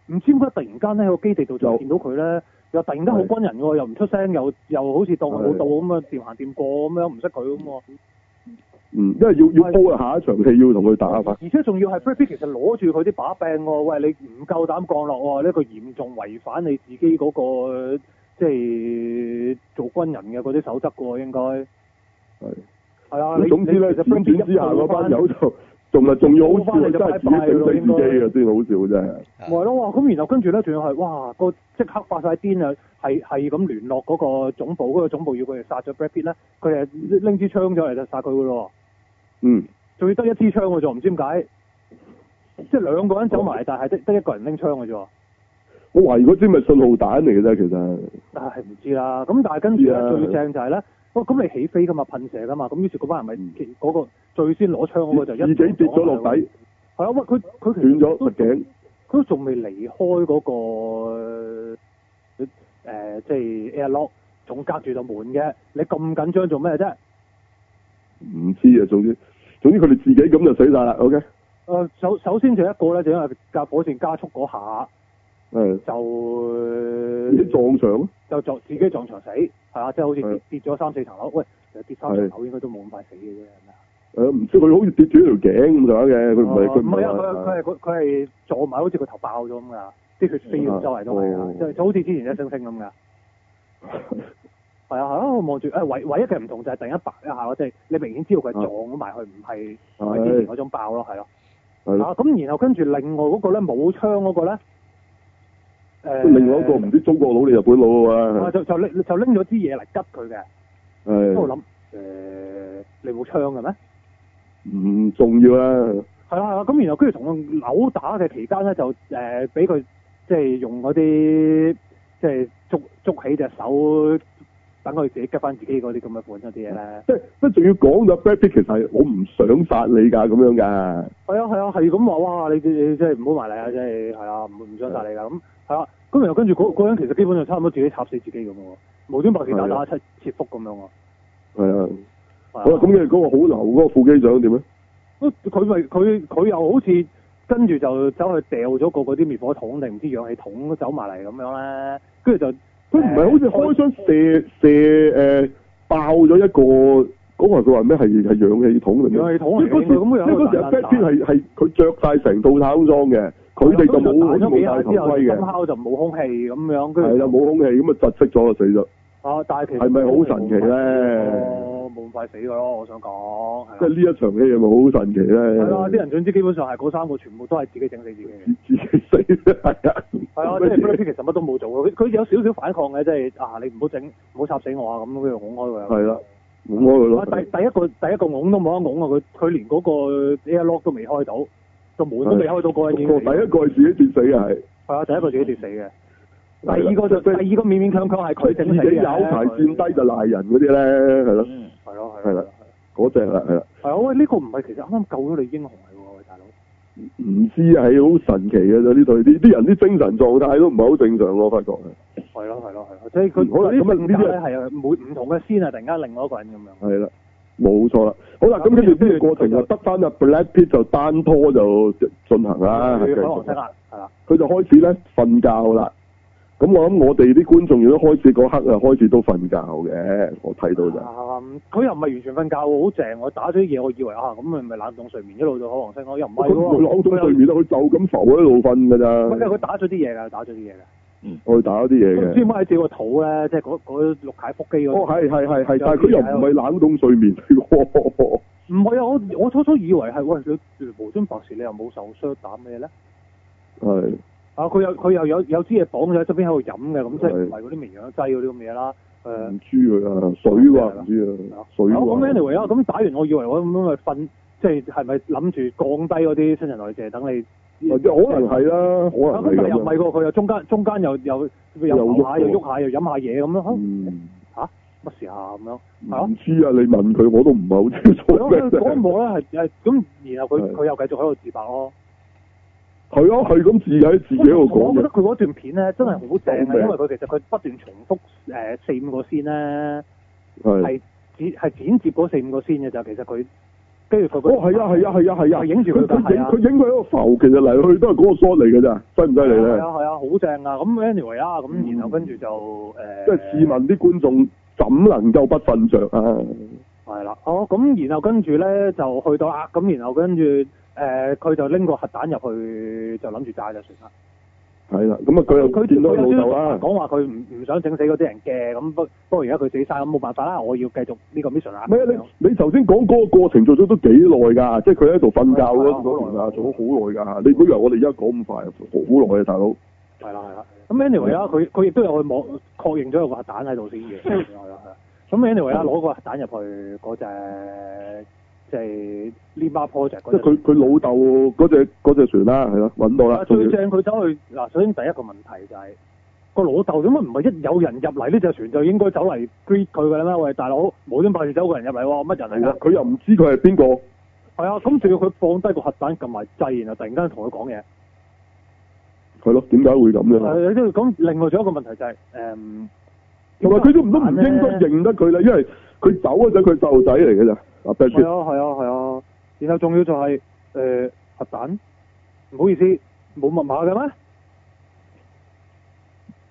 Speaker 6: 唔知點解突然間咧喺個基地度就
Speaker 2: 又
Speaker 6: 見到佢咧，又突然間好
Speaker 2: 係
Speaker 6: 軍人喎，又唔出聲，又又好似當佢老豆咁啊，掂行掂過咁樣，唔識佢咁喎。
Speaker 2: 嗯，因為要要煲下一場戲要同佢打法。
Speaker 6: 而且仲要係 Brad Pitt 其實攞住佢啲把柄喎，喂你唔夠膽降落喎，呢個嚴重違反你自己嗰、個即係做軍人嘅嗰啲守則嘅喎，應該係係啊。你
Speaker 2: 總之咧，
Speaker 6: 你啊其實
Speaker 2: 轉
Speaker 6: Brad Pitt
Speaker 2: 轉之下
Speaker 6: 一到
Speaker 2: 嗰
Speaker 6: 返
Speaker 2: 班友就仲係仲要好笑，啊
Speaker 6: 你
Speaker 2: 真
Speaker 6: 就
Speaker 2: 係
Speaker 6: 拜
Speaker 2: 自
Speaker 6: 拜
Speaker 2: 己整
Speaker 6: 咯
Speaker 2: 死自己啊，真係好笑真係。
Speaker 6: 咪係咯，哇！咁然後跟住咧，仲要係哇個即刻發晒癲啊，係係咁聯絡嗰個總部，嗰、個總部要佢哋殺咗 Brad Pitt 咧，佢哋係拎支槍咗嚟就殺佢嘅咯
Speaker 2: 嗯，
Speaker 6: 喎，仲要得一支槍嘅啫喎，唔知點解，即係兩個人走埋，但係得得一個人拎槍嘅啫喎，
Speaker 2: 我懷疑嗰支咪信號彈嚟嘅啫，其實。
Speaker 6: 但係唔知啦。咁但係跟住
Speaker 2: 知啊
Speaker 6: 咧最正就係咧，哇！咁你起飛噶嘛，噴射噶嘛，咁於是嗰班人
Speaker 2: 嗯
Speaker 6: 咪其嗰個最先攞槍嗰個就
Speaker 2: 自
Speaker 6: 一
Speaker 2: 己跌咗落底，
Speaker 6: 係啊！喂，佢佢其實
Speaker 2: 斷咗個頸，
Speaker 6: 佢都仲未離開嗰、個誒、呃即係 airlock，仲隔住道門嘅。你咁緊張做咩啫？誒、
Speaker 2: 唔知啊。總之總之佢哋自己咁就死晒啦。OK，
Speaker 6: 首首先就一個咧，就因為架火箭加速嗰下
Speaker 2: 係
Speaker 6: 就
Speaker 2: 自己撞牆咯。
Speaker 6: 就撞自己撞牆死，係啊，即係好似
Speaker 2: 係
Speaker 6: 跌跌咗三四層樓。喂，其實跌三四層樓應該都冇咁快死嘅啫。係咪啊
Speaker 2: 誒唔知佢好似跌斷咗條頸咁上下嘅，佢唔係
Speaker 6: 哦
Speaker 2: 佢唔係
Speaker 6: 啊！
Speaker 2: 話
Speaker 6: 佢佢係佢佢係撞埋，好似個頭爆咗咁噶，啲血飛咗周圍都係啊
Speaker 2: 哦，
Speaker 6: 即係就好似之前一星星
Speaker 2: (laughs)
Speaker 6: 咁噶。係啊係啊，我望住誒唯唯一嘅唔同就係突然間白一下咯，即係你明顯知道佢係撞咗埋佢，唔係唔係之前
Speaker 2: 係
Speaker 6: 嗰種爆咯，係咯。
Speaker 2: 係
Speaker 6: 啊
Speaker 2: 咯。
Speaker 6: 咁然後跟住另外嗰個咧冇槍嗰個咧，誒
Speaker 2: 另外一個唔知中國佬定日本佬
Speaker 6: 啊
Speaker 2: 啊
Speaker 6: 就就拎就拎咗支嘢嚟拮佢嘅，
Speaker 2: 嘛，係
Speaker 6: 咁我諗誒你冇槍嘅咩？
Speaker 2: 唔重要啊啦。
Speaker 6: 係啦係啦，咁然後跟住同佢扭打嘅期間咧，就誒俾佢即係用嗰啲即係捉捉起隻手，等佢自己拮翻自己嗰啲咁嘅款嗰啲嘢咧。
Speaker 2: 即係即係仲要講到 Brad Pitt 其實係我唔想殺你㗎咁樣㗎。
Speaker 6: 係啊係啊，係咁話哇！你你你即係唔好埋嚟啊！即係係啊，唔唔想殺你㗎咁係啦。咁然後跟住嗰嗰個人其實基本上差唔多自己插死自己咁喎，無端白事打打七切腹咁樣喎。
Speaker 2: 係啊，
Speaker 6: 係啊
Speaker 2: 好啦，咁佢嗰個好流嗰個副機長點咧？啊
Speaker 6: 咁佢咪佢佢又好似跟住就走去掉咗個嗰啲滅火筒定唔知氧氣筒都走埋嚟咁樣咧，跟住就
Speaker 2: 佢唔係好似開槍射射誒、呃爆咗一個，嗰、個係佢話咩係係氧氣筒嚟嘅。
Speaker 6: 氧氣筒嚟
Speaker 2: 因為
Speaker 6: 啊
Speaker 2: 嗰時
Speaker 6: 應該咁樣
Speaker 2: 因為嗰時
Speaker 6: 彈彈
Speaker 2: b a t 係係佢着晒成套太空裝嘅，佢哋就冇
Speaker 6: 啊
Speaker 2: 好似冇戴頭盔
Speaker 6: 咁
Speaker 2: 嘅，
Speaker 6: 敲就冇空氣咁樣，跟
Speaker 2: 係
Speaker 6: 住
Speaker 2: 啦冇空氣咁啊窒息咗就死咗，
Speaker 6: 啊！但係其實
Speaker 2: 係咪好神奇咧
Speaker 6: 哦冇咁快死㗎咯，我想講
Speaker 2: 即係
Speaker 6: 係啊
Speaker 2: 呢一場戲係咪好神奇咧？
Speaker 6: 啦係啦，啲人總之基本上係嗰三個全部都係自己整死自己嘅。
Speaker 2: 自己死係啊，
Speaker 6: 係啊，即係 b r a 其實乜都冇做嘅，佢佢有少少反抗嘅，即係啊你唔好整，唔好插死我啊咁，跟住拱開佢。
Speaker 2: 係啦，冇開佢咯，
Speaker 6: 啊第第一個第一個拱都冇得拱啊！佢佢連嗰個 airlock 都未開到，個門都未開到嗰個人已經
Speaker 2: 個
Speaker 6: 死
Speaker 2: 第一個係自己跌死嘅係。
Speaker 6: 係啊，第一個自己跌死嘅。第
Speaker 2: 係啦
Speaker 6: 二個就
Speaker 2: 即
Speaker 6: 第
Speaker 2: 係
Speaker 6: 二個勉勉強強係佢
Speaker 2: 佢
Speaker 6: 整
Speaker 2: 自
Speaker 6: 死
Speaker 2: 己
Speaker 6: 嘅。
Speaker 2: 有排墊低就賴人嗰啲咧，係咯，
Speaker 7: 嗯，
Speaker 6: 係咯係
Speaker 2: 係
Speaker 6: 咯
Speaker 2: 啦。嗰只啦，係啦，
Speaker 6: 係啊，喂，呢、個唔係其實啱啱救咗你英雄嚟喎，喂大佬。
Speaker 2: 唔知係好神奇嘅啫，呢對啲啲人啲精神狀態都唔係好正常，我發覺。
Speaker 6: 係咯係咯係咯，即係佢
Speaker 2: 嗯好啦
Speaker 6: 佢啲
Speaker 2: 咁啊呢啲
Speaker 6: 性格咧係每唔同嘅先啊，突然間另外一個人咁樣。
Speaker 2: 係啦，冇錯啦。好啦，咁跟住呢個過程就得翻啊 Black Pitt 就單拖就進行啦，係
Speaker 6: 去海
Speaker 2: 繼
Speaker 6: 王星
Speaker 2: 續
Speaker 6: 啊，係啦。
Speaker 2: 佢就開始咧瞓覺啦。咁我諗我哋啲觀眾如果開始嗰刻啊，開始都瞓覺嘅，我睇到就
Speaker 6: 嗯佢又唔係完全瞓覺喎，好正喎！我打咗啲嘢，我以為啊，咁咪咪冷凍睡眠一路到海王星咯，又唔係
Speaker 2: 哦佢
Speaker 6: 喎。
Speaker 2: 佢攞到對面啦，佢就咁浮喺度瞓㗎啊
Speaker 6: 佢
Speaker 2: 咋。
Speaker 6: 佢打咗啲嘢㗎，打咗啲嘢㗎。
Speaker 7: 嗯
Speaker 2: 我去打嗰啲嘢
Speaker 6: 咁知
Speaker 2: 嘅。
Speaker 6: 唔知照個肚咧？即係嗰嗰六蟹腹肌嗰
Speaker 2: 哦，
Speaker 6: 度。
Speaker 2: 係係係係，
Speaker 6: 有
Speaker 2: 但係佢又唔係冷凍睡眠嚟喎。
Speaker 6: 啊
Speaker 2: (laughs)
Speaker 6: 唔係啊！我我初初以為係喂你無端白事，你又冇受傷打咩咧？
Speaker 2: 係
Speaker 6: 啊！佢又佢又有有支嘢綁咗喺側邊喺度飲嘅，咁即係
Speaker 2: 係
Speaker 6: 唔係嗰啲綿羊劑嗰啲咁嘢啦？誒、
Speaker 2: 唔知佢啊，水啩唔知啊，水
Speaker 6: 好
Speaker 2: 啩。
Speaker 6: 哦咁 anyway 啦，咁打完我以為我咁樣咪瞓，即係係咪諗住降低嗰啲新陳代謝，等你
Speaker 2: 或者可能啊係啦，
Speaker 6: 啊
Speaker 2: 可
Speaker 6: 咁
Speaker 2: 能
Speaker 6: 但係
Speaker 2: 係
Speaker 6: 又唔
Speaker 2: 咁
Speaker 6: 係
Speaker 2: 樣。
Speaker 6: 喎，佢又中間中間又又又
Speaker 2: 又
Speaker 6: 游下
Speaker 2: 喐喎
Speaker 6: 又喐下又飲下嘢咁樣，嚇
Speaker 2: 嗯，
Speaker 6: 乜事啊咁樣？係咯
Speaker 2: 唔知啊，你問佢我都唔係好清楚
Speaker 6: 係咯，佢嗰
Speaker 2: 嘅。
Speaker 6: 一幕咧係係咁，然後
Speaker 2: 係
Speaker 6: 佢佢又繼續喺度自白咯。
Speaker 2: 係啊，係咁自己喺自己喺度
Speaker 6: 我
Speaker 2: 講
Speaker 6: 覺
Speaker 2: 嘅
Speaker 6: 得。佢嗰段片咧真係好正
Speaker 2: 救
Speaker 6: 啊，
Speaker 2: 命
Speaker 6: 因為佢其實佢不斷重複誒四五個先咧，
Speaker 2: 係。
Speaker 6: 係剪係剪接嗰四五個先嘅咋，其實佢跟住佢
Speaker 2: 哦，係啊，係啊，係啊，係啊。
Speaker 6: 係影住
Speaker 2: 佢
Speaker 6: 佢㗎
Speaker 2: 佢
Speaker 6: 係
Speaker 2: 影
Speaker 6: 啊
Speaker 2: 佢影佢喺個浮，其實嚟去都係嗰個 shot 嚟嘅咋，犀唔犀利
Speaker 6: 係
Speaker 2: 咧？
Speaker 6: 啊係啊，好正啊！咁 anyway 啦，
Speaker 2: 嗯
Speaker 6: 咁然後跟住就呃誒，
Speaker 2: 即係試問啲觀眾怎能夠不瞓着啊？
Speaker 6: 係啦。哦，咁然後跟住咧就去到啊，咁然後跟住誒，呃佢就拎個核彈入去，就諗住炸就算啦。
Speaker 2: 係啦，咁啊佢又見到老豆啊啦，
Speaker 6: 講話佢唔唔想整死嗰啲人嘅，咁不不過而家佢死晒，咁冇辦法啦，我要繼續呢個 mission 啦。
Speaker 2: 唔係啊你你頭先講嗰個過程做咗都幾耐㗎，即係佢喺度瞓覺嗰嗰段啊，做咗好耐㗎。你唔好以為我哋而家講咁快，好好耐啊，大佬。
Speaker 6: 係啦係啦。咁 anyway
Speaker 2: 嗯
Speaker 6: 啦，佢佢亦都有去網確認咗有個核彈喺度先嘅。係啦係啦咁 anyway
Speaker 2: 嗯
Speaker 6: 啦，攞個核彈入去嗰只即係 Lima Project 嗰
Speaker 2: 即係
Speaker 6: 隻
Speaker 2: 佢佢老豆嗰只嗰只船啦，係啦，揾到啦
Speaker 6: 啊，，最正佢走去嗱，首先第一個問題就係、個老豆點解唔係一有人入嚟呢隻船就應該走嚟 greet 佢㗎啦咩？喂，大佬無端白事走個人入嚟喎，乜人
Speaker 2: 係
Speaker 6: 嚟
Speaker 2: 啦
Speaker 6: 㗎？
Speaker 2: 佢又唔知佢係邊個，
Speaker 6: 係啊，咁仲要佢放低個核彈撳埋掣，然後突然間同佢講嘢。
Speaker 2: 係咯？點解會咁樣啊？
Speaker 6: 誒，即係咁，另外仲有一個問題就係、誒，
Speaker 2: 同埋佢都唔都唔應該認得佢啦，因為佢走嗰陣佢細路仔嚟嘅咋，阿 b a
Speaker 6: 係啊係啊係啊，然後仲要就係、誒、核彈，唔好意思，冇密碼嘅咩？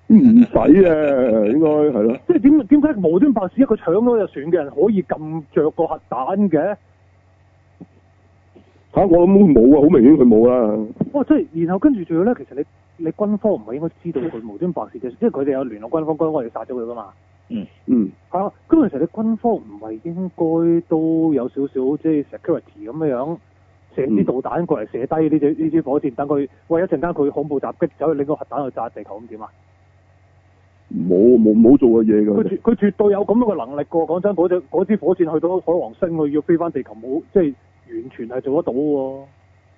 Speaker 2: 唔使啊，應該係咯。
Speaker 6: 即係點點解無端白事一個搶咗隻船嘅人可以撳着個核彈嘅？
Speaker 2: 嚇、我諗冇啊，好明顯佢冇啦。
Speaker 6: 哇！即係然後跟住仲要咧，其實你你軍方唔係應該知道佢無端白事嘅，因為佢哋有聯絡軍方，軍方要殺咗佢噶嘛。
Speaker 2: 嗯，
Speaker 6: 係啊，咁其實你軍方唔係應該都有少少即係 security 咁樣樣射支導彈過嚟射低呢隻呢支火箭，等佢喂一陣間佢恐怖襲擊走去拎個核彈去炸地球咁點啊？
Speaker 2: 冇冇冇做過嘢
Speaker 6: 佢
Speaker 2: 㗎。
Speaker 6: 絕佢絕對有咁樣嘅能力㗎喎。講真，嗰隻嗰支火箭去到海王星，佢要飛翻地球冇即係完全係做得到喎。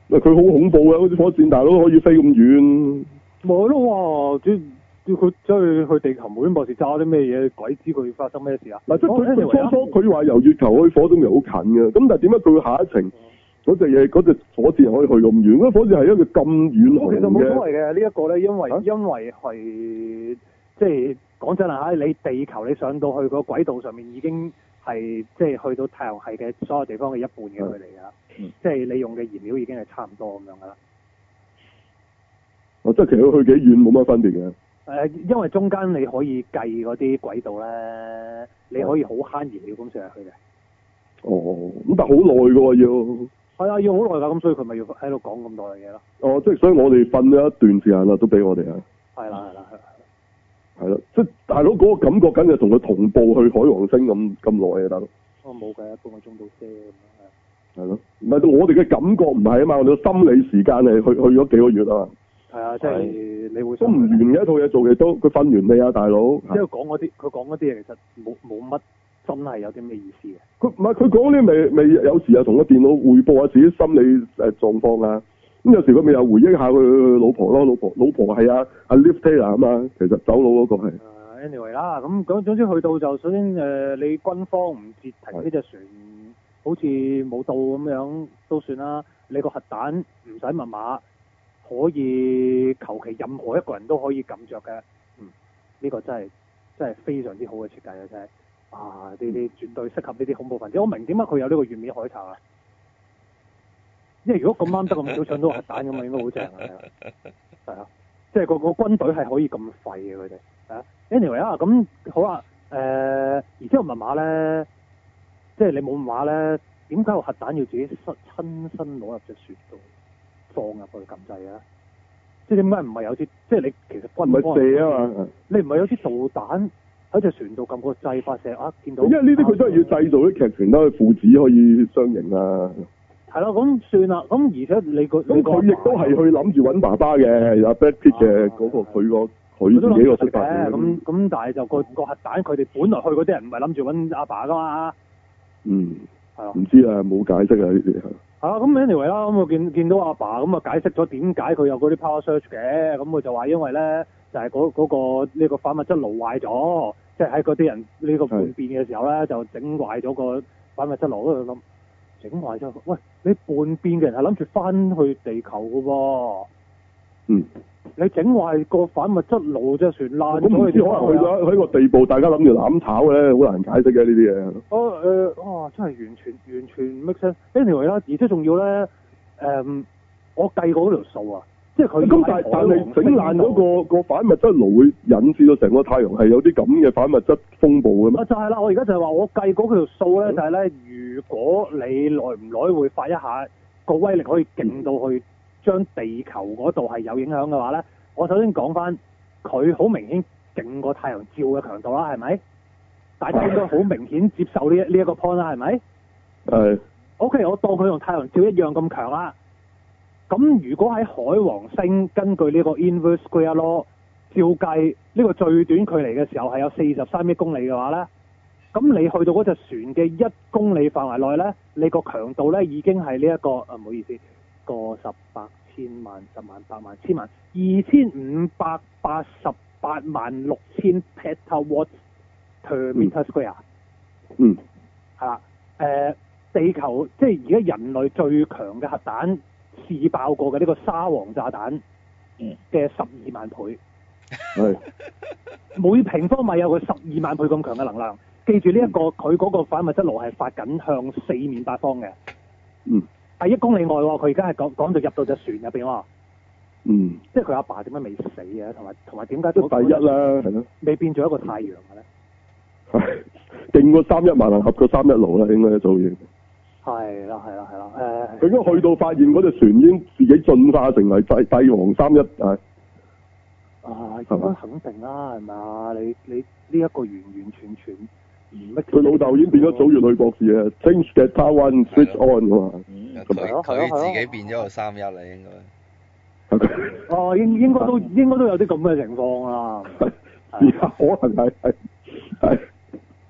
Speaker 2: 喂佢好恐怖啊！好似火箭大佬可以飛咁遠，
Speaker 6: 冇咯喎，即即佢即係去地球無端博士揸啲咩嘢，鬼知佢發生咩事啊！
Speaker 2: 嗱即係佢
Speaker 6: 哦
Speaker 2: 佢初
Speaker 6: anyway
Speaker 2: 初佢話由月球去火星又好近嘅，咁但係點解佢下一
Speaker 6: 哦
Speaker 2: 程嗰隻嘢嗰隻火箭可以去咁遠？嗰火箭係一個咁遠
Speaker 6: 我
Speaker 2: 航
Speaker 6: 哦其實冇所
Speaker 2: 嘅，
Speaker 6: 謂嘅呢一個咧，因為
Speaker 2: 啊
Speaker 6: 因為係即係講真啊，你地球你上到去個軌道上面已經係即係去到太陽系嘅所有地方嘅一半嘅距離㗎啦，
Speaker 7: 嗯
Speaker 6: 即係你用嘅燃料已經係差唔多咁樣㗎啦。
Speaker 2: 哦即係其實佢去幾遠冇乜分別嘅。
Speaker 6: 誒、呃因為中間你可以計嗰啲軌道咧，你可以好慳燃料咁上去嘅。
Speaker 2: 哦，咁但係好耐嘅喎要。
Speaker 6: 係啊，要好耐㗎，咁所以佢咪要喺度講咁耐嘅嘢咯。
Speaker 2: 哦，即係所以我哋瞓咗一段時間啦，都俾我哋啊。
Speaker 6: 係啦，係啦，係啦。
Speaker 2: 係啦，即係大佬嗰個感覺，梗係同佢同步去海王星咁咁耐啊，大佬。
Speaker 6: 我冇嘅，半個鐘到啫咁樣。
Speaker 2: 係咯，唔係我哋嘅感覺唔係啊嘛，我哋嘅心理時間係去去咗幾個月啊嘛，
Speaker 6: 係啊，即係你會
Speaker 2: 都唔啊完嘅一套嘢做嘅都，佢瞓完未啊，大佬？
Speaker 6: 因為講嗰啲佢講嗰啲嘢其實冇冇乜真係有啲咩意思嘅。
Speaker 2: 佢唔係佢講呢，咪咪有時又同個電腦匯報下自己心理誒狀況啊，咁有時佢咪又回憶下佢老婆咯，老婆老婆係啊阿 Liv Taylor 啊嘛，其實走佬嗰個係，
Speaker 6: 誒 anyway 啦，咁咁總之去到就首先誒、你軍方唔截停呢只船，好似冇到咁樣都算啦。你個核彈唔使密碼，可以求其任何一個人都可以撳着嘅。嗯，呢、個真係真係非常之好嘅設計啊！真係啊，呢啲絕對適合呢啲恐怖分子。我明點解佢有呢個月面海賊啦，啊因為如果咁啱得咁少搶到核彈咁啊，應該好正啊！係啊係啊，即係個個軍隊係可以咁廢嘅佢哋。anyway 啊，咁好啊，誒、而且個密碼咧，即係你冇密碼咧，點解個核彈要自己親親身攞入隻雪度放入去撳掣啊？即即係點解唔係有啲即係你其實軍
Speaker 2: 咪
Speaker 6: 方
Speaker 2: 射啊嘛，
Speaker 6: 你唔係有啲導彈喺隻船度撳個掣發射啊？見到
Speaker 2: 因為呢啲佢真係要製造啲劇情啦，佢父子可以相認啊。
Speaker 6: 係咯，咁算啦。咁而且你個
Speaker 2: 咁佢亦都係去諗住揾爸爸嘅，阿 Brad Pitt 嘅嗰個佢個佢
Speaker 6: 啊佢都
Speaker 2: 自己個
Speaker 6: 諗住
Speaker 2: 出
Speaker 6: 嘅
Speaker 2: 發點
Speaker 6: 咁咁，但係就個個核彈佢哋本來去嗰啲人唔係諗住揾阿爸噶嘛，
Speaker 2: 嗯，
Speaker 6: 係咯。
Speaker 2: 唔知啊，冇解釋啊呢啲係。
Speaker 6: 係啊，咁 anyway 啦，咁我見見到阿爸咁啊解釋咗點解佢有嗰啲 power search 嘅，咁佢就話因為咧就係嗰嗰個呢、個反物質爐壞咗，即係喺嗰啲人呢個叛變嘅時候咧就整壞咗個反物質爐，我喺度諗整壞咗，喂你叛變嘅人係諗住翻去地球嘅喎，
Speaker 2: 嗯，
Speaker 6: 你整壞個反物質爐隻船爛
Speaker 2: 咁
Speaker 6: 咗，
Speaker 2: 唔
Speaker 6: 你
Speaker 2: 知
Speaker 6: 點
Speaker 2: 可能去
Speaker 6: 啊
Speaker 2: 到喺個地步，大家諗住攬炒咧，好難解釋嘅呢啲嘢。
Speaker 6: 哦誒，哇！真係完全完全唔 make sense。anyway 啦，而且仲要咧，誒、我計過嗰條數啊，即係佢
Speaker 2: 咁但係但係整爛嗰個個反物質爐會引致到成個太陽系有啲咁嘅反物質風暴嘅咩？
Speaker 6: 啊，就係啦，我而家就係話我計嗰條數咧，就係咧，如果你耐唔耐會發一下個威力可以勁到去將地球嗰度係有影響嘅話咧，我首先講翻佢好明顯勁過太陽照嘅強度啦，係咪？大家應該好明顯接受呢一呢一個 point 啦，係咪？
Speaker 2: 係
Speaker 6: O.K. 我當佢同太陽照一樣咁強啦。咁如果喺海王星，根據呢個 inverse square law，照計呢個最短距離嘅時候係有四十三億公里嘅話呢，咁你去到嗰隻船嘅一公里範圍內呢，你個強度呢已經係呢一個啊，唔好意思，個十百千萬十萬百萬千萬二千五百八十八萬六千 petawatt per meter square。
Speaker 2: 嗯
Speaker 6: 係啦，誒、啊呃地球即係而家人類最強嘅核彈試爆過嘅呢個沙皇炸彈
Speaker 2: 嗯
Speaker 6: 嘅十二萬倍，
Speaker 2: 係
Speaker 6: 每平方米有個十二萬倍咁強嘅能量。記住呢、一個佢嗰個反物質爐係發緊向四面八方嘅，
Speaker 2: 嗯
Speaker 6: 係一公里外喎。佢而家係講講到入到隻船入邊喎，
Speaker 2: 嗯，
Speaker 6: 即係佢阿爸點解未死啊？同埋同埋點解
Speaker 2: 即係第一啦，係咯，
Speaker 6: 未變咗一個太陽嘅咧？
Speaker 2: 係勁過三一萬能合過三一爐啦，應該做嘢。
Speaker 6: 係啦係啦係啦，誒、
Speaker 2: 佢應該去到發現嗰隻船已經自己進化成為帝帝王三一啊！
Speaker 6: 啊，
Speaker 2: 係
Speaker 6: 應該
Speaker 2: 嘛
Speaker 6: 肯定啦，係嘛？你你呢一個完完全全唔
Speaker 2: 佢老豆已經變咗早月女博士啊，change the Taiwan switch on 噶嘛，
Speaker 7: 嗯
Speaker 3: 佢
Speaker 6: 係咯係咯
Speaker 3: 佢自
Speaker 6: 係
Speaker 3: 己
Speaker 6: 咯
Speaker 3: 變咗個三一啦，應該
Speaker 2: 係咪
Speaker 6: 哦，應應該都應該都有啲咁嘅情況
Speaker 2: 啊
Speaker 6: 啦。
Speaker 2: (laughs) 而家可能係係係，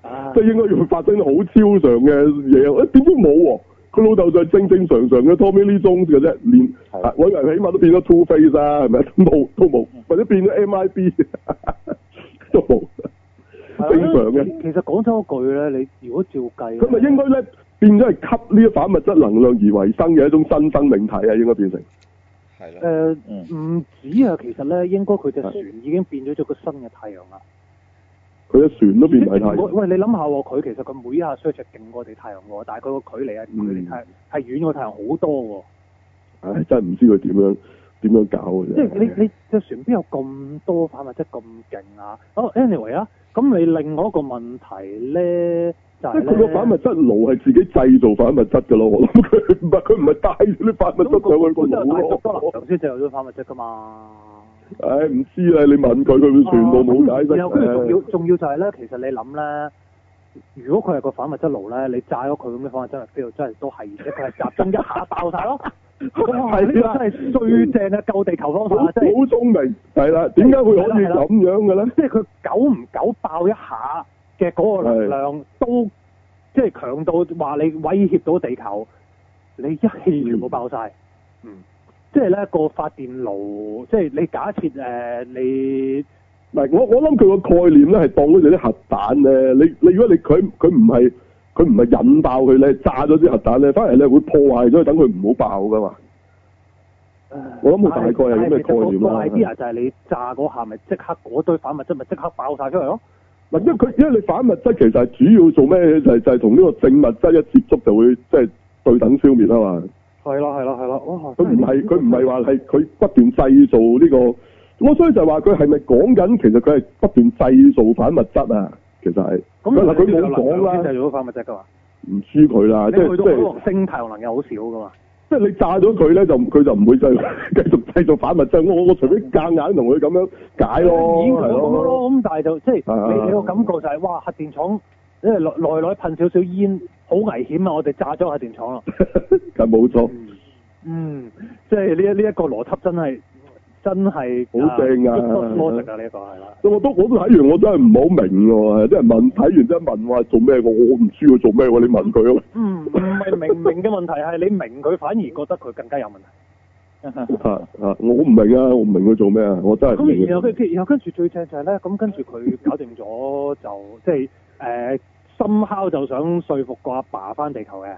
Speaker 6: 啊
Speaker 2: 即係應該要發生好超常嘅嘢。誒點知冇喎？佢老豆就係正正常常嘅 Tommy Lee Jones 嘅啫，連
Speaker 7: 係
Speaker 2: 啊我以為起碼都變咗 Two Face 啦，係咪 (laughs) 冇都冇，
Speaker 6: 嗯
Speaker 2: 或者變咗 MIB (laughs) 都冇，
Speaker 6: 係啊
Speaker 2: 正常嘅。
Speaker 6: 其實講真嗰句咧，你如果照計，
Speaker 2: 咁咪應該咧變咗係吸呢一反物質能量而為生嘅一種新生命體啊，應該變成。
Speaker 3: 係咯。
Speaker 6: 誒
Speaker 7: 嗯
Speaker 6: 唔止啊，其實咧應該佢隻船已經變咗咗個新嘅太陽啦。
Speaker 2: 佢嘅船都變埋太
Speaker 6: 喂
Speaker 2: 陽，
Speaker 6: 喂，你諗下喎，佢其實佢每一下 search 係勁過我哋太陽喎，但係佢個距離係
Speaker 2: 嗯
Speaker 6: 距離太係遠過太陽好多喎。
Speaker 2: 唉，真係唔知佢點樣點樣搞嘅啫。
Speaker 6: 即係你你隻船邊有咁多反物質咁勁啊？哦，anyway 啊，咁你另外一個問題咧就係
Speaker 2: 即係
Speaker 6: 呢
Speaker 2: 佢個反物質爐係自己製造反物質㗎咯，我諗佢唔係佢唔係帶咗啲反物質上去個
Speaker 6: 咁佢
Speaker 2: 腦
Speaker 6: 多能 (laughs)
Speaker 2: 咯。
Speaker 6: 量先就有咗反物質噶嘛。
Speaker 2: 唉，唔知啊，你問佢，佢全部冇解釋。
Speaker 6: 哦
Speaker 2: 啊
Speaker 6: 然後跟住仲要
Speaker 2: 唉
Speaker 6: 仲要就係咧，其實你諗咧，如果佢係個反物質爐咧，你炸咗佢咁嘅反物質嚟，真係都係，而且佢係集中一下爆晒
Speaker 2: (laughs)
Speaker 6: 咯。哇！呢個真係最正嘅救地球方
Speaker 2: 好
Speaker 6: 法
Speaker 2: 好
Speaker 6: 啊！真係。
Speaker 2: 聰明，係啦，點解會可以咁樣嘅咧？
Speaker 6: 即係佢久唔久爆一下嘅嗰個能量都即係強到話你威脅到地球，你一氣全部爆晒。嗯，即係咧個發電爐，即係你假設誒、呃你
Speaker 2: 嗱，我我諗佢個概念咧係當好似啲核彈咧，你你如果你佢佢唔係佢唔係引爆佢咧，炸咗啲核彈咧，反而咧會破壞咗，等佢唔好爆噶嘛。
Speaker 6: 呃
Speaker 2: 我諗佢大概係咁嘅
Speaker 6: 但其實個
Speaker 2: 概念啦
Speaker 6: 個 idea 就係你炸嗰下咪即刻嗰堆反物質咪即刻爆晒出嚟咯。
Speaker 2: 嗱，因為佢因為你反物質其實係主要做咩？就係、就係同呢個正物質一接觸就會即係對等消滅啊嘛。
Speaker 6: 係啦係啦係啦，哦哇！
Speaker 2: 佢唔係佢唔係話係佢不斷製造呢、個，我所以就話佢係咪講緊其實佢係不斷製造反物質啊？其實係
Speaker 6: 咁啊
Speaker 2: 嗱佢
Speaker 6: 你
Speaker 2: 冇
Speaker 6: 能量
Speaker 2: 講
Speaker 6: 先
Speaker 2: 啦，
Speaker 6: 製造到反物質㗎嘛？
Speaker 2: 唔知佢啦，
Speaker 6: 你
Speaker 2: 即係
Speaker 6: 去
Speaker 2: 即
Speaker 6: 到海
Speaker 2: 係
Speaker 6: 王星太陽能又好少㗎嘛？
Speaker 2: 即係你炸咗佢咧，就唔佢就唔會
Speaker 6: (laughs)
Speaker 2: 再繼續繼續反物質。我我除非夾硬同佢咁樣解咯，
Speaker 6: 已經
Speaker 2: 哎係
Speaker 6: 講咗
Speaker 2: 咯，
Speaker 6: 咯，咁但係就即
Speaker 2: 係
Speaker 6: 係
Speaker 2: 係
Speaker 6: 你你個感覺就係哇，核電廠即係內內內噴少少煙，好危險啊！我哋炸咗核電廠啦。
Speaker 2: (laughs) 係冇錯，
Speaker 6: 嗯，即係呢一呢一個邏輯真係真係
Speaker 2: 好正啊
Speaker 6: ，logic 啊呢一個係啦。
Speaker 2: 我都我都睇完，我真係唔係好明喎。有啲人問睇完真係問話做咩，我我唔知佢做咩喎，你問佢
Speaker 6: (laughs)
Speaker 2: 咯。
Speaker 6: 嗯，唔係明唔 (laughs) 明嘅問題係你明佢，反而覺得佢更加有問題。
Speaker 2: 嚇嚇，我唔明啊啊，我唔明佢做咩啊，我真係唔明
Speaker 6: 咁然後
Speaker 2: 佢。
Speaker 6: 跟住，然後跟住最正就係咧，咁跟住佢搞掂咗就即係誒，深烤就想說服個阿爸翻地球嘅。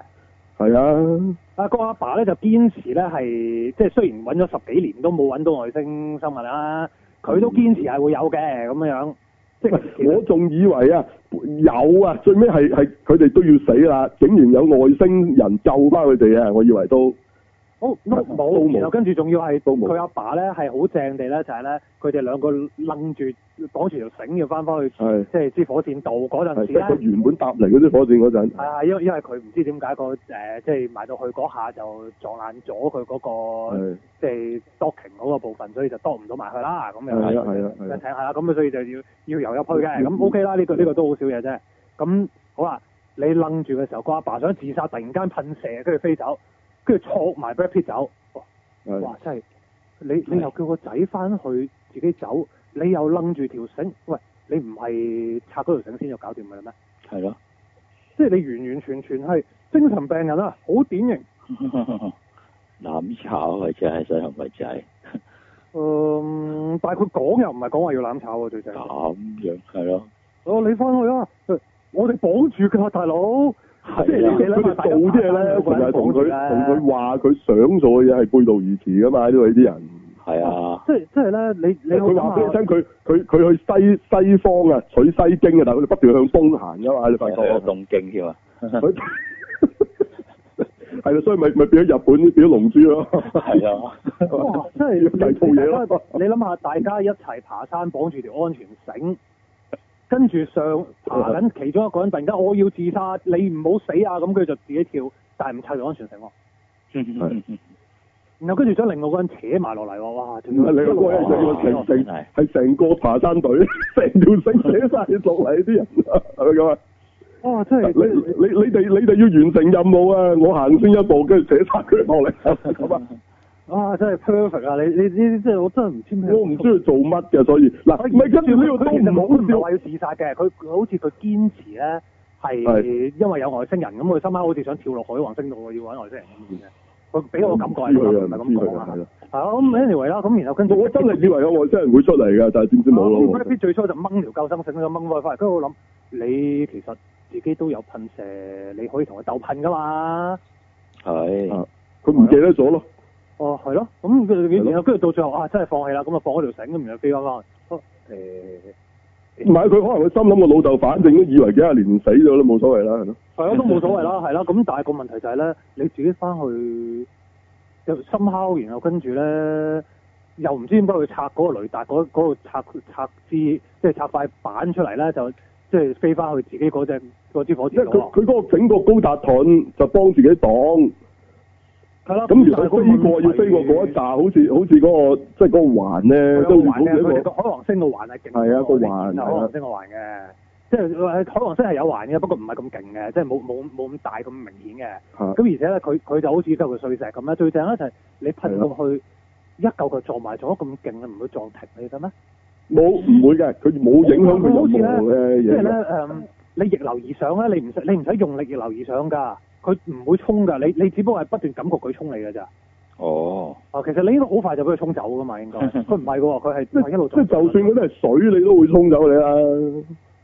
Speaker 2: 係啊，
Speaker 6: 啊，個阿爸咧就堅持咧係，即係雖然揾咗十幾年都冇揾到外星生物啦，佢都堅持係會有嘅咁樣樣。即係其
Speaker 2: 我
Speaker 6: 實
Speaker 2: 仲以為啊有啊，最尾係係佢哋都要死啦，竟然有外星人救翻佢哋啊！我以為都
Speaker 6: 好都
Speaker 2: 都
Speaker 6: 冇，
Speaker 2: 冇
Speaker 6: 然後跟住仲要係
Speaker 2: 都冇
Speaker 6: 佢阿爸咧係好正地咧，就係咧佢哋兩個楞住綁住條繩要翻返去，
Speaker 2: 係
Speaker 6: 即係支火箭度嗰陣
Speaker 2: 係
Speaker 6: 時
Speaker 2: 即係佢
Speaker 6: 咧。
Speaker 2: 原本搭嚟嗰啲火箭嗰陣，
Speaker 6: 係啊，因為因為佢唔知點解個誒、即係埋到去嗰下就撞爛咗佢嗰個
Speaker 2: 係
Speaker 6: 即係 docking 嗰個部分，所以就 dock 唔到埋去啦。咁樣
Speaker 2: 係啊係啊係
Speaker 6: 嘅
Speaker 2: 啊
Speaker 6: 艇係啦，咁所以就要要游入去嘅，
Speaker 2: 嗯
Speaker 6: 咁 OK 啦，呢、個呢、個都好少嘢啫。咁好啦，你楞住嘅時候，個阿爸想自殺，突然間噴射，跟住飛走，跟住錯埋 Brad Pitt 走，哇
Speaker 2: 係
Speaker 6: 哇真係你你又叫個仔翻去自己走，你又楞住條繩，喂你唔係拆嗰條繩先就搞掂㗎啦咩？
Speaker 7: 係咯，
Speaker 6: 即係你完完全全係精神病人啊，好典型。
Speaker 7: (laughs) 攬炒啊！真係想同個仔
Speaker 6: 嗯，但係佢講又唔係講話要攬炒喎，最正。
Speaker 7: 咁樣係咯，
Speaker 6: 哦，你翻去啦，我哋綁住㗎，大佬。即
Speaker 7: 係
Speaker 6: 係你
Speaker 7: 啊，
Speaker 6: 你
Speaker 2: 佢
Speaker 6: 諗下
Speaker 2: 哋做啲嘢咧，
Speaker 6: 大家
Speaker 2: 成日同佢
Speaker 6: 大家
Speaker 2: 同佢話佢想做嘅嘢係背道而馳噶嘛？呢度呢啲人，
Speaker 7: 係啊，
Speaker 2: 哦
Speaker 6: 即係即係咧，你你好啊
Speaker 2: 佢話俾你
Speaker 6: 諗下
Speaker 2: 聽，佢佢佢去西西方啊，取西經啊，但係佢哋不斷向東行噶嘛？你發覺
Speaker 7: 有動靜添啊，
Speaker 2: 佢 (laughs) 係啊啦，所以咪咪變咗日本變咗龍珠咯，
Speaker 7: 係啊，
Speaker 6: 哇！即係你
Speaker 2: 第二套嘢啊咯
Speaker 6: 大家你諗下，大家一齊爬山綁住條安全繩，跟住上爬緊，其中一個人突然間我要自殺，你唔好死啊！咁佢就自己跳，但係唔拆條安全繩喎。
Speaker 7: 啊
Speaker 6: 然後跟住將另外嗰個人扯埋落嚟喎，哇！仲
Speaker 2: 唔係
Speaker 6: 要
Speaker 2: 你嗰個人就要成成係成個爬山隊， (laughs) 成條繩扯晒落嚟啲人，係咪咁啊？
Speaker 6: 哇！真
Speaker 2: 你
Speaker 6: 係
Speaker 2: 你你你哋你哋要完成任務啊！我行先一步，跟住扯晒佢 (laughs) 落嚟，咁啊！
Speaker 6: 啊，真係 perfect 啊！你你呢啲真係我真係唔知咩。
Speaker 2: 我唔知佢做乜嘅，所以嗱，唔係跟住呢個
Speaker 6: 佢
Speaker 2: 都
Speaker 6: 其實冇唔係
Speaker 2: 唔好
Speaker 6: 話要自殺嘅，佢佢好似佢堅持咧係
Speaker 2: 係
Speaker 6: 因為有外星人咁，佢心口好似想跳落海王星度要揾外星人咁嘅。佢俾
Speaker 2: 笑。
Speaker 6: 我感覺係
Speaker 2: 唔知佢
Speaker 6: 咁唔係
Speaker 2: 啊，唔
Speaker 6: 咁
Speaker 2: 知佢
Speaker 6: 講
Speaker 2: 啊，
Speaker 6: 啊
Speaker 2: 係。啦。
Speaker 6: 係啊，咁 anyway 啦，咁然後跟住
Speaker 2: 我真係以為有外星人會出嚟㗎，但係點知冇
Speaker 6: 啊
Speaker 2: 咯
Speaker 6: 咁。Brad Pitt 最初就掹條救生繩咁掹開翻嚟，跟住我諗你其實自己都有噴射，你可以同佢鬥噴噶嘛。
Speaker 7: 係
Speaker 2: 佢唔記得咗咯，
Speaker 6: 哦，係咯，咁佢
Speaker 2: 係咯
Speaker 6: 然後跟住到最後啊，真係放棄啦，咁啊放咗條繩咁，然後飛翻翻去。哦誒
Speaker 2: 唔係佢可能佢心諗個老豆，反正都以為幾廿年死咗啦，冇所謂啦，係咯。
Speaker 6: 係啊咯，都冇所
Speaker 2: (laughs)
Speaker 6: 謂啦，係啦。咁但係個問題就係咧，你自己翻去又深烤，然後跟住咧又唔知點解佢拆嗰個雷達嗰嗰個拆拆支，即係拆塊板出嚟咧，就即係飛翻去自己嗰只嗰支火
Speaker 2: 即係
Speaker 6: 箭度
Speaker 2: 佢
Speaker 6: 咯。
Speaker 2: 佢嗰個整個高達盾就幫自己擋，
Speaker 6: 係啦，
Speaker 2: 咁如
Speaker 6: 啊但係
Speaker 2: 果
Speaker 6: 個
Speaker 2: 飛過要飛過嗰
Speaker 6: 問
Speaker 2: 一
Speaker 6: 題
Speaker 2: 紮，好似好似嗰個即係嗰個環咧，
Speaker 6: 佢
Speaker 2: 都
Speaker 6: 有
Speaker 2: 好
Speaker 6: 啊環嘅，
Speaker 2: 似
Speaker 6: 佢
Speaker 2: 一
Speaker 6: 哋
Speaker 2: 個
Speaker 6: 個海王星個環係勁過
Speaker 2: 係啊個
Speaker 6: 我哋
Speaker 2: 環
Speaker 6: 見到
Speaker 2: 係啊
Speaker 6: 海王星個環嘅，即係呃海王星係有環嘅，不過唔係咁勁嘅，即係冇冇冇咁大咁明顯嘅。
Speaker 2: 嚇
Speaker 6: 啊咁而且咧，佢佢就好似一嚿碎石咁咧，最正咧就係你噴過去一嚿嚿撞埋，撞得咁勁，你唔會撞停你嘅咩？
Speaker 2: 冇唔會嘅，佢冇影響佢任何嘅
Speaker 6: 即係
Speaker 2: 嘢
Speaker 6: 咧
Speaker 2: 嘅。
Speaker 6: 誒，你逆流而上咧，你唔使你唔使用力逆流而上㗎，佢唔會衝㗎，你你只不過係不斷感覺佢衝你㗎咋。
Speaker 7: 哦，
Speaker 6: 哦，其實你應該好快就俾佢衝走㗎
Speaker 2: (laughs)
Speaker 6: 嘛，應該。佢唔係喎，佢係
Speaker 2: 即
Speaker 6: 佢係一路
Speaker 2: 即係
Speaker 6: 撞
Speaker 2: 就算嗰啲係水，你都會沖走你啦。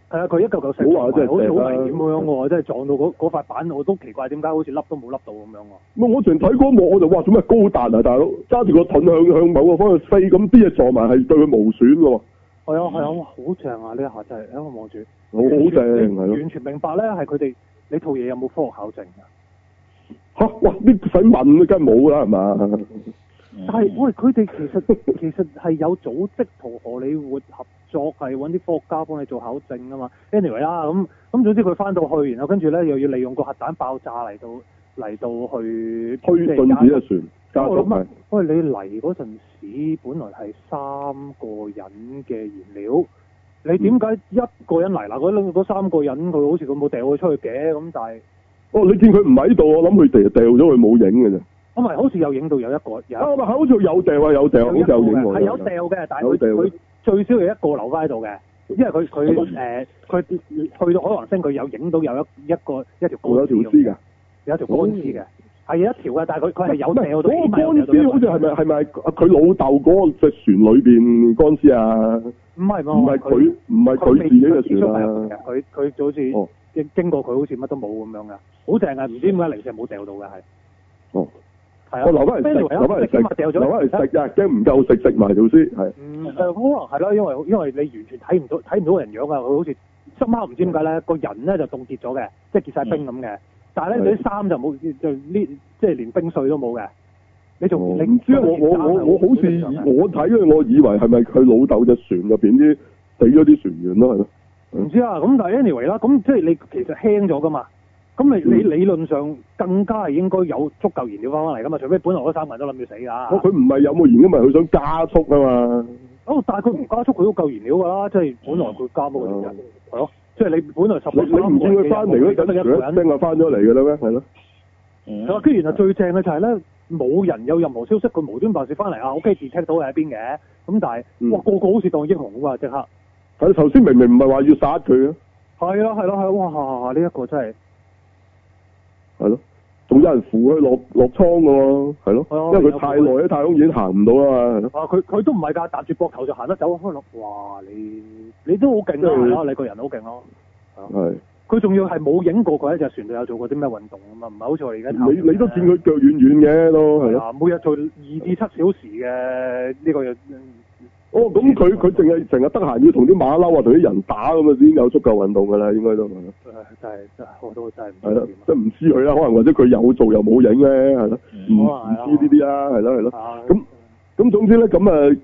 Speaker 6: 係啊，佢一嚿嚿石
Speaker 2: 冇話
Speaker 6: 撞埋
Speaker 2: 真係
Speaker 6: 好似好
Speaker 2: 石啦
Speaker 6: 危險咁樣喎，真係撞到嗰嗰塊板，我都奇怪點解好似凹都冇凹到咁樣喎。
Speaker 2: 唔係我全睇嗰一幕，我就哇做咩高達啊，大佬揸住個盾向向某個方向飛，咁啲嘢撞埋係對佢無損嘅喎。
Speaker 6: 係
Speaker 2: 嗯
Speaker 6: 啊係啊，哇！好正啊！呢一下真係，因為望住
Speaker 2: 好好正係咯
Speaker 6: 完全明白咧，係佢哋你套嘢有冇科學考證啊㗎？
Speaker 2: 嗯嚇！哇！呢使問梗係冇啦，係嘛？
Speaker 7: 但
Speaker 6: 但係喂，佢哋其實 (laughs) 其實係有組織同荷里活合作，係揾啲科學家幫你做考證㗎嘛。anyway 啦，咁咁總之佢翻到去，然後跟住咧又要利用個核彈爆炸嚟到嚟到去
Speaker 2: 推進
Speaker 6: 即係
Speaker 2: 子嘅船
Speaker 6: 加
Speaker 2: 加
Speaker 6: 我
Speaker 2: 速
Speaker 6: 諗
Speaker 2: 係
Speaker 6: 啊，喂，你嚟嗰陣時，本來係三個人嘅燃料，你點解
Speaker 2: 嗯
Speaker 6: 一個人嚟嗱？嗰兩嗰三個人佢好似佢冇掉佢出去嘅，咁但係
Speaker 2: 哦，你見佢唔喺度，我諗佢掉掉咗佢冇影嘅啫。
Speaker 6: 我咪好似有影到有一個有
Speaker 2: 啊，咪好似有掉啊，有掉，好似
Speaker 6: 一個
Speaker 2: 有影
Speaker 6: 嘅，
Speaker 2: 喎。
Speaker 6: 係有掉嘅，但
Speaker 2: 有
Speaker 6: 係
Speaker 2: 掉
Speaker 6: à, 佢佢
Speaker 2: 嘅
Speaker 6: 最少有一個留翻喺度嘅，因為佢佢誒佢去到海王星，佢有影到有一一個一條
Speaker 2: 我有條
Speaker 6: 鋼絲
Speaker 2: 絲㗎。
Speaker 6: 有一條鋼絲嘅，係有一條嘅，但係佢佢係有掉到，
Speaker 2: 啊嗰
Speaker 6: 起
Speaker 2: 個
Speaker 6: 碼有
Speaker 2: 乾
Speaker 6: 掉到一
Speaker 2: 屍
Speaker 6: 個
Speaker 2: 好似係咪係咪佢老豆嗰隻船裏邊乾屍啊？
Speaker 6: 唔係
Speaker 2: 唔係佢唔係佢自己嘅船啊？
Speaker 6: 佢佢好似
Speaker 2: 哦
Speaker 6: 經經過佢好似乜都冇咁樣噶，好正啊！唔知點解零食冇掉到嘅係。
Speaker 2: 哦，
Speaker 6: 係啊。
Speaker 2: 我留翻嚟食，留翻嚟
Speaker 6: 即係起碼
Speaker 2: 食，
Speaker 6: 掉咗。
Speaker 2: 留翻嚟食啊！驚唔夠食，食埋條屍係。
Speaker 6: 嗯，誒可能係啦，因為因為你完全睇唔到睇唔到人樣啊！佢好似深刻唔知點解
Speaker 2: 嗯
Speaker 6: 咧，個人咧就凍結咗嘅，即係結晒冰咁嘅。但係
Speaker 2: 係
Speaker 6: 咧，佢啲衫就冇，就呢即係連冰碎都冇嘅。你仲
Speaker 2: 哦
Speaker 6: 你
Speaker 2: 唔知啊！我我我我好似以
Speaker 6: 啊
Speaker 2: 我睇咧，我以為係咪佢老豆隻船入邊啲死咗啲船員咯，係咯？
Speaker 6: 唔知啊，咁但係 anyway 啦，咁即係你其實輕咗噶嘛，咁你你理論上更加係應該有足夠燃料翻翻嚟噶嘛，除非本來嗰三個人都諗住死㗎。
Speaker 2: 哦佢唔係有冇燃嘅，咪佢想加速啊嘛。
Speaker 6: 哦，但係佢唔加速，佢都夠燃料㗎啦，即係本來佢加乜嗰條人，係咯，哦即係你本來十
Speaker 2: 哦你你唔見佢翻嚟嗰陣，
Speaker 6: 得一個
Speaker 2: 佢一
Speaker 6: 人，
Speaker 2: 聲就翻咗嚟嘅啦咩？係咯。
Speaker 7: 嗯
Speaker 2: 哦
Speaker 6: 係啦，啊跟住然後最正嘅就係咧，冇人有任何消息，佢無端白事翻嚟啊，OK detect 到係喺邊嘅，咁但係
Speaker 2: 嗯
Speaker 6: 哇個個好似當英雄㗎嘛，即刻。
Speaker 2: 係頭先明明唔係話要殺佢啊嘅，
Speaker 6: 係啦係啦係啦，哇！呢一個真係
Speaker 2: 係咯，仲有人扶佢落落倉嘅喎，係
Speaker 6: 哦
Speaker 2: 咯，因為佢太耐喺太空已經行唔到啦嘛，係咯，
Speaker 6: 啊！佢佢都唔係㗎，搭住膊頭就行得走開咯。哇！你你都好勁
Speaker 2: 即係
Speaker 6: 啊！你個人好勁咯。
Speaker 2: 係
Speaker 6: 佢仲要係冇影過佢喺隻船度有做過啲咩運動啊嘛，唔係好似我哋而家
Speaker 2: 你你都見佢腳軟軟嘅都係
Speaker 6: 係
Speaker 2: 咯，
Speaker 6: 啊，每日做二至七小時嘅呢個
Speaker 2: 哦咁佢佢淨係成日得閒要同啲馬騮啊同啲人打咁啊已經有足夠運動㗎啦，應該都係咯
Speaker 6: 誒真呃係真係我都真係唔
Speaker 2: 係咯
Speaker 6: 知，啊
Speaker 2: 即係唔知佢啦，可能或者佢有做又冇影咧，係咯，唔
Speaker 7: 嗯
Speaker 6: 可能係啊
Speaker 2: 唔知呢啲啦，係咯係咯
Speaker 6: 點。啊
Speaker 2: 咁咁總之咧，咁啊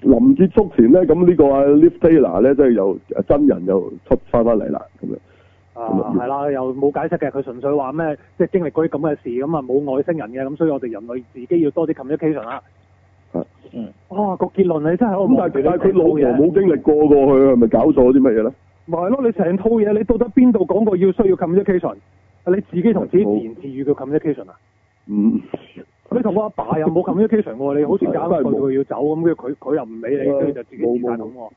Speaker 2: 臨結束前咧，咁呢個啊 Liv Taylor 咧，即係又啊真人又出翻翻嚟啦，咁樣
Speaker 6: 啊係啦，又冇解釋嘅，佢純粹話咩即係經歷過啲咁嘅事咁啊，冇外星人嘅，咁所以我哋人類自己要多啲 communication 啦。
Speaker 7: 嗯
Speaker 6: 哇！個結論你真係我
Speaker 2: 啊咁但係但係佢老婆冇經歷過過去，係咪搞錯啲乜嘢咧？
Speaker 6: 咪係咯，你成套嘢你到底邊度講過要需要 communication？你自己同自己自言自語叫 communication 啊？
Speaker 2: 嗯，
Speaker 6: 你同我阿爸又冇 communication 喎，你好似搞到佢要走咁，跟住佢佢又唔理你，跟住就自己自殺咁喎。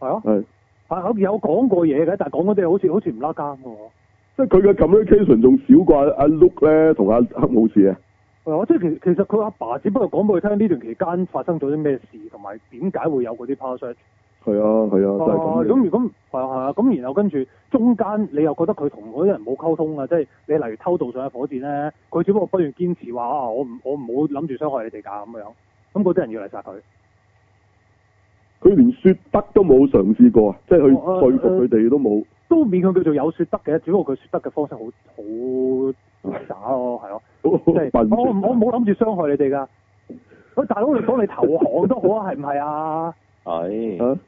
Speaker 6: 係啊，
Speaker 2: 嗯係，
Speaker 6: 係好似有講過嘢嘅，但係講嗰啲好似好似唔拉更嘅喎。
Speaker 2: 即係佢嘅 communication 仲少過阿阿 Luke 咧同阿黑武士啊。
Speaker 6: 係啊，即係其其實佢阿爸只不過講俾佢聽呢段期間發生咗啲咩事，同埋點解會有嗰啲 power surge。
Speaker 2: 係啊，係啊，真係
Speaker 6: 哦
Speaker 2: 咁
Speaker 6: 咁
Speaker 2: 嘅。
Speaker 6: 如果係啊係啊，咁然後跟住中間你又覺得佢同嗰啲人冇溝通啊，即係你例如偷渡上去火箭咧，佢只不過不斷堅持話啊，我唔我唔好諗住傷害你哋㗎咁樣，咁嗰啲人要嚟殺佢。
Speaker 2: 佢連雪德都冇嘗試過啊，即係去
Speaker 6: 哦
Speaker 2: 說
Speaker 6: 呃
Speaker 2: 服佢哋都冇。
Speaker 6: 都勉強叫做有雪得嘅，只不過佢雪得嘅方式好好渣咯，係咯，哦即係
Speaker 2: 笨
Speaker 6: 我唔我冇諗住傷害你哋㗎。喂，大佬你講你投降都好啊，係唔係啊？
Speaker 7: 係
Speaker 2: 啊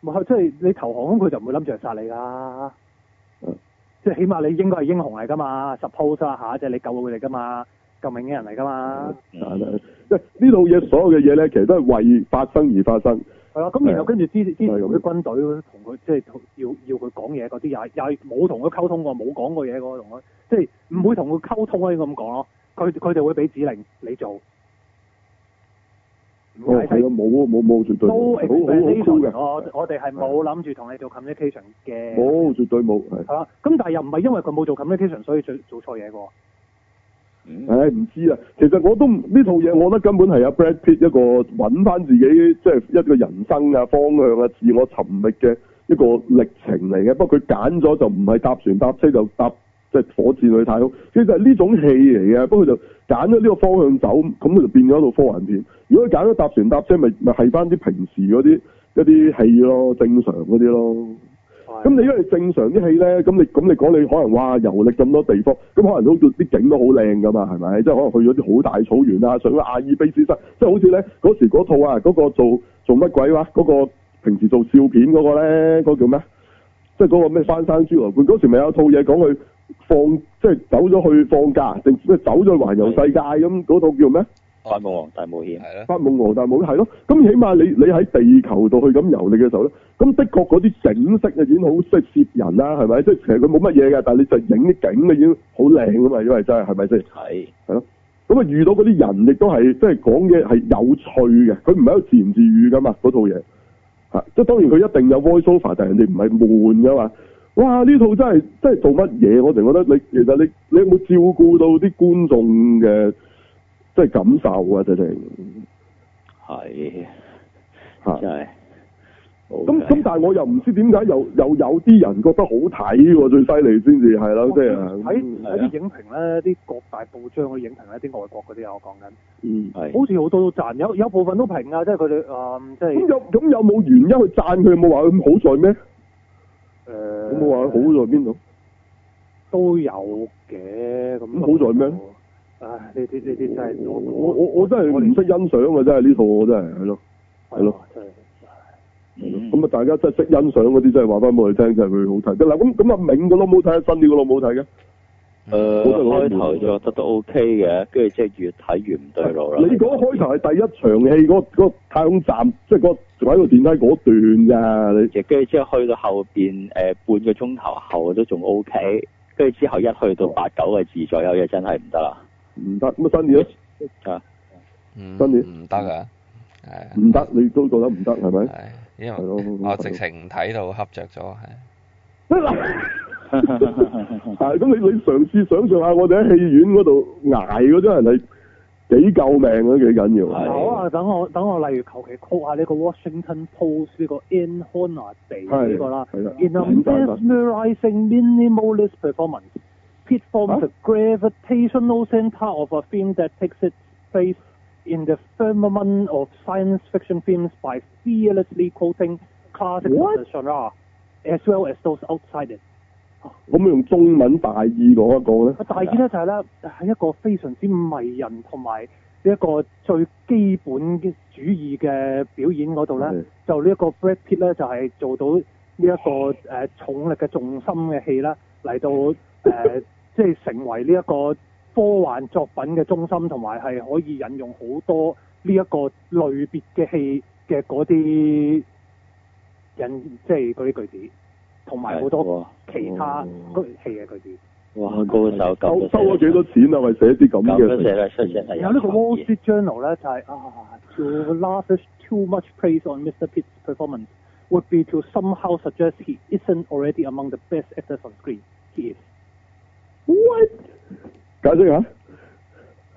Speaker 6: 咪係即係你投降咁，佢就唔會諗住嚟殺你㗎
Speaker 2: 嗯。
Speaker 6: 即係起碼你應該係英雄嚟㗎嘛，suppose 啦嚇，即係你救佢哋㗎嘛，救命嘅人嚟㗎嘛。
Speaker 2: 但係即係呢套嘢所有嘅嘢咧，其實都係為發生而發生。
Speaker 6: 係啦，咁然後
Speaker 2: 係
Speaker 6: 跟住之之前
Speaker 2: 係咁
Speaker 6: 啲軍隊同佢即係要要佢講嘢嗰啲，又係又係冇同佢溝通過，冇講過嘢嗰個同佢，即係唔會同佢溝通可以咁講咯。佢佢哋會俾指令你做，
Speaker 2: 哦，
Speaker 6: 唔解
Speaker 2: 係
Speaker 6: 釋
Speaker 2: 啊，冇啊冇冇，絕對冇，
Speaker 6: no
Speaker 2: 好好好
Speaker 6: explanation
Speaker 2: 高嘅。
Speaker 6: 我我哋係冇諗住同你做 communication 嘅。
Speaker 2: 冇，絕對冇，係。
Speaker 6: 係啦，啊咁但係又唔係因為佢冇做 communication 所以做做錯嘢嘅喎。
Speaker 7: 嗯
Speaker 2: 唉，唔知啊。其實我都唔呢套嘢，我覺得根本係阿 Brad Pitt 一個揾翻自己，即係一個人生啊、方向啊、自我尋覓嘅一個歷程嚟嘅。不過佢揀咗就唔係搭船搭車，就搭即係火箭去太空。其實係呢種戲嚟嘅，不過佢就揀咗呢個方向走，咁佢就變咗一套科幻片。如果佢揀咗搭船搭車，咪咪係翻啲平時嗰啲一啲戲咯，正常嗰啲咯。咁你因為正常啲戲咧，咁你咁你講你可能哇遊歷咁多地方，咁可能好似啲景都好靚噶嘛，係咪？即係可能去咗啲好大草原啊，上咗阿爾卑斯山，即係好似咧嗰時嗰套啊，嗰、個做做乜鬼話？嗰、個平時做笑片嗰個咧，嗰、個叫咩？即係嗰個咩翻山豬來伴嗰時咪有套嘢講佢放即係走咗去放假，定咩走咗去環遊世界咁嗰套叫咩？
Speaker 7: 法務王大冒險，
Speaker 3: 係咯，
Speaker 2: 發夢王大冇係咯，咁起碼你你喺地球度去咁遊歷嘅時候咧，咁的確嗰啲景色啊已經好啊即係攝人啦，係咪？即係其實佢冇乜嘢嘅，但係你就影啲景啊已經好靚噶嘛，因為真係係咪先？
Speaker 7: 係
Speaker 2: 咁啊遇到嗰啲人亦都係即係講嘢係有趣嘅，佢唔係喺度自言自語噶嘛嗰套嘢，嚇即係當然佢一定有 voice over，但係人哋唔係悶噶嘛。哇！呢套真係真係做乜嘢？我成覺得你其實你你有冇照顧到啲觀眾嘅即係感受啊？直情
Speaker 7: 係，
Speaker 2: 嚇。
Speaker 7: 真係冇
Speaker 2: 咁
Speaker 7: 計
Speaker 2: 咁，但係我又唔知點解又又有啲人覺得好睇喎，最犀利先至係啦，即
Speaker 6: 睇
Speaker 2: 啊係
Speaker 6: 睇啲影評咧，啲各大報章嗰啲影評咧，啲外國嗰啲啊，我講緊，
Speaker 2: 嗯。
Speaker 7: 係
Speaker 6: 好似好多都賺，有有部分都評啊，即係佢哋誒，即
Speaker 2: 咁
Speaker 6: 係
Speaker 2: 有咁有冇原因去讚佢？有冇話佢好在咩？
Speaker 6: 誒，
Speaker 2: 有冇話佢好在邊度？
Speaker 6: 呃都有嘅，咁啊
Speaker 2: 咁好在咩？
Speaker 6: 唉，呢啲呢啲真係
Speaker 2: 我我我我真係唔識欣賞啊！真係呢套我真係係咯，係咯，
Speaker 6: 真係
Speaker 7: 嗯
Speaker 2: 咁啊大家真係識欣賞嗰啲真係話翻俾我哋聽，真係佢好睇。嗱咁咁啊，明個老母睇啊，新啲個老母睇嘅。
Speaker 7: 誒開頭就覺得都 OK 嘅，跟住即係越睇越唔對路啦。
Speaker 2: 你講開頭係第一場戲嗰嗰個太空站，即係嗰仲喺個電梯嗰段咋你？
Speaker 7: 亦跟住之後去到後邊誒、呃半個鐘頭後都仲 O K，跟住之後一去到八九個字左右嘅真係唔
Speaker 2: (laughs)
Speaker 7: 得啦。
Speaker 2: 唔得咁啊，新啲咧
Speaker 7: 啊，
Speaker 3: 嗯
Speaker 2: 跟住
Speaker 3: 唔得啊，係啊
Speaker 2: 唔得，你都覺得唔得係咪？
Speaker 3: 係，啊因
Speaker 2: 係咯
Speaker 3: 為我直
Speaker 2: 係咯
Speaker 3: 情唔睇到恰着咗，係
Speaker 2: (laughs) 係啊咁，你你嘗試想象下，我哋喺戲院嗰度捱嗰啲人係幾救命啊，幾緊要
Speaker 7: 係
Speaker 2: 啊。
Speaker 6: 好啊！等我等我，例如求其 call 下呢個 Washington Post 呢個 In Honor Day 呢個啦。
Speaker 2: 係啦，
Speaker 6: In a
Speaker 2: 點解
Speaker 6: mesmerizing minimalist performance, Pitt forms
Speaker 2: Huh?
Speaker 6: the gravitational center of a film that takes its place in the firmament of science fiction films by fearlessly quoting classics
Speaker 2: What?
Speaker 6: of the genre, as well as those outside it.
Speaker 2: 可唔可以用中文大意講一講咧？
Speaker 6: 啊大意咧就係咧，係一個非常之迷人同埋呢一個最基本嘅主義嘅表演嗰度咧。就呢一個 Brad Pitt 咧，就係、做到呢、一個誒、呃重力嘅重心嘅戲啦，嚟到誒、呃即係成為呢一個科幻作品嘅中心，同埋係可以引用好多呢一個類別嘅戲嘅嗰啲引，即係嗰啲句子，同埋好多
Speaker 7: 哇
Speaker 6: 其他
Speaker 2: 哦
Speaker 6: 嗰戲嘅句子。
Speaker 7: 哇高手
Speaker 2: 收
Speaker 7: 咁
Speaker 2: 收咗幾多錢啊？為寫啲咁
Speaker 7: 咁
Speaker 2: 嘅
Speaker 7: 嘅寫
Speaker 2: 嘢，
Speaker 7: 啦，出聲係
Speaker 6: 有呢個
Speaker 7: 創
Speaker 6: Wall
Speaker 7: 意
Speaker 6: Street Journal 咧，就係、啊，to lavish too much praise on Mr. Pitt's performance would be to somehow suggest he isn't already among the best actors on screen. He is
Speaker 2: 解釋下。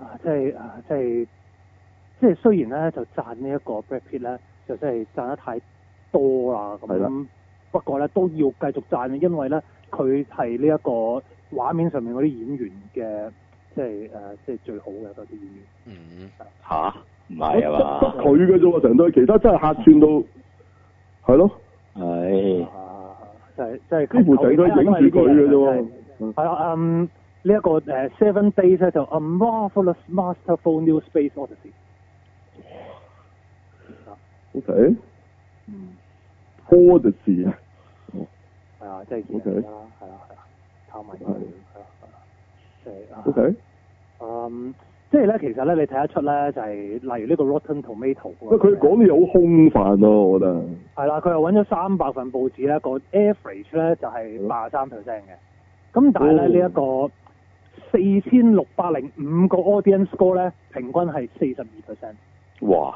Speaker 6: 啊，即係啊，即係即係雖然咧就讚呢一個 Brad Pitt 咧，就真係讚得太多啦
Speaker 2: 係啦
Speaker 6: 咁。不過咧都要繼續讚，因為咧佢係呢一個畫面上面嗰啲演員嘅，即係誒、呃即係最好嘅嗰啲演員。
Speaker 3: 嗯
Speaker 7: 吓，唔係
Speaker 2: 得
Speaker 7: 啊
Speaker 2: 得佢嘅啫喎，成對其他真係客串到，係咯，
Speaker 7: 嘛，係
Speaker 6: 啊，就係就係
Speaker 2: 幾乎成對影住佢嘅啫喎。
Speaker 6: 係啊，嗯，呢、一個誒 Seven Days 咧就 A Marvelous Masterful New Space Odyssey。
Speaker 2: O K，多嘅事啊，
Speaker 6: 係啊，即係見人啦，係啊，係啊，靠埋佢，係啊，係啊，即係啊
Speaker 2: O K，
Speaker 6: 嗯，即係咧，其實咧，你睇得出咧，就係例如呢個 Rotten Tomato
Speaker 2: 喂佢講啲嘢好空泛咯，我覺得。
Speaker 6: 係啦，佢又揾咗三百份報紙咧，個 average 咧就
Speaker 2: 嗯
Speaker 6: 係八十三 percent 嘅。咁但係咧呢一
Speaker 2: 哦
Speaker 6: 個四千六百零五個 audience score 咧，平均係四十二 percent，
Speaker 7: 哇，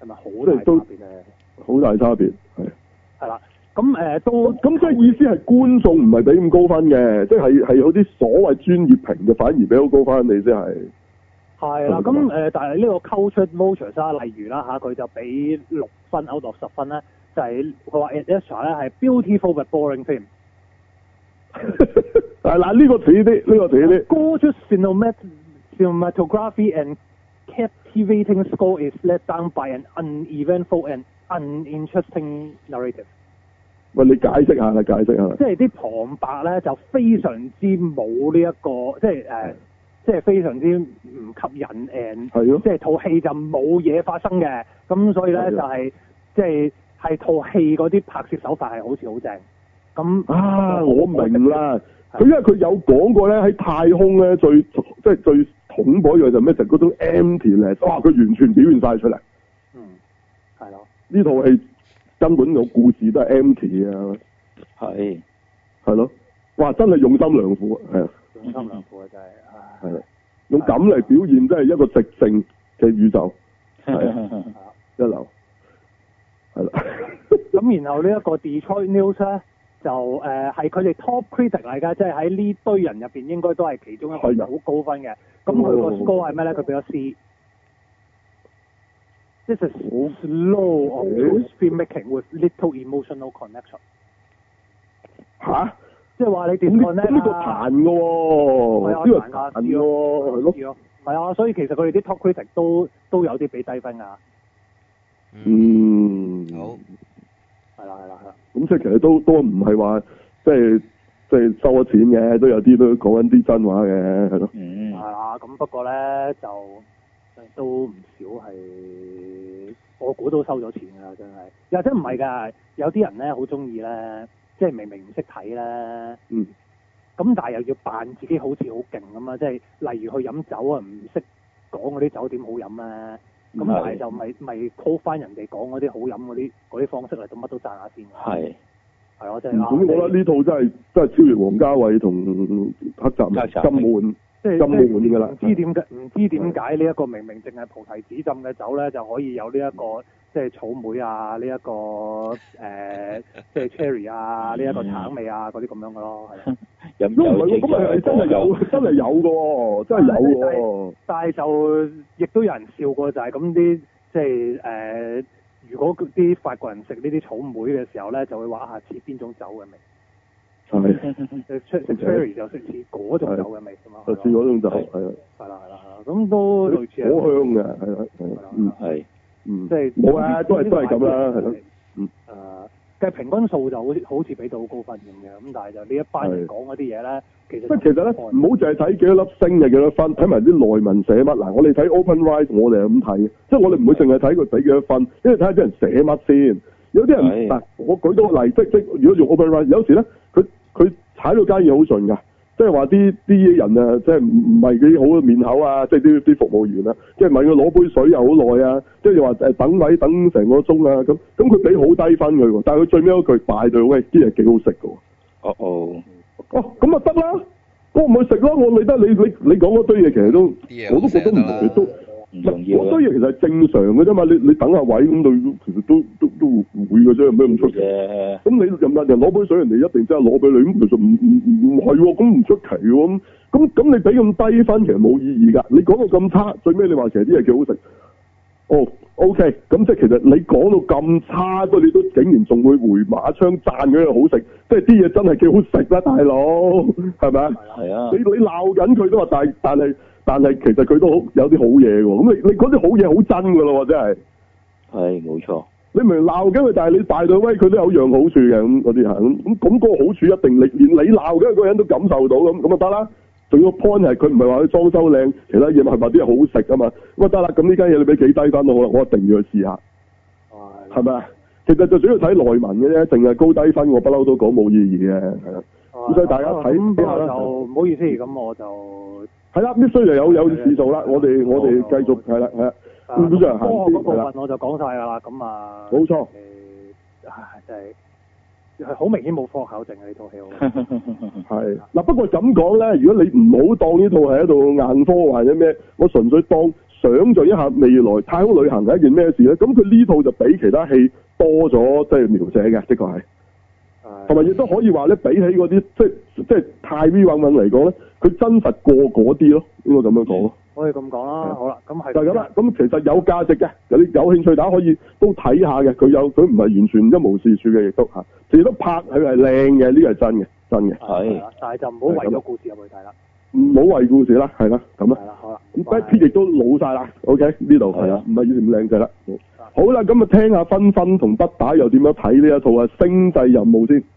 Speaker 6: 係咪好大差別咧？
Speaker 2: 好大差別，係
Speaker 6: 係啦，咁誒、呃都
Speaker 2: 咁即係意思係觀眾唔係俾咁高分嘅，即係係有啲所謂專業評嘅反而俾好高分你，即係
Speaker 6: 係啦，
Speaker 2: 嗯
Speaker 6: 咁誒、呃但係呢個 culture vouchers 啦，例如啦嚇，佢就俾六分 out of 十分咧，就係佢話 Ad Extra 咧係 beautiful but boring film。
Speaker 2: 係嗱呢個似啲，呢個似啲，
Speaker 6: Gorgeous cinemat- cinematography and captivating score is let down by an uneventful and uninteresting narrative。
Speaker 2: 喂你解釋下啦，解釋下啦，
Speaker 6: 即係啲旁白咧就非常之冇呢一個，即係誒、呃即係非常之唔吸引 and
Speaker 2: 係咯
Speaker 6: 即，係套戲就冇嘢發生嘅，咁所以咧
Speaker 2: 係
Speaker 6: 就
Speaker 2: 啊
Speaker 6: 係即係係套戲嗰啲拍攝手法係好似好正，咁
Speaker 2: 啊，我明啦。佢因為佢有講過咧，喺太空咧最即係最恐怖一樣就咩？就係嗰種 emptiness，哇！佢完全表現晒出嚟。
Speaker 6: 嗯，係咯，
Speaker 2: 呢套戲根本個故事都係 empty 啊， (laughs)
Speaker 7: 係
Speaker 2: 係咯。哇！真係用心良苦，係啊，
Speaker 6: 用心良苦啊，真係，唉
Speaker 2: 係啦。用咁嚟表現真係一個直性嘅宇宙，係
Speaker 6: 啊
Speaker 2: 一流。係
Speaker 6: (laughs)
Speaker 2: 啦，
Speaker 6: 咁然後呢一個 Detroit News 咧，就誒係佢哋 top critic 嚟㗎，即係喺呢堆人入邊應該都係其中一
Speaker 2: 係
Speaker 6: 個
Speaker 2: 啊
Speaker 6: 好高分嘅。咁佢個
Speaker 2: 哦
Speaker 6: score 係咩咧？佢俾咗 C。This is slow or slow speed making with little emotional connection，
Speaker 2: 吓？
Speaker 6: 即係話你
Speaker 2: 咁
Speaker 6: disconnect
Speaker 2: 呢咁呢個
Speaker 6: 啊
Speaker 2: 彈嘅喎，呢
Speaker 6: 係啊
Speaker 2: 個彈嘅喎，係咯。
Speaker 6: 咯，係啊，所以其實佢哋啲 top critic 都都有啲俾低分啊，
Speaker 3: 嗯，
Speaker 2: 嗯，
Speaker 3: 好，
Speaker 6: 係啦係啦係啦，
Speaker 2: 咁即係其實都都唔係話即係即係收咗錢嘅，都有啲都講緊啲真話嘅，係咯。
Speaker 7: 嗯，
Speaker 6: 係啦，咁不過咧就都唔少係，我估都收咗錢㗎啦，真係，又真唔係㗎，有啲人咧好中意咧，即係明明唔識睇咧，
Speaker 2: 嗯，
Speaker 6: 咁但係又要扮自己好似好勁咁啊，即係例如去飲酒啊，唔識講嗰啲酒點好飲咧。咁但係就咪咪 call 翻人哋講嗰啲好飲嗰啲嗰啲方式嚟到乜都賺下先，
Speaker 7: 係
Speaker 6: 係咯，即係
Speaker 2: 嗯咁我覺得
Speaker 6: 啊
Speaker 2: 呢套真係真係超越王家衛同黑
Speaker 7: 黑
Speaker 2: 澤
Speaker 7: 澤
Speaker 2: 金滿，
Speaker 6: 即係
Speaker 2: 金
Speaker 6: 即係
Speaker 2: 滿㗎啦嗯
Speaker 6: 唔知點解唔知點解呢一個明明淨係菩提子浸嘅酒咧，就可以有呢、一個即係草莓啊，呢、一個
Speaker 2: (laughs)
Speaker 6: 誒、呃即係 cherry 啊，呢一
Speaker 2: 嗯
Speaker 6: 個橙味啊嗰啲咁樣嘅咯，係
Speaker 2: (laughs)
Speaker 6: 啦。
Speaker 7: 飲
Speaker 2: 因為唔係喎，
Speaker 7: 酒
Speaker 2: 咁係真係有，真係有嘅喎，真係有嘅
Speaker 6: (laughs)
Speaker 2: 喎。
Speaker 6: 但係就亦都有人笑過就係咁啲即係誒、呃如果啲法國人食呢啲草莓嘅時候咧，就會話啊似邊種酒嘅味，
Speaker 2: 嗯係，
Speaker 6: 食食 cherry 就食似嗰種酒嘅味咁啊。
Speaker 2: 就試嗰種酒，
Speaker 7: 係
Speaker 2: 係啊，
Speaker 6: 係啦係啦係啦，咁
Speaker 2: 哎
Speaker 6: 都類似
Speaker 2: 好
Speaker 6: 係，
Speaker 2: 香嘅，係啦，係啦，嗯
Speaker 7: 係
Speaker 2: 嗯，
Speaker 6: 即係
Speaker 2: 冇啊，都係都係咁啦，係咯，。嗯
Speaker 6: 誒嘅呃平均數就好似好似俾到好高分咁嘅，咁但係就呢一班
Speaker 2: 係
Speaker 6: 人講嗰啲嘢咧，其
Speaker 2: 即
Speaker 6: 實
Speaker 2: 係其實咧，唔好淨係睇幾多粒星就幾多分，睇埋啲內文寫乜。嗱，我哋睇 OpenRise，我哋係咁睇嘅，即係我哋唔會淨係睇佢俾幾多分，因為睇下啲人寫乜先。有啲人
Speaker 7: 係
Speaker 2: 嗱，我舉多個例，即即如果用 OpenRise，有時咧，佢佢踩到間嘢好盡㗎，即係話啲啲人啊，即係唔唔係幾好嘅面口啊，即係啲啲服務員啊，即係問佢攞杯水又好耐啊，即係又話誒等位等成個鐘啊，咁咁佢俾好低分佢喎，但係佢最尾嗰句拜對喂，啲嘢幾好食㗎喎。
Speaker 7: 哦哦，
Speaker 2: 哦，咁啊得啦，我唔去食咯，我理得你你你講嗰堆嘢其實都
Speaker 3: 嘢
Speaker 2: 我都覺得唔
Speaker 3: 好食就得啦
Speaker 2: 都
Speaker 7: 唔重要啊
Speaker 2: 嗰堆嘢其實係正常嘅啫嘛，你你等下位咁你其實都都都會嘅啫，有咩咁出奇？
Speaker 7: 嘅，
Speaker 2: 咁你人人攞杯水，人哋一定真係攞俾你，咁其實唔唔唔唔係喎，咁唔出奇喎咁。咁咁你俾咁低分其實冇意義㗎，你講到咁差，最尾你話其實啲嘢幾好食。哦，OK，咁即係其實你講到咁差，不過你都竟然仲會回馬槍讚佢好食，即係啲嘢真係幾好食啦，大佬，係咪啊？
Speaker 7: 係啊
Speaker 2: 你，你鬧緊佢都話，但係但係但係其實佢都好有啲好嘢喎。咁你你嗰啲好嘢好真㗎咯喎，真係。
Speaker 7: 係冇錯，
Speaker 2: 你明明鬧緊佢，但係你大對威佢都有樣好處嘅咁嗰啲嚇，咁咁咁嗰個好處一定你連你鬧緊佢嗰個人都感受到咁，咁啊得啦。仲要 point 係佢唔係話佢裝修靚，其他嘢咪係咪啲嘢好食啊嘛？咁啊得啦，咁呢間嘢你俾幾低分都好啦，我一定要去試下，係咪啊？其實就主要睇內文嘅啫，淨係高低分我不嬲都講冇意義嘅，係啦。咁所以大家睇
Speaker 6: 咁不過
Speaker 2: 睇下啦
Speaker 6: 就唔好意思，咁我就
Speaker 2: 係啦，必須就有有試做啦，我哋我哋繼續係啦係啦，
Speaker 6: 啊
Speaker 2: 基本上行
Speaker 6: 科學
Speaker 2: 先
Speaker 6: 嗰部
Speaker 2: 係啦
Speaker 6: 分，我就講晒㗎啦，咁啊，
Speaker 2: 冇錯。
Speaker 6: 誒，唉真係係好明顯冇科學考證啊嘅呢套戲，我覺得
Speaker 2: (laughs) 係嗱，不過咁講咧，如果你唔好當呢套係一套硬科幻嘅咩，我純粹當想像一下未來太空旅行係一件咩事咧，咁佢呢套就比其他戲多咗即係描寫嘅，的確係，同埋亦都可以話咧，比起嗰啲即係即係太 V 揾揾嚟講咧，佢真實過嗰啲咯，應該咁樣講咯，
Speaker 6: 可以咁講啦。好啦，咁係
Speaker 2: 就係咁啦。咁其實有價值嘅，有啲有興趣大家可以都睇下嘅，佢有佢唔係完全一無是處嘅，亦都嚇，亦都拍佢係靚嘅，呢個係真嘅，真嘅，
Speaker 6: 係
Speaker 7: 係
Speaker 6: 啦，啊但係就唔好為咗故事入去睇啦。
Speaker 2: 唔好為故事啦，係啦，咁啦。
Speaker 6: 係啦，好啦。
Speaker 2: 咁 Brad Pitt 亦都老晒啦，OK 呢度係
Speaker 7: 係
Speaker 2: 啦
Speaker 7: 啊，
Speaker 2: 唔係以前咁靚仔啦。好啦，咁啊聽下芬芬同不打又點樣睇呢一套啊《星際任務》先。